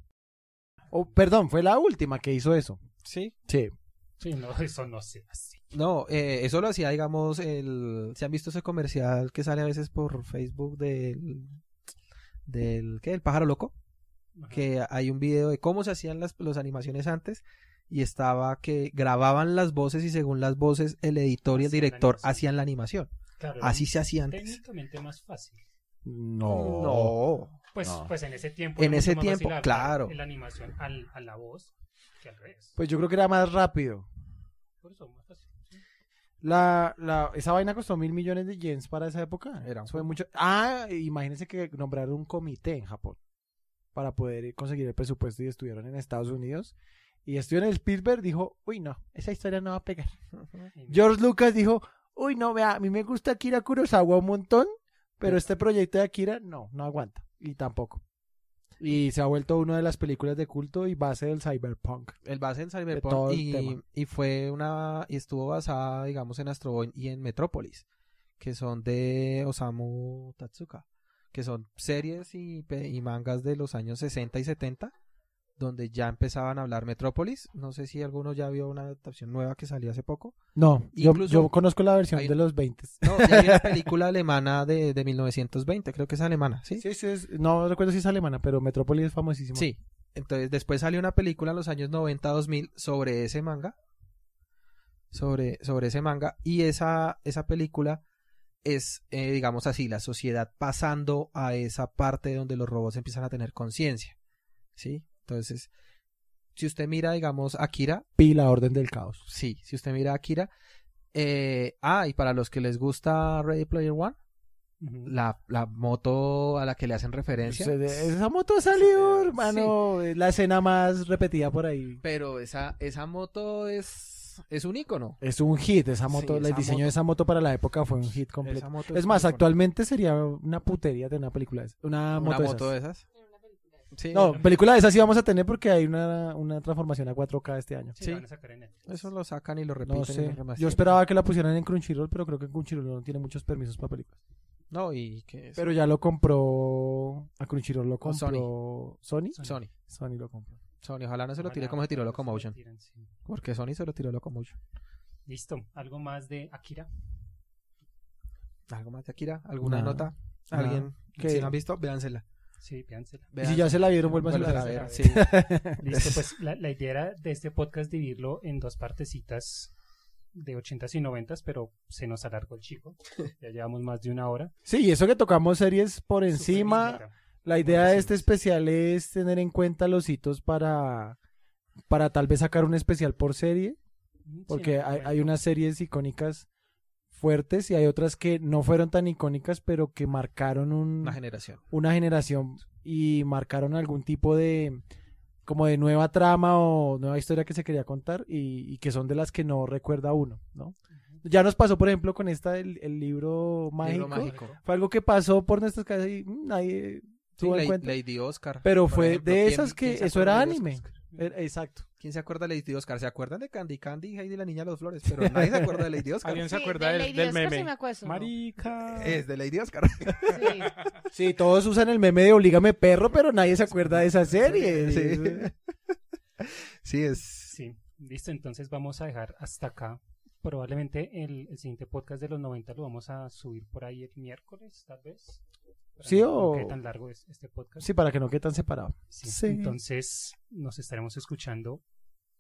[SPEAKER 2] Oh, perdón, fue la última que hizo eso.
[SPEAKER 4] Sí,
[SPEAKER 2] Sí.
[SPEAKER 5] Sí, no, eso no se hace.
[SPEAKER 4] No, eh, eso lo hacía, digamos, el... ¿Se han visto ese comercial que sale a veces por Facebook del... del ¿Qué? El pájaro loco.
[SPEAKER 5] Ajá.
[SPEAKER 4] Que hay un video de cómo se hacían las los animaciones antes y estaba que grababan las voces y según las voces el editor y el
[SPEAKER 5] Hacían la
[SPEAKER 4] director
[SPEAKER 5] animación.
[SPEAKER 4] hacían la animación.
[SPEAKER 5] Claro, era
[SPEAKER 4] Así se hacía antes.
[SPEAKER 5] técnicamente más fácil.
[SPEAKER 2] No.
[SPEAKER 5] Pues,
[SPEAKER 2] No.
[SPEAKER 5] pues en ese tiempo.
[SPEAKER 4] En
[SPEAKER 5] era mucho
[SPEAKER 4] ese
[SPEAKER 5] más fácil
[SPEAKER 4] tiempo,
[SPEAKER 5] adaptar
[SPEAKER 4] claro.
[SPEAKER 5] La animación al, a la voz que al revés.
[SPEAKER 2] Pues yo creo que era más rápido.
[SPEAKER 5] Por eso, más fácil. sí.
[SPEAKER 2] La, la, esa vaina costó mil millones de yens para esa época.
[SPEAKER 4] Era un
[SPEAKER 2] Eso fue mucho. Ah, imagínense que nombraron un comité en Japón para poder conseguir el presupuesto y estuvieron en Estados Unidos. Y estuvieron en el Spielberg, dijo, uy, no, esa historia no va a pegar. George Lucas dijo, uy, no, vea, a mí me gusta Akira Kurosawa un montón, pero este proyecto de Akira no, no aguanta. Y tampoco. Y se ha vuelto una de las películas de culto y base del cyberpunk.
[SPEAKER 4] El base del
[SPEAKER 2] todo
[SPEAKER 4] Cyberpunk
[SPEAKER 2] el
[SPEAKER 4] y,
[SPEAKER 2] tema.
[SPEAKER 4] y fue una y estuvo basada, digamos, en Astro Boy y en Metrópolis, que son de Osamu Tatsuka, que son series y, pe- y mangas de los años 60 y 70 donde ya empezaban a hablar Metrópolis, no sé si alguno ya vio una adaptación nueva que salió hace poco.
[SPEAKER 2] No, yo,
[SPEAKER 4] Incluso-
[SPEAKER 2] yo conozco la versión
[SPEAKER 4] hay-
[SPEAKER 2] de los 20.
[SPEAKER 4] No, ya hay una película alemana de, de 1920, creo que es alemana, ¿sí?
[SPEAKER 2] Sí, sí, es- no recuerdo si es alemana, pero Metrópolis es famosísimo.
[SPEAKER 4] Sí. Entonces, después salió una película en los años 90-2000 sobre ese manga. Sobre, sobre ese manga. Y esa, esa película es, eh, digamos así, la sociedad pasando a esa parte donde los robots empiezan a tener conciencia. ¿Sí? Entonces, si usted mira, digamos, Akira,
[SPEAKER 2] Pi, la orden del caos.
[SPEAKER 4] sí, si usted mira Akira. eh, ah, y para los que les gusta Ready Player One,
[SPEAKER 5] Ujú.
[SPEAKER 4] la, la moto a la que le hacen referencia.
[SPEAKER 2] Se- de- Esa moto salió,
[SPEAKER 4] Sí.
[SPEAKER 2] hermano. es La escena más repetida por ahí.
[SPEAKER 4] Pero esa, esa moto es, es un icono.
[SPEAKER 2] Es un hit. Esa
[SPEAKER 4] Sí,
[SPEAKER 2] moto, el
[SPEAKER 4] esa
[SPEAKER 2] diseño
[SPEAKER 4] moto.
[SPEAKER 2] de esa moto para la época fue un hit completo.
[SPEAKER 4] Pues
[SPEAKER 2] Es, más, actualmente sería una putería tener una película de esas. Una,
[SPEAKER 4] una
[SPEAKER 2] moto, de
[SPEAKER 4] moto
[SPEAKER 2] esas.
[SPEAKER 4] de esas. Sí,
[SPEAKER 2] No, película de esas sí vamos a tener porque hay una, una transformación a 4K este año.
[SPEAKER 5] Sí,
[SPEAKER 4] sí.
[SPEAKER 5] la van a sacar en Netflix.
[SPEAKER 4] eso lo sacan y lo repiten.
[SPEAKER 2] No
[SPEAKER 4] y
[SPEAKER 2] sé.
[SPEAKER 4] lo remasteran.
[SPEAKER 2] Yo esperaba que la pusieran en Crunchyroll, pero creo que Crunchyroll no tiene muchos permisos para películas.
[SPEAKER 4] No, y que es
[SPEAKER 2] Pero ya lo compró. A Crunchyroll lo
[SPEAKER 4] Con Sony.
[SPEAKER 2] compró. ¿Sony?
[SPEAKER 4] Sony.
[SPEAKER 2] Sony lo compró.
[SPEAKER 4] Sony, ojalá no se lo
[SPEAKER 5] Ojalá,
[SPEAKER 4] tire como se tiró
[SPEAKER 5] ojalá se lo
[SPEAKER 4] Locomotion.
[SPEAKER 5] tiren, sí.
[SPEAKER 4] Porque Sony se lo tiró Locomotion.
[SPEAKER 5] Listo, algo más de Akira.
[SPEAKER 4] ¿Algo más de Akira? ¿Alguna
[SPEAKER 2] Nada.
[SPEAKER 4] nota?
[SPEAKER 2] Nada.
[SPEAKER 4] ¿Alguien?
[SPEAKER 2] ¿Qué?
[SPEAKER 4] Si no han visto, véansela.
[SPEAKER 5] Sí, véansela.
[SPEAKER 2] Y si ya se la vieron, vuelvan
[SPEAKER 4] Vuélvasela
[SPEAKER 2] a ver.
[SPEAKER 4] a ver. Sí.
[SPEAKER 5] Listo, pues la, la idea era de este podcast dividirlo en dos partecitas de 80s y 90s, pero se nos alargó el chico. Ya llevamos más de una hora.
[SPEAKER 2] Sí, y eso que tocamos series por encima.
[SPEAKER 5] Superminera.
[SPEAKER 2] La idea
[SPEAKER 5] Por
[SPEAKER 2] de
[SPEAKER 5] encima.
[SPEAKER 2] este especial es tener en cuenta los hitos para, para tal vez sacar un especial por serie,
[SPEAKER 5] Mm, Sí,
[SPEAKER 2] porque
[SPEAKER 5] no,
[SPEAKER 2] hay,
[SPEAKER 5] bueno,
[SPEAKER 2] hay unas series icónicas fuertes y hay otras que no fueron tan icónicas, pero que marcaron un,
[SPEAKER 4] Una generación.
[SPEAKER 2] una generación y marcaron algún tipo de como de nueva trama o nueva historia que se quería contar y, y que son de las que no recuerda uno, ¿no? Ya nos pasó, por ejemplo, con esta el, el libro mágico.
[SPEAKER 4] Libro mágico.
[SPEAKER 2] Fue algo que pasó por nuestras casas y mm, nadie
[SPEAKER 4] Sí,
[SPEAKER 2] tuvo en
[SPEAKER 4] Lady-
[SPEAKER 2] cuenta.
[SPEAKER 4] Lady Oscar.
[SPEAKER 2] Pero
[SPEAKER 4] por
[SPEAKER 2] fue
[SPEAKER 4] ejemplo.
[SPEAKER 2] de
[SPEAKER 4] ¿Quién-
[SPEAKER 2] esas
[SPEAKER 4] quién
[SPEAKER 2] que
[SPEAKER 4] se
[SPEAKER 2] eso
[SPEAKER 4] acuerda
[SPEAKER 2] era
[SPEAKER 4] de Lady
[SPEAKER 2] anime.
[SPEAKER 4] Oscar?
[SPEAKER 2] Era- Exacto.
[SPEAKER 4] ¿Quién se acuerda de Lady Oscar? ¿Se acuerdan de Candy Candy, Heidi la niña de los flores? Pero nadie se acuerda de Lady Oscar.
[SPEAKER 3] ¿Alguien se
[SPEAKER 6] Sí,
[SPEAKER 3] acuerda
[SPEAKER 6] de
[SPEAKER 3] del,
[SPEAKER 6] Lady
[SPEAKER 3] del
[SPEAKER 6] Oscar sí
[SPEAKER 3] meme?
[SPEAKER 6] me acuerdo.
[SPEAKER 3] Marica.
[SPEAKER 4] Es de Lady Oscar.
[SPEAKER 6] Sí.
[SPEAKER 2] Sí, todos usan el meme de Oblígame perro, pero nadie se acuerda de esa serie.
[SPEAKER 4] Sí, es.
[SPEAKER 5] Sí, listo. Entonces vamos a dejar hasta acá. Probablemente el, el siguiente podcast de los 90 lo vamos a subir por ahí el miércoles, tal vez. Para
[SPEAKER 2] Sí,
[SPEAKER 5] no- no
[SPEAKER 2] o-
[SPEAKER 5] quede tan largo es- este podcast.
[SPEAKER 2] Sí, para que no quede tan separado.
[SPEAKER 5] Sí.
[SPEAKER 2] sí.
[SPEAKER 5] Entonces nos estaremos escuchando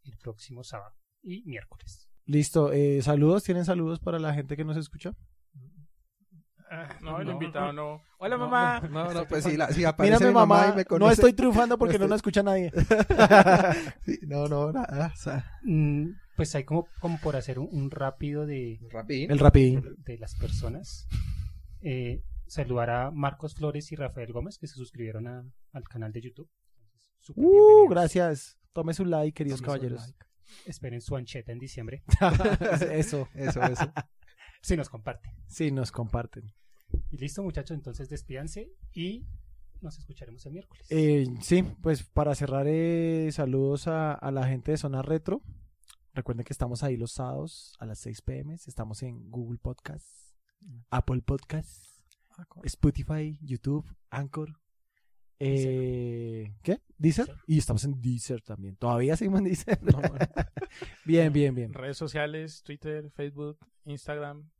[SPEAKER 5] el próximo sábado y miércoles.
[SPEAKER 2] Listo. eh, saludos. ¿Tienen saludos para la gente que nos escucha?
[SPEAKER 3] Ah, No, el
[SPEAKER 5] No.
[SPEAKER 3] invitado no. Hola, mamá.
[SPEAKER 4] No, no, pues sí, la, sí, aparece
[SPEAKER 2] Mírame,
[SPEAKER 4] mi mamá,
[SPEAKER 2] mamá.
[SPEAKER 4] y me conoce.
[SPEAKER 2] no estoy triunfando porque no,
[SPEAKER 4] estoy-
[SPEAKER 2] nos escucha nadie.
[SPEAKER 4] Sí, no, no, nada. o sea,
[SPEAKER 5] Mm, pues hay como, como por hacer un, un rápido de,
[SPEAKER 4] rapidín.
[SPEAKER 2] El rapidín.
[SPEAKER 5] de las personas. Eh, saludar a Marcos Flores y Rafael Gómez que se suscribieron a- al canal de YouTube. Súper
[SPEAKER 2] Uh,
[SPEAKER 5] bienvenidos.
[SPEAKER 2] gracias. Tome su like, queridos
[SPEAKER 5] Tome su
[SPEAKER 2] caballeros.
[SPEAKER 5] Esperen su ancheta en diciembre.
[SPEAKER 2] Eso.
[SPEAKER 4] Eso, eso.
[SPEAKER 5] si nos comparte.
[SPEAKER 2] Sí, nos comparten.
[SPEAKER 5] Y listo, muchachos, entonces despídanse y nos escucharemos el miércoles.
[SPEAKER 2] Eh, sí, pues para cerrar, eh, saludos a, a la gente de Zona Retro. Recuerden que estamos ahí los sábados a las 6 pm. Estamos en Google Podcast, Apple Podcast, Spotify, YouTube, Anchor. eh, ¿Qué? Deezer.
[SPEAKER 5] Deezer.
[SPEAKER 2] Y estamos en Deezer también. Todavía seguimos en Deezer. bien, bien, bien.
[SPEAKER 3] Redes sociales, Twitter, Facebook, Instagram.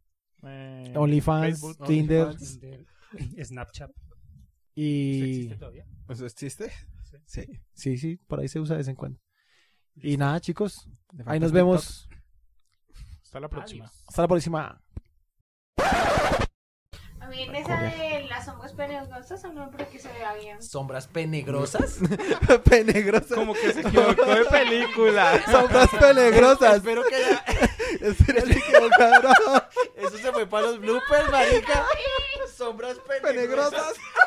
[SPEAKER 3] eh,
[SPEAKER 2] OnlyFans,
[SPEAKER 3] Facebook,
[SPEAKER 2] Tinder
[SPEAKER 3] OnlyFans.
[SPEAKER 5] Tinder, Snapchat. ¿Eso
[SPEAKER 2] y...
[SPEAKER 5] existe todavía? Ah,
[SPEAKER 4] ¿Eso es chiste? Sí.
[SPEAKER 2] Sí, sí, por ahí se usa de vez en cuando. Y nada, chicos.
[SPEAKER 4] Le falta
[SPEAKER 2] Ahí nos
[SPEAKER 4] TikTok.
[SPEAKER 2] vemos.
[SPEAKER 3] Hasta la próxima.
[SPEAKER 5] Adiós.
[SPEAKER 2] Hasta la próxima.
[SPEAKER 6] A mí en esa de las sombras peligrosas no porque se vea bien.
[SPEAKER 2] Sombras penegrosas.
[SPEAKER 4] Penegrosa.
[SPEAKER 3] Como que se equivocó de película.
[SPEAKER 4] Sombras peligrosas. Espero que Este era el que quedó cabrón.
[SPEAKER 7] Eso se fue para los bloopers, marica. Sombras
[SPEAKER 4] Penegrosas.
[SPEAKER 7] penegrosas.